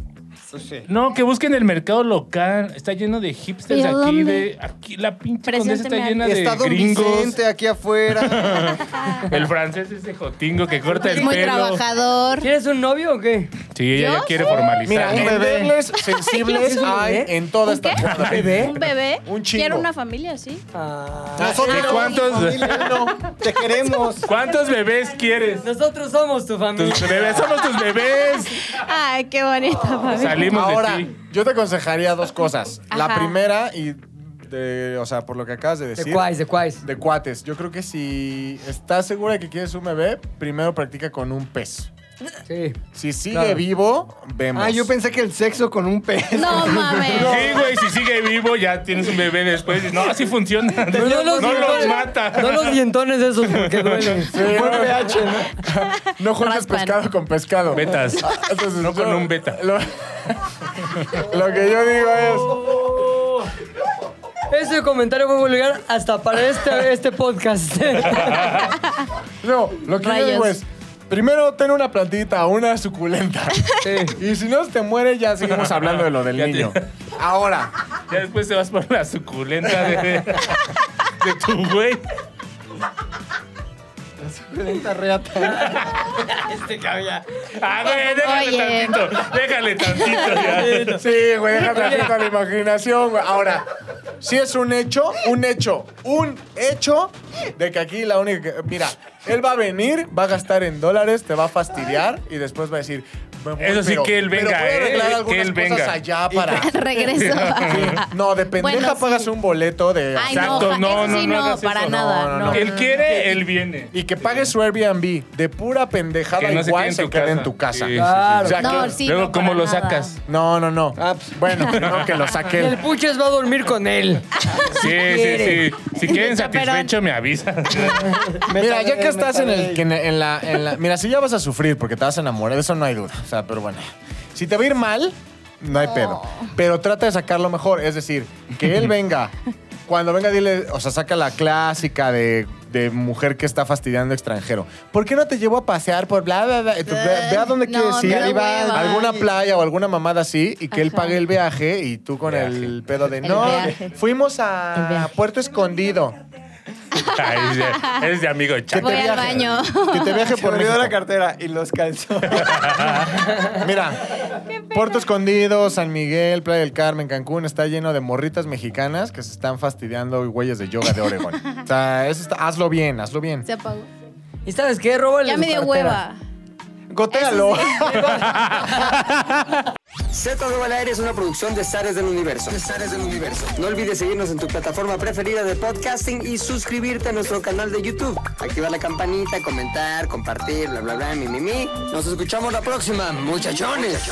Speaker 2: Pues sí.
Speaker 4: No, que busquen el mercado local. Está lleno de hipsters
Speaker 9: ¿Y a
Speaker 4: aquí
Speaker 9: dónde?
Speaker 4: de. Aquí la pinche
Speaker 9: Presénteme
Speaker 4: condesa está
Speaker 9: algo.
Speaker 4: llena de
Speaker 2: Está Don
Speaker 4: gringos.
Speaker 2: Vicente aquí afuera.
Speaker 4: El francés ese jotingo que corta
Speaker 9: es
Speaker 4: el
Speaker 9: muy
Speaker 4: pelo.
Speaker 9: trabajador.
Speaker 1: ¿Quieres un novio o qué?
Speaker 4: Sí, ella
Speaker 9: ¿Yo?
Speaker 4: ya quiere formalizar.
Speaker 3: Mira,
Speaker 4: ¿eh?
Speaker 3: endebles sensibles
Speaker 1: ¿Es un
Speaker 3: hay
Speaker 1: bebé?
Speaker 3: en toda
Speaker 9: ¿Un
Speaker 3: esta
Speaker 9: qué?
Speaker 3: cuadra.
Speaker 1: ¿Un bebé?
Speaker 9: Un bebé.
Speaker 3: Un chingo.
Speaker 9: Quiero una familia, sí.
Speaker 1: Ah,
Speaker 2: Nosotros,
Speaker 4: ¿de cuántos?
Speaker 2: familia, no, te queremos.
Speaker 4: ¿Cuántos bebés quieres?
Speaker 1: nosotros somos tu familia.
Speaker 4: Tus bebés, somos tus bebés.
Speaker 9: Ay, qué bonita familia.
Speaker 4: Salimos
Speaker 3: Ahora,
Speaker 4: de ti.
Speaker 3: yo te aconsejaría dos cosas. La
Speaker 9: Ajá.
Speaker 3: primera, y de- o sea, por lo que acabas de decir.
Speaker 1: De cuáis, de cuáis.
Speaker 3: de cuates. Yo creo que si estás segura de que quieres un bebé, primero practica con un pez.
Speaker 1: Sí.
Speaker 3: Si sigue
Speaker 1: Claro.
Speaker 3: vivo, vemos.
Speaker 2: Ah, yo pensé que el sexo con un pez.
Speaker 9: No mames.
Speaker 4: Sí, güey, si sigue vivo, ya tienes un bebé después. y No, así funciona.
Speaker 1: Pero
Speaker 4: No los,
Speaker 1: dientones-
Speaker 4: mata.
Speaker 1: No los dientones esos porque duelen.
Speaker 3: Fue pH, ¿no? No juntes
Speaker 9: Raspan.
Speaker 3: pescado con pescado. Ah,
Speaker 4: Betas.
Speaker 3: Entonces,
Speaker 4: No
Speaker 3: yo-
Speaker 4: con un beta.
Speaker 3: Lo, lo que yo digo
Speaker 1: Ese comentario fue vulgar hasta para este, este podcast.
Speaker 3: es. No, lo que yo digo
Speaker 9: Rayos.
Speaker 3: es. Primero ten una plantita, una suculenta. Y si no se te muere, ya seguimos hablando de lo del
Speaker 4: Ya te-
Speaker 3: niño. Ahora,
Speaker 4: Ya después te vas por la suculenta de, de tu güey.
Speaker 1: este cabía.
Speaker 4: Ah, güey, déjale
Speaker 9: Oye.
Speaker 4: tantito. Déjale tantito ya.
Speaker 3: Sí, güey, déjame abierta la imaginación, güey. Ahora, si es un hecho, un hecho, un hecho de que aquí la única que- Mira, él va a venir, va a gastar en dólares, te va a fastidiar y después va a decir... me voy,
Speaker 4: Eso sí
Speaker 3: pero-
Speaker 4: que él
Speaker 3: pero
Speaker 4: venga,
Speaker 3: puedo arreglar
Speaker 4: ¿eh?
Speaker 3: algunas
Speaker 4: Que él
Speaker 3: cosas
Speaker 4: venga.
Speaker 3: allá para...
Speaker 9: Regreso.
Speaker 3: No, de pendeja
Speaker 9: Bueno, sí.
Speaker 3: pagas un boleto de...
Speaker 9: Ay,
Speaker 4: Exacto, no,
Speaker 9: no, no, sí,
Speaker 4: no, no
Speaker 9: no,
Speaker 4: hagas
Speaker 9: para
Speaker 4: eso.
Speaker 9: nada.
Speaker 3: No, no,
Speaker 9: No,
Speaker 3: no.
Speaker 4: Él quiere, él viene.
Speaker 3: Y que pagues su Airbnb de pura pendejada
Speaker 4: Que no se
Speaker 3: igual
Speaker 4: quede en
Speaker 3: se
Speaker 4: tu
Speaker 3: queda en
Speaker 4: casa.
Speaker 3: tu casa.
Speaker 4: Sí, sí,
Speaker 1: Claro.
Speaker 3: O sea,
Speaker 9: No,
Speaker 3: que-
Speaker 9: sí,
Speaker 4: Luego,
Speaker 9: no,
Speaker 4: ¿cómo
Speaker 9: para
Speaker 4: lo
Speaker 9: nada.
Speaker 4: sacas?
Speaker 3: no, no, no. Bueno, no, que lo
Speaker 1: Y
Speaker 3: saque
Speaker 1: el
Speaker 3: él.
Speaker 1: puches va a dormir con él.
Speaker 4: Sí, sí, sí. Si quieren
Speaker 9: Chaperón.
Speaker 4: satisfecho, me avisan.
Speaker 3: Mira, ya
Speaker 9: eh,
Speaker 3: que
Speaker 2: me
Speaker 3: estás en, el,
Speaker 2: tardé.
Speaker 3: que en, en la, en la- Mira, si ya vas a sufrir porque te vas a enamorar, de eso no hay duda. O sea, pero bueno. Si te va a ir mal, no hay pedo.
Speaker 9: Oh.
Speaker 3: Pero trata de sacar lo mejor. Es decir, que él venga. Cuando venga, dile. O sea, saca la clásica de, de mujer que está fastidiando extranjero. ¿Por qué no te llevo a pasear por bla, bla, bla? Tú Ve, ve a dónde
Speaker 9: Eh, No,
Speaker 3: quieres
Speaker 9: me
Speaker 3: ir.
Speaker 9: da
Speaker 3: Ahí va,
Speaker 9: hueva.
Speaker 3: alguna playa o alguna mamada así y que él pague el viaje y tú con el pedo de.
Speaker 9: El
Speaker 3: No,
Speaker 9: viaje.
Speaker 3: fuimos
Speaker 9: El
Speaker 3: a
Speaker 9: viaje.
Speaker 3: Puerto Escondido.
Speaker 4: Ay, es de- Eres de amigo
Speaker 3: Que te
Speaker 9: Voy
Speaker 4: chato.
Speaker 9: al
Speaker 3: viaje.
Speaker 9: baño.
Speaker 3: Que te viaje por
Speaker 2: Me olvidó
Speaker 3: México.
Speaker 2: la cartera y los calzones.
Speaker 3: Mira, Puerto Escondido, San Miguel, Playa del Carmen, Cancún, está lleno de morritas mexicanas que se están fastidiando y güeyes de yoga de Oregon. o sea, eso está- hazlo bien, hazlo bien.
Speaker 9: Se apagó.
Speaker 1: ¿Y sabes qué? Róbale
Speaker 9: Ya
Speaker 1: su
Speaker 9: me dio
Speaker 1: cartera.
Speaker 9: hueva.
Speaker 3: Gotéalo.
Speaker 6: Z2 al aire es una producción de Zares del Universo. del Universo. No olvides seguirnos en tu plataforma preferida de podcasting y suscribirte a nuestro canal de YouTube. Activar la campanita, comentar, compartir, bla, bla, bla, mi, mi, mi. Nos escuchamos la próxima, muchachones.